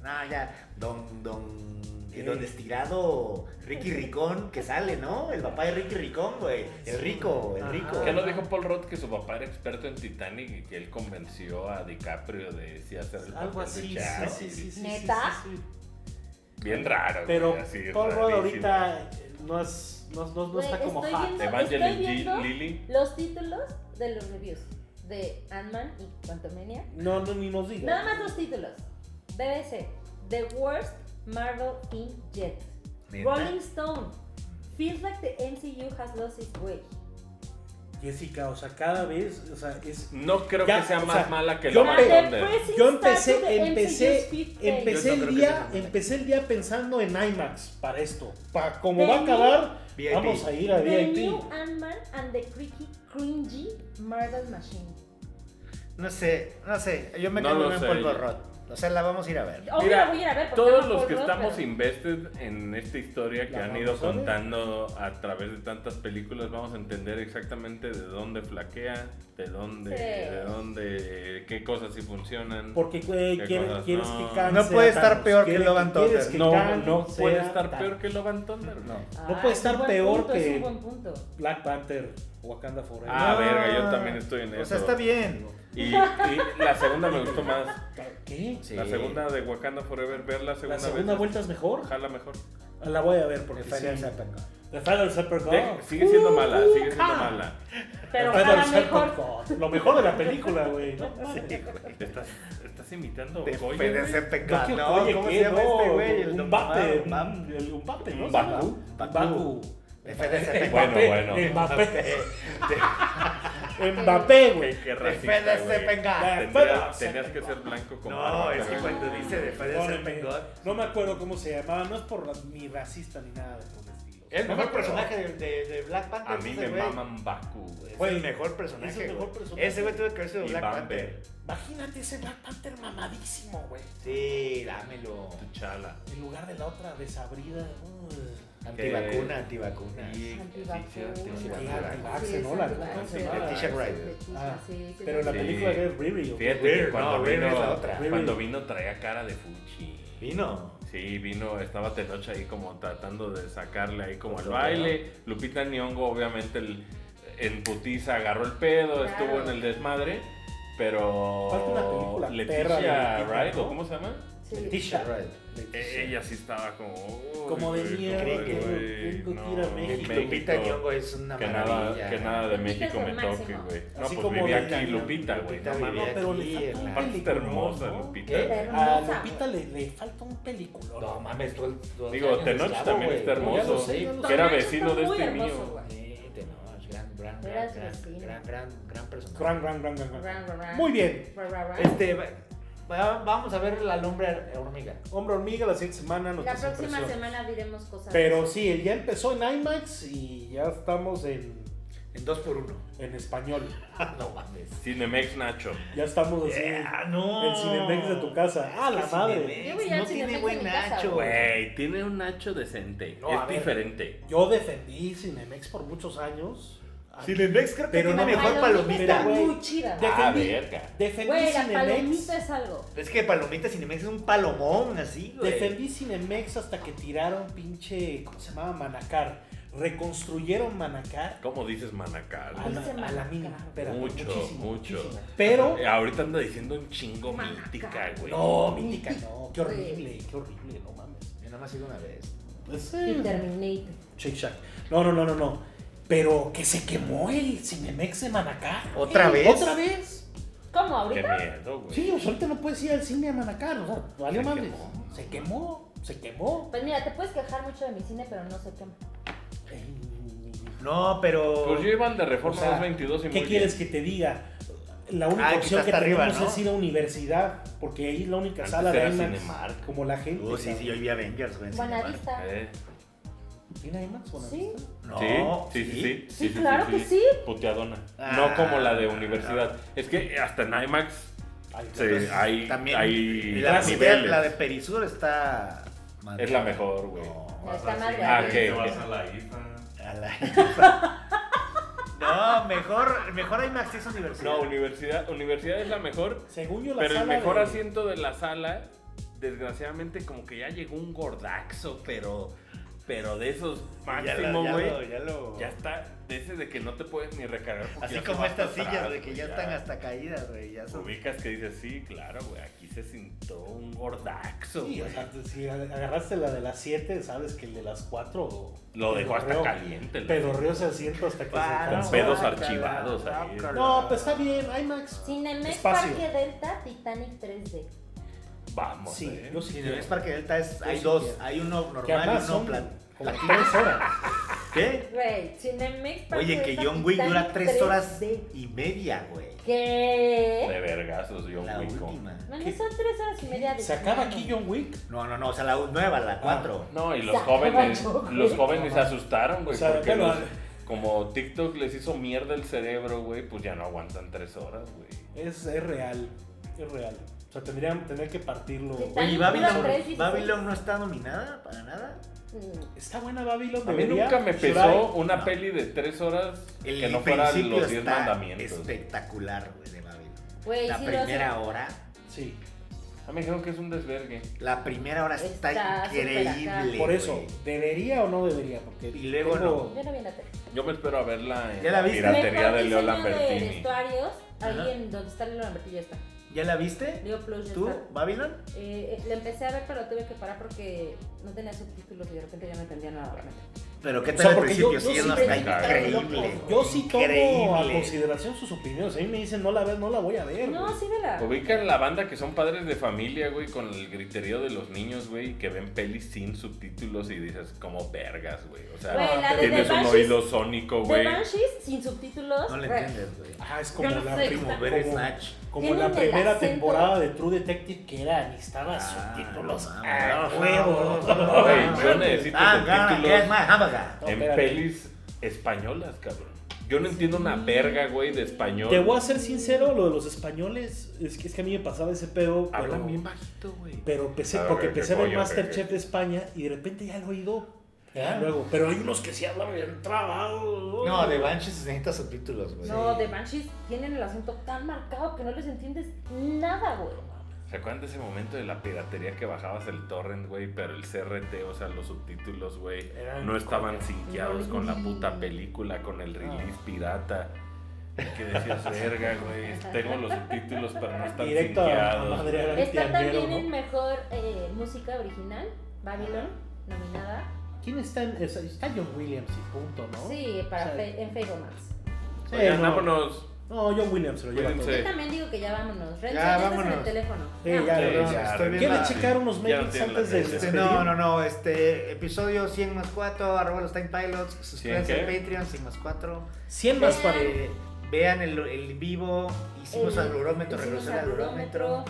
Speaker 1: No, ya. Don, don.
Speaker 4: Sí.
Speaker 1: Don estirado Ricky Ricón que sale, ¿no? El papá de Ricky Ricón, güey. El rico, el
Speaker 4: Ajá.
Speaker 1: rico.
Speaker 3: Ya lo dijo Paul Rudd que su papá era experto en Titanic y que él convenció a DiCaprio de sí hacer el
Speaker 4: Algo
Speaker 3: papel de
Speaker 4: así.
Speaker 3: Jack.
Speaker 4: sí, sí, sí, sí,
Speaker 2: ¿Neta?
Speaker 4: sí, sí, sí.
Speaker 3: Bien raro.
Speaker 4: Pero
Speaker 3: güey, así,
Speaker 4: Paul Rudd
Speaker 3: rarísimo.
Speaker 4: ahorita eh, no, es, no, no, no
Speaker 2: Güey,
Speaker 4: está como
Speaker 2: estoy
Speaker 4: hot.
Speaker 2: viendo-
Speaker 3: Evangeline
Speaker 2: Estoy viendo-
Speaker 3: G- Lily.
Speaker 2: Los títulos de los reviews de Ant-Man y Quantumania.
Speaker 4: No, no, ni nos diga.
Speaker 2: Nada más los títulos. BBC, The Worst Marvel in Jet.
Speaker 1: Neta.
Speaker 2: Rolling Stone, Feels like the MCU has lost its way.
Speaker 4: Jessica, o sea, cada vez, o sea, es...
Speaker 3: No creo
Speaker 4: Ya,
Speaker 3: que sea
Speaker 4: o
Speaker 3: más
Speaker 4: sea,
Speaker 3: mala que
Speaker 4: yo
Speaker 3: la
Speaker 4: me-
Speaker 3: de
Speaker 2: And the
Speaker 3: Thunder.
Speaker 2: pressing
Speaker 4: Yo
Speaker 2: start to
Speaker 4: empecé,
Speaker 2: the
Speaker 4: empecé,
Speaker 2: MCU's fifth phase.
Speaker 4: empecé
Speaker 1: Yo no creo que
Speaker 4: el
Speaker 1: sea
Speaker 4: día,
Speaker 1: mala.
Speaker 4: empecé el día pensando en IMAX para esto. Para como
Speaker 2: De
Speaker 4: va a acabar,
Speaker 1: VIP.
Speaker 4: vamos a ir a
Speaker 2: The
Speaker 4: VIP.
Speaker 2: new Ant-Man and the creaky, cringy Marvel Machine.
Speaker 1: No sé, no sé. Yo me
Speaker 3: No
Speaker 1: quedo
Speaker 3: lo
Speaker 1: en
Speaker 3: sé.
Speaker 1: Polvo Rod. O sea, la vamos a ir a ver.
Speaker 2: Obvio
Speaker 3: Mira,
Speaker 2: la voy a ir a ver porque
Speaker 3: Todos
Speaker 2: ama
Speaker 3: los
Speaker 2: Paul
Speaker 3: que
Speaker 2: Rudd,
Speaker 3: estamos
Speaker 2: pero-
Speaker 3: invested en esta historia que
Speaker 4: La
Speaker 3: han ido
Speaker 4: vamos a ver.
Speaker 3: contando a través de tantas películas, vamos a entender exactamente de dónde flaquea, de dónde,
Speaker 2: Sí.
Speaker 3: de dónde, qué cosas sí funcionan.
Speaker 4: Porque güey,
Speaker 3: Qué
Speaker 4: quiere-
Speaker 3: cosas,
Speaker 4: quieres
Speaker 3: no.
Speaker 4: que Khan
Speaker 1: No
Speaker 4: sea
Speaker 1: puede estar
Speaker 4: Thanos,
Speaker 1: peor que
Speaker 4: quiere-
Speaker 1: Logan
Speaker 4: quieres
Speaker 1: Thunder.
Speaker 4: que
Speaker 3: no,
Speaker 4: Khan
Speaker 3: no
Speaker 4: sea
Speaker 3: puede estar
Speaker 4: Thanos.
Speaker 3: peor que Lovan Thunder.
Speaker 1: No.
Speaker 4: No
Speaker 2: Ah,
Speaker 4: puede
Speaker 2: es
Speaker 4: estar
Speaker 2: un buen
Speaker 4: peor
Speaker 2: punto,
Speaker 4: que-
Speaker 2: Es un buen punto.
Speaker 4: Black Panther, Wakanda Forever.
Speaker 3: Ah,
Speaker 1: No.
Speaker 3: verga, yo también estoy en
Speaker 1: O sea,
Speaker 3: eso.
Speaker 1: está bien.
Speaker 3: Y, y la segunda me gustó más.
Speaker 4: ¿Qué?
Speaker 1: Sí.
Speaker 3: La segunda de Wakanda Forever, verla segunda,
Speaker 4: ¿La segunda
Speaker 3: vez.
Speaker 4: vuelta es mejor?
Speaker 3: Jala mejor.
Speaker 4: La voy a ver porque
Speaker 1: Está bien,
Speaker 4: sí.
Speaker 1: Zappa.
Speaker 4: The Final Super God.
Speaker 3: De- sigue siendo
Speaker 4: Uh,
Speaker 3: mala,
Speaker 4: uh,
Speaker 3: sigue siendo
Speaker 4: Khan.
Speaker 3: mala.
Speaker 2: Pero
Speaker 4: The Final
Speaker 2: ojalá
Speaker 4: Serpent
Speaker 2: mejor.
Speaker 4: God. Lo mejor de la película, *laughs* güey. ¿no?
Speaker 3: Te estás, estás imitando
Speaker 1: De
Speaker 3: Goya, güey.
Speaker 1: PDC
Speaker 4: No, que-
Speaker 1: No,
Speaker 4: oye,
Speaker 1: ¿cómo
Speaker 4: ¿qué?
Speaker 1: se llama
Speaker 4: No,
Speaker 1: este güey? El
Speaker 4: un
Speaker 1: don
Speaker 4: bate,
Speaker 1: Mamado.
Speaker 4: un, el- un bate, ¿no?
Speaker 3: Un Bakú.
Speaker 4: Un
Speaker 1: Bakú.
Speaker 4: Bakú.
Speaker 1: De *laughs* FDC
Speaker 3: Bueno,
Speaker 4: Mbappé,
Speaker 1: *laughs*
Speaker 3: bueno.
Speaker 4: Mbappé,
Speaker 1: De
Speaker 4: Mbappé, güey.
Speaker 3: Qué, qué racista,
Speaker 1: FDC
Speaker 3: güey.
Speaker 1: Pengal.
Speaker 3: Tendría-
Speaker 4: Bueno,
Speaker 3: tenías
Speaker 4: se-
Speaker 3: que ser blanco como
Speaker 1: No, es que cuando dice de FDC
Speaker 4: Perdóneme,
Speaker 1: Pengal.
Speaker 4: No me acuerdo cómo se llamaba, no es por ra- ni racista ni nada de por el estilo.
Speaker 3: El mejor
Speaker 1: personaje de, de- de Black Panther.
Speaker 3: A mí
Speaker 1: ese
Speaker 3: me
Speaker 1: güey.
Speaker 3: maman Baku, güey.
Speaker 1: Es el mejor personaje.
Speaker 4: es el mejor
Speaker 1: güey.
Speaker 4: personaje.
Speaker 1: Ese güey tuvo que haber sido
Speaker 3: Y
Speaker 1: Black
Speaker 3: Bambi.
Speaker 1: Panther.
Speaker 4: Imagínate ese Black Panther mamadísimo, güey.
Speaker 1: Sí, dámelo.
Speaker 3: Chala.
Speaker 4: En lugar de la otra desabrida. uh,
Speaker 1: Antivacuna, antivacuna.
Speaker 3: Y-
Speaker 2: Antivacuna.
Speaker 3: sí, sí, sí,
Speaker 4: que
Speaker 3: sí,
Speaker 4: antivax,
Speaker 2: Sí,
Speaker 4: ¿no? La-
Speaker 2: sí,
Speaker 4: la-
Speaker 2: sí,
Speaker 4: la-
Speaker 2: sí,
Speaker 4: la-
Speaker 1: Leticia Wright.
Speaker 2: Leticia,
Speaker 4: Ah,
Speaker 2: sí, sí,
Speaker 4: Pero la
Speaker 3: Sí.
Speaker 4: película de Riri. ¿o qué?
Speaker 3: Fíjate
Speaker 1: Weird,
Speaker 3: que cuando
Speaker 1: no, weird
Speaker 3: vino,
Speaker 1: es la otra.
Speaker 3: cuando vino traía cara de fuchi.
Speaker 1: Vino.
Speaker 3: Sí, vino, estaba Tenoch ahí como tratando de sacarle ahí como al
Speaker 1: Otro
Speaker 3: baile. Lupita Nyong'o obviamente el, en putiza agarró el pedo,
Speaker 2: Claro.
Speaker 3: estuvo en el desmadre, pero
Speaker 4: Falta una película perra de
Speaker 3: Leticia
Speaker 4: Lupita,
Speaker 3: Wright,
Speaker 4: ¿no?
Speaker 3: ¿o ¿cómo se llama?
Speaker 2: sí.
Speaker 4: Leticia.
Speaker 1: Right.
Speaker 3: E- Ella sí estaba como... "Uy,
Speaker 4: Como
Speaker 3: güey,
Speaker 4: venía,
Speaker 3: güey,
Speaker 1: tengo-
Speaker 3: güey,
Speaker 4: tengo que ir a
Speaker 3: no,
Speaker 4: México".
Speaker 1: Lupita Nyong'o es una
Speaker 3: Que
Speaker 1: maravilla.
Speaker 3: nada, que nada de
Speaker 2: Lupita es
Speaker 3: México
Speaker 2: lo
Speaker 3: me toque,
Speaker 2: máximo.
Speaker 3: güey. No,
Speaker 4: Así
Speaker 3: pues
Speaker 4: como
Speaker 3: vivía
Speaker 4: de-
Speaker 3: aquí Lupita, güey.
Speaker 1: Lupita
Speaker 3: No
Speaker 1: vivía
Speaker 3: mames.
Speaker 4: No, pero le
Speaker 1: aquí
Speaker 4: falta
Speaker 1: en
Speaker 4: un
Speaker 1: la-
Speaker 3: Aparte está
Speaker 4: peliculón,
Speaker 3: hermosa,
Speaker 4: ¿no?
Speaker 3: Lupita.
Speaker 1: ¿Qué?
Speaker 3: güey.
Speaker 4: A
Speaker 2: Hermosa.
Speaker 4: Lupita le, le falta un peliculón.
Speaker 1: No mames, tú. tú-
Speaker 3: Digo,
Speaker 1: años de
Speaker 3: Tenoch
Speaker 1: esclavo,
Speaker 3: también
Speaker 1: güey.
Speaker 3: está
Speaker 1: Yo ya lo
Speaker 3: hermoso.
Speaker 1: sé, yo lo
Speaker 3: Que era
Speaker 2: Tenoch está
Speaker 3: vecino de
Speaker 2: muy
Speaker 3: este
Speaker 2: hermoso,
Speaker 3: mío.
Speaker 2: güey.
Speaker 1: sé. Sí, Tenoch, gran, gran
Speaker 2: Era
Speaker 7: gran,
Speaker 2: su
Speaker 7: gran,
Speaker 2: vecino.
Speaker 7: gran, gran, gran personaje.
Speaker 4: Gran, gran, gran, gran, gran.
Speaker 2: Ran, ran, ran.
Speaker 4: Muy bien.
Speaker 2: Ran, ran, ran.
Speaker 7: Este, va- va- vamos a ver la lumbre hormiga.
Speaker 4: Hombre hormiga, la siguiente semana.
Speaker 2: La
Speaker 4: nuestras
Speaker 2: próxima
Speaker 4: impresiones.
Speaker 2: semana diremos cosas.
Speaker 4: Pero sí, ya empezó en IMAX y ya estamos en,
Speaker 7: En dos por uno.
Speaker 4: en español.
Speaker 7: *laughs* no mames.
Speaker 3: Cinemex Nacho.
Speaker 4: Ya estamos así.
Speaker 7: Yeah, no.
Speaker 4: El Cinemex de tu casa. Ah, la madre.
Speaker 7: Cinemex
Speaker 2: Yo voy al
Speaker 7: no
Speaker 2: Cinemex
Speaker 7: tiene
Speaker 2: en
Speaker 7: buen
Speaker 2: mi casa,
Speaker 7: Nacho.
Speaker 2: güey.
Speaker 3: Güey, tiene un Nacho decente.
Speaker 7: No, a
Speaker 3: es
Speaker 7: ver.
Speaker 3: diferente.
Speaker 4: Yo defendí Cinemex por muchos años.
Speaker 7: Cinemex creo que
Speaker 4: Pero
Speaker 7: tiene
Speaker 4: no
Speaker 7: mejor
Speaker 2: Palomita
Speaker 7: palomita.
Speaker 2: está
Speaker 4: güey.
Speaker 2: muy chida.
Speaker 4: Ya-
Speaker 3: Ah,
Speaker 4: Defendí.
Speaker 3: verga.
Speaker 4: Defendí
Speaker 2: Güey, la
Speaker 4: Cinemex.
Speaker 2: palomita es algo.
Speaker 7: Es que palomita Cinemex es un palomón así, güey.
Speaker 4: Defendí Cinemex hasta que tiraron pinche. ¿Cómo se llamaba? Manacar. Reconstruyeron Manacar.
Speaker 3: ¿Cómo dices Manacal?
Speaker 4: A la,
Speaker 2: Dice
Speaker 4: a la
Speaker 2: Manacar.
Speaker 4: mínima. pero
Speaker 3: Mucho,
Speaker 4: muchísimo,
Speaker 3: mucho.
Speaker 4: muchísimo. Pero.
Speaker 3: Eh, ahorita anda diciendo un chingo
Speaker 2: Manacal.
Speaker 3: mítica, güey.
Speaker 4: No, mítica, no. Qué horrible, qué horrible, no mames.
Speaker 7: Yo nada más he ido una vez.
Speaker 4: Mm.
Speaker 2: Y Terminator.
Speaker 4: Pues Shake Shack. No, no, no, no, no. Pero que se quemó el Cinemex de Manacar. Eh,
Speaker 7: ¿Otra vez?
Speaker 4: ¿Otra vez?
Speaker 2: ¿Cómo?
Speaker 3: Qué
Speaker 2: ¿Ahorita?
Speaker 3: miedo, güey.
Speaker 4: Sí, o sea, ahorita no puedes ir al cine de Manacar. O sea, vale
Speaker 3: Se
Speaker 4: madres.
Speaker 3: quemó.
Speaker 4: Se quemó, se quemó.
Speaker 2: Pues mira, te puedes quejar mucho de mi cine, pero no sé qué.
Speaker 7: No, pero.
Speaker 3: Pues yo iban de reforma
Speaker 4: O sea,
Speaker 3: 222 y
Speaker 4: ¿Qué
Speaker 3: muy
Speaker 4: quieres que te diga? La única
Speaker 7: Ah, que
Speaker 4: opción
Speaker 7: está
Speaker 4: que
Speaker 7: hasta arriba,
Speaker 4: tenemos
Speaker 7: ¿no?
Speaker 4: es ir a universidad, porque ahí es la única
Speaker 3: Antes
Speaker 4: sala de
Speaker 3: era
Speaker 4: IMAX.
Speaker 3: Cinemark.
Speaker 4: Como la gente.
Speaker 1: Uh, sí,
Speaker 4: ¿sabes?
Speaker 1: sí, yo vi Avengers, güey. en Cinemark.
Speaker 2: Buenavista.
Speaker 3: bien. Eh,
Speaker 4: ¿Tiene IMAX? Buena
Speaker 2: Sí.
Speaker 4: vista.
Speaker 7: No,
Speaker 3: sí, sí, sí,
Speaker 2: Sí,
Speaker 3: sí,
Speaker 2: claro que sí.
Speaker 3: Puteadona.
Speaker 1: Ah.
Speaker 3: no como la de universidad. Es que hasta en IMAX
Speaker 4: Ay,
Speaker 3: se-
Speaker 1: Entonces,
Speaker 3: hay,
Speaker 1: también-
Speaker 3: hay
Speaker 1: Y la,
Speaker 4: Las
Speaker 1: la,
Speaker 3: niveles.
Speaker 1: la de Perisur está.
Speaker 3: Es la mejor, güey.
Speaker 2: La está
Speaker 1: madre.
Speaker 2: madre.
Speaker 3: Ah,
Speaker 2: Ah,
Speaker 3: ¿qué?
Speaker 2: ¿qué?
Speaker 3: ok.
Speaker 8: vas a la IFA.
Speaker 1: A la- *laughs* No, mejor, mejor IMAX es universidad.
Speaker 3: No, universidad, universidad es la mejor,
Speaker 4: Según yo, la
Speaker 3: pero el
Speaker 4: sala
Speaker 3: mejor
Speaker 4: de-
Speaker 3: asiento de la sala, desgraciadamente como que ya llegó un gordaxo, pero pero de esos
Speaker 1: Ya la-
Speaker 3: máximo,
Speaker 1: ya
Speaker 3: güey.
Speaker 1: lo- ya lo-
Speaker 3: Ya está, de ese de que no te puedes ni recargar. porque
Speaker 1: Así
Speaker 3: ya se
Speaker 1: como
Speaker 3: va hasta
Speaker 1: estas sillas,
Speaker 3: atrás,
Speaker 1: de que
Speaker 3: güey,
Speaker 1: ya están hasta caídas, güey. Ya son.
Speaker 3: Ubicas que dices, sí, claro, güey, aquí se sintió un gordaxo,
Speaker 4: Sí,
Speaker 3: güey.
Speaker 4: o sea, si agarraste la de las 7, sabes que el de las 4
Speaker 3: Lo dejó hasta caliente, la
Speaker 4: Pedorreó ese asiento hasta que
Speaker 1: Ah,
Speaker 4: se
Speaker 3: pues, Con
Speaker 1: no,
Speaker 4: cansó.
Speaker 3: pedos
Speaker 1: guácala,
Speaker 3: archivados ahí.
Speaker 1: guácala.
Speaker 4: No, pues está bien, IMAX.
Speaker 2: Cinemex
Speaker 4: Espacio.
Speaker 2: Parque Delta Titanic 3D.
Speaker 3: Vamos.
Speaker 4: Sí,
Speaker 3: eh.
Speaker 4: yo sí.
Speaker 1: Cinemex Parque Delta es,
Speaker 4: Yo
Speaker 1: hay
Speaker 4: sí
Speaker 1: dos,
Speaker 4: quiero.
Speaker 1: hay uno
Speaker 4: que
Speaker 1: normal
Speaker 4: además
Speaker 1: y uno
Speaker 4: son
Speaker 1: plan.
Speaker 4: como 3 horas.
Speaker 1: ¿Qué?
Speaker 2: Güey, Cinemex Parque
Speaker 1: Oye,
Speaker 2: Delta
Speaker 1: que John Wick dura
Speaker 2: Titanic
Speaker 1: tres horas
Speaker 2: 3D.
Speaker 1: y media, güey.
Speaker 3: ¿Eh? De
Speaker 2: ¿Qué?
Speaker 3: vergazos, yo
Speaker 1: La
Speaker 3: Wico.
Speaker 1: última.
Speaker 2: No, no son tres horas y media de
Speaker 4: ¿Se acaba
Speaker 2: cine.
Speaker 4: aquí John Wick?
Speaker 1: No, no, no, o sea, la nueva,
Speaker 4: Ah.
Speaker 1: la cuatro.
Speaker 3: No, y los
Speaker 2: Saca
Speaker 3: jóvenes,
Speaker 2: macho, güey.
Speaker 3: los jóvenes se asustaron, güey,
Speaker 4: O sea,
Speaker 3: porque
Speaker 4: bueno,
Speaker 3: los- como TikTok les hizo mierda el cerebro, güey, pues ya no aguantan tres horas, güey.
Speaker 4: Es, es real, es real. O sea, tendrían tener que partirlo.
Speaker 2: Sí,
Speaker 1: Oye, ¿y
Speaker 2: Dura
Speaker 1: Babylon,
Speaker 2: tres y
Speaker 1: Babylon no está nominada para nada.
Speaker 2: Mm.
Speaker 4: Está buena Babylon,
Speaker 3: A mí
Speaker 4: debería.
Speaker 3: nunca me pesó
Speaker 4: Shrai.
Speaker 3: una
Speaker 1: No.
Speaker 3: peli de tres horas
Speaker 1: El
Speaker 3: que no fuera
Speaker 1: principio
Speaker 3: los diez
Speaker 1: está este.
Speaker 3: mandamientos.
Speaker 1: espectacular, güey, de Babylon.
Speaker 2: Güey,
Speaker 1: La
Speaker 2: sí,
Speaker 1: primera
Speaker 2: lo
Speaker 1: hora,
Speaker 4: Sí,
Speaker 3: Ah, me dijeron que es un desvergue.
Speaker 1: la primera hora está,
Speaker 2: Está súper
Speaker 1: increíble.
Speaker 4: por eso,
Speaker 1: güey.
Speaker 4: ¿debería o no debería? Porque
Speaker 1: Y luego
Speaker 4: tengo-
Speaker 2: Yo no vi la tele.
Speaker 3: Yo me espero a verla en
Speaker 1: ¿Ya la viste?
Speaker 3: piratería
Speaker 2: Mejor
Speaker 3: de Leo
Speaker 2: diseño De
Speaker 3: Lambertini.
Speaker 2: vestuarios,
Speaker 1: Ajá.
Speaker 2: ahí en donde está Leo Lambertini ya está.
Speaker 1: ¿Ya la viste?
Speaker 2: Leo Plus ya
Speaker 1: ¿Tú,
Speaker 2: está.
Speaker 1: Babylon?
Speaker 2: Eh, eh, la empecé a ver, pero tuve que parar porque no tenía subtítulos y de repente ya no entendía nada. realmente.
Speaker 1: Pero qué
Speaker 4: O
Speaker 1: tal
Speaker 4: sea,
Speaker 1: el
Speaker 4: porque yo-
Speaker 1: principio,
Speaker 4: yo
Speaker 1: sí, es
Speaker 4: sí
Speaker 1: una
Speaker 4: creo-
Speaker 1: está
Speaker 4: yo-
Speaker 1: increíble.
Speaker 4: Yo, sí tomo a
Speaker 1: Increíble.
Speaker 4: consideración sus opiniones. A mí me dicen, no la ves, no la voy a ver.
Speaker 2: No,
Speaker 4: güey.
Speaker 2: sí, vela.
Speaker 3: Ubican la banda que son padres de familia, güey, con el griterío de los niños, güey, que ven pelis sin subtítulos y dices, como vergas, güey. O sea,
Speaker 2: Güey, la de
Speaker 3: ah, tienes
Speaker 2: The
Speaker 3: un
Speaker 2: Banshees-
Speaker 3: oído sónico,
Speaker 2: The
Speaker 3: güey.
Speaker 2: Banshees sin subtítulos.
Speaker 1: No la
Speaker 2: re-
Speaker 1: entiendes, güey.
Speaker 4: Ah, es como
Speaker 2: Yo no
Speaker 4: la
Speaker 2: sé,
Speaker 4: primo-
Speaker 2: está-
Speaker 1: Ver
Speaker 4: como-
Speaker 1: Snatch.
Speaker 4: Como
Speaker 2: Tienen
Speaker 4: la
Speaker 2: el
Speaker 4: primera
Speaker 2: acento.
Speaker 4: temporada de True Detective que era, necesitaba
Speaker 1: Ah,
Speaker 4: subtítulos.
Speaker 1: no,
Speaker 4: Ah,
Speaker 1: no,
Speaker 4: huevo.
Speaker 3: Güey, yo necesito
Speaker 1: Ah, gana,
Speaker 3: subtítulos
Speaker 1: get my hamburger.
Speaker 4: No,
Speaker 3: en
Speaker 4: espérate.
Speaker 3: pelis españolas, cabrón. Yo no entiendo una verga, güey, de español.
Speaker 4: Te voy a ser sincero, lo de los españoles, es que, es que a mí me pasaba ese pedo.
Speaker 3: Hablan
Speaker 4: pero-
Speaker 3: bien bajito, güey.
Speaker 4: Pero empecé,
Speaker 3: A ver,
Speaker 4: porque
Speaker 3: que
Speaker 4: empecé a ver
Speaker 3: coño,
Speaker 4: Masterchef
Speaker 3: peje.
Speaker 4: de España y de repente ya lo he oído. Luego, pero hay unos que sí hablan bien trabados.
Speaker 7: No, de
Speaker 1: Banshees necesita subtítulos, güey.
Speaker 2: No, The Banshees tienen el acento tan marcado que no les entiendes nada, güey.
Speaker 3: ¿Se acuerdan de ese momento de la piratería que bajabas el torrent, güey? Pero el CRT, o sea, los subtítulos, güey,
Speaker 4: Eran
Speaker 3: no estaban sinqueados con la puta película, con
Speaker 4: Ah.
Speaker 3: el release pirata. Y
Speaker 4: *laughs*
Speaker 3: Que decías, verga, güey, tengo los subtítulos, pero no están
Speaker 4: Directo a- a
Speaker 3: sinqueados.
Speaker 4: madrear
Speaker 3: güey".
Speaker 4: al
Speaker 2: Está
Speaker 4: tianguero,
Speaker 2: también en
Speaker 4: ¿no?
Speaker 2: mejor eh, música original, Babylon, nominada.
Speaker 4: ¿Quién está en.? es- Está John Williams y punto, ¿no?
Speaker 2: Sí, para
Speaker 4: O sea,
Speaker 2: Fe- en Fablemans.
Speaker 4: sí,
Speaker 3: Oigan,
Speaker 4: no.
Speaker 3: vámonos.
Speaker 4: No, John Williams se lo lleva
Speaker 3: Williams,
Speaker 4: todo.
Speaker 3: sí.
Speaker 2: Yo también digo que ya vámonos.
Speaker 1: Ya,
Speaker 2: Renzo, ya, estás en el
Speaker 1: vámonos.
Speaker 2: teléfono.
Speaker 1: Sí,
Speaker 2: Vamos.
Speaker 1: ya,
Speaker 3: ya,
Speaker 1: no,
Speaker 3: ya,
Speaker 1: estoy bien
Speaker 4: ¿Quieren
Speaker 1: mal.
Speaker 4: checar unos
Speaker 3: Ya
Speaker 4: mails
Speaker 3: tienen la
Speaker 4: antes de
Speaker 3: fecha.
Speaker 1: Este,
Speaker 4: despedir?
Speaker 1: no, no, no, este episodio 100 más 4, arroba los Time Pilots, suscríbanse
Speaker 3: ¿Cien qué?
Speaker 1: al Patreon 100 más 4,
Speaker 4: 100 más
Speaker 2: Vean.
Speaker 4: 4.
Speaker 1: eh, vean el, el en vivo, hicimos
Speaker 2: Eh,
Speaker 1: al urómetro,
Speaker 2: hicimos
Speaker 1: regresó al urómetro,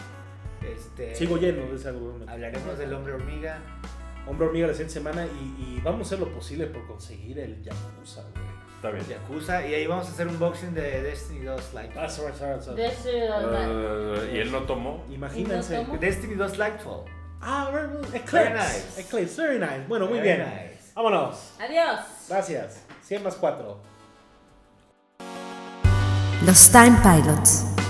Speaker 1: este,
Speaker 4: Sigo lleno de ese argumento.
Speaker 1: hablaremos del hombre hormiga,
Speaker 4: Hombre hormiga la siguiente semana y, y vamos a hacer lo posible por conseguir el Yakuza, güey.
Speaker 3: Está bien.
Speaker 1: Yakuza, y ahí vamos a hacer un boxing de Destiny 2
Speaker 4: Ah,
Speaker 1: Lightfall.
Speaker 4: sorry, sorry, sorry.
Speaker 2: De ese, uh,
Speaker 3: Eh, y él no tomó.
Speaker 2: ¿Y
Speaker 4: Imagínense.
Speaker 2: nos tomó?
Speaker 1: Destiny 2 Lightfall.
Speaker 4: Ah, very good.
Speaker 1: Very
Speaker 4: Eclipse.
Speaker 1: nice.
Speaker 4: Eclipse, very nice. Bueno, muy
Speaker 1: Very
Speaker 4: bien.
Speaker 1: nice.
Speaker 4: Vámonos.
Speaker 2: Adiós.
Speaker 4: Gracias. 100 más 4.
Speaker 8: Los Time Pilots.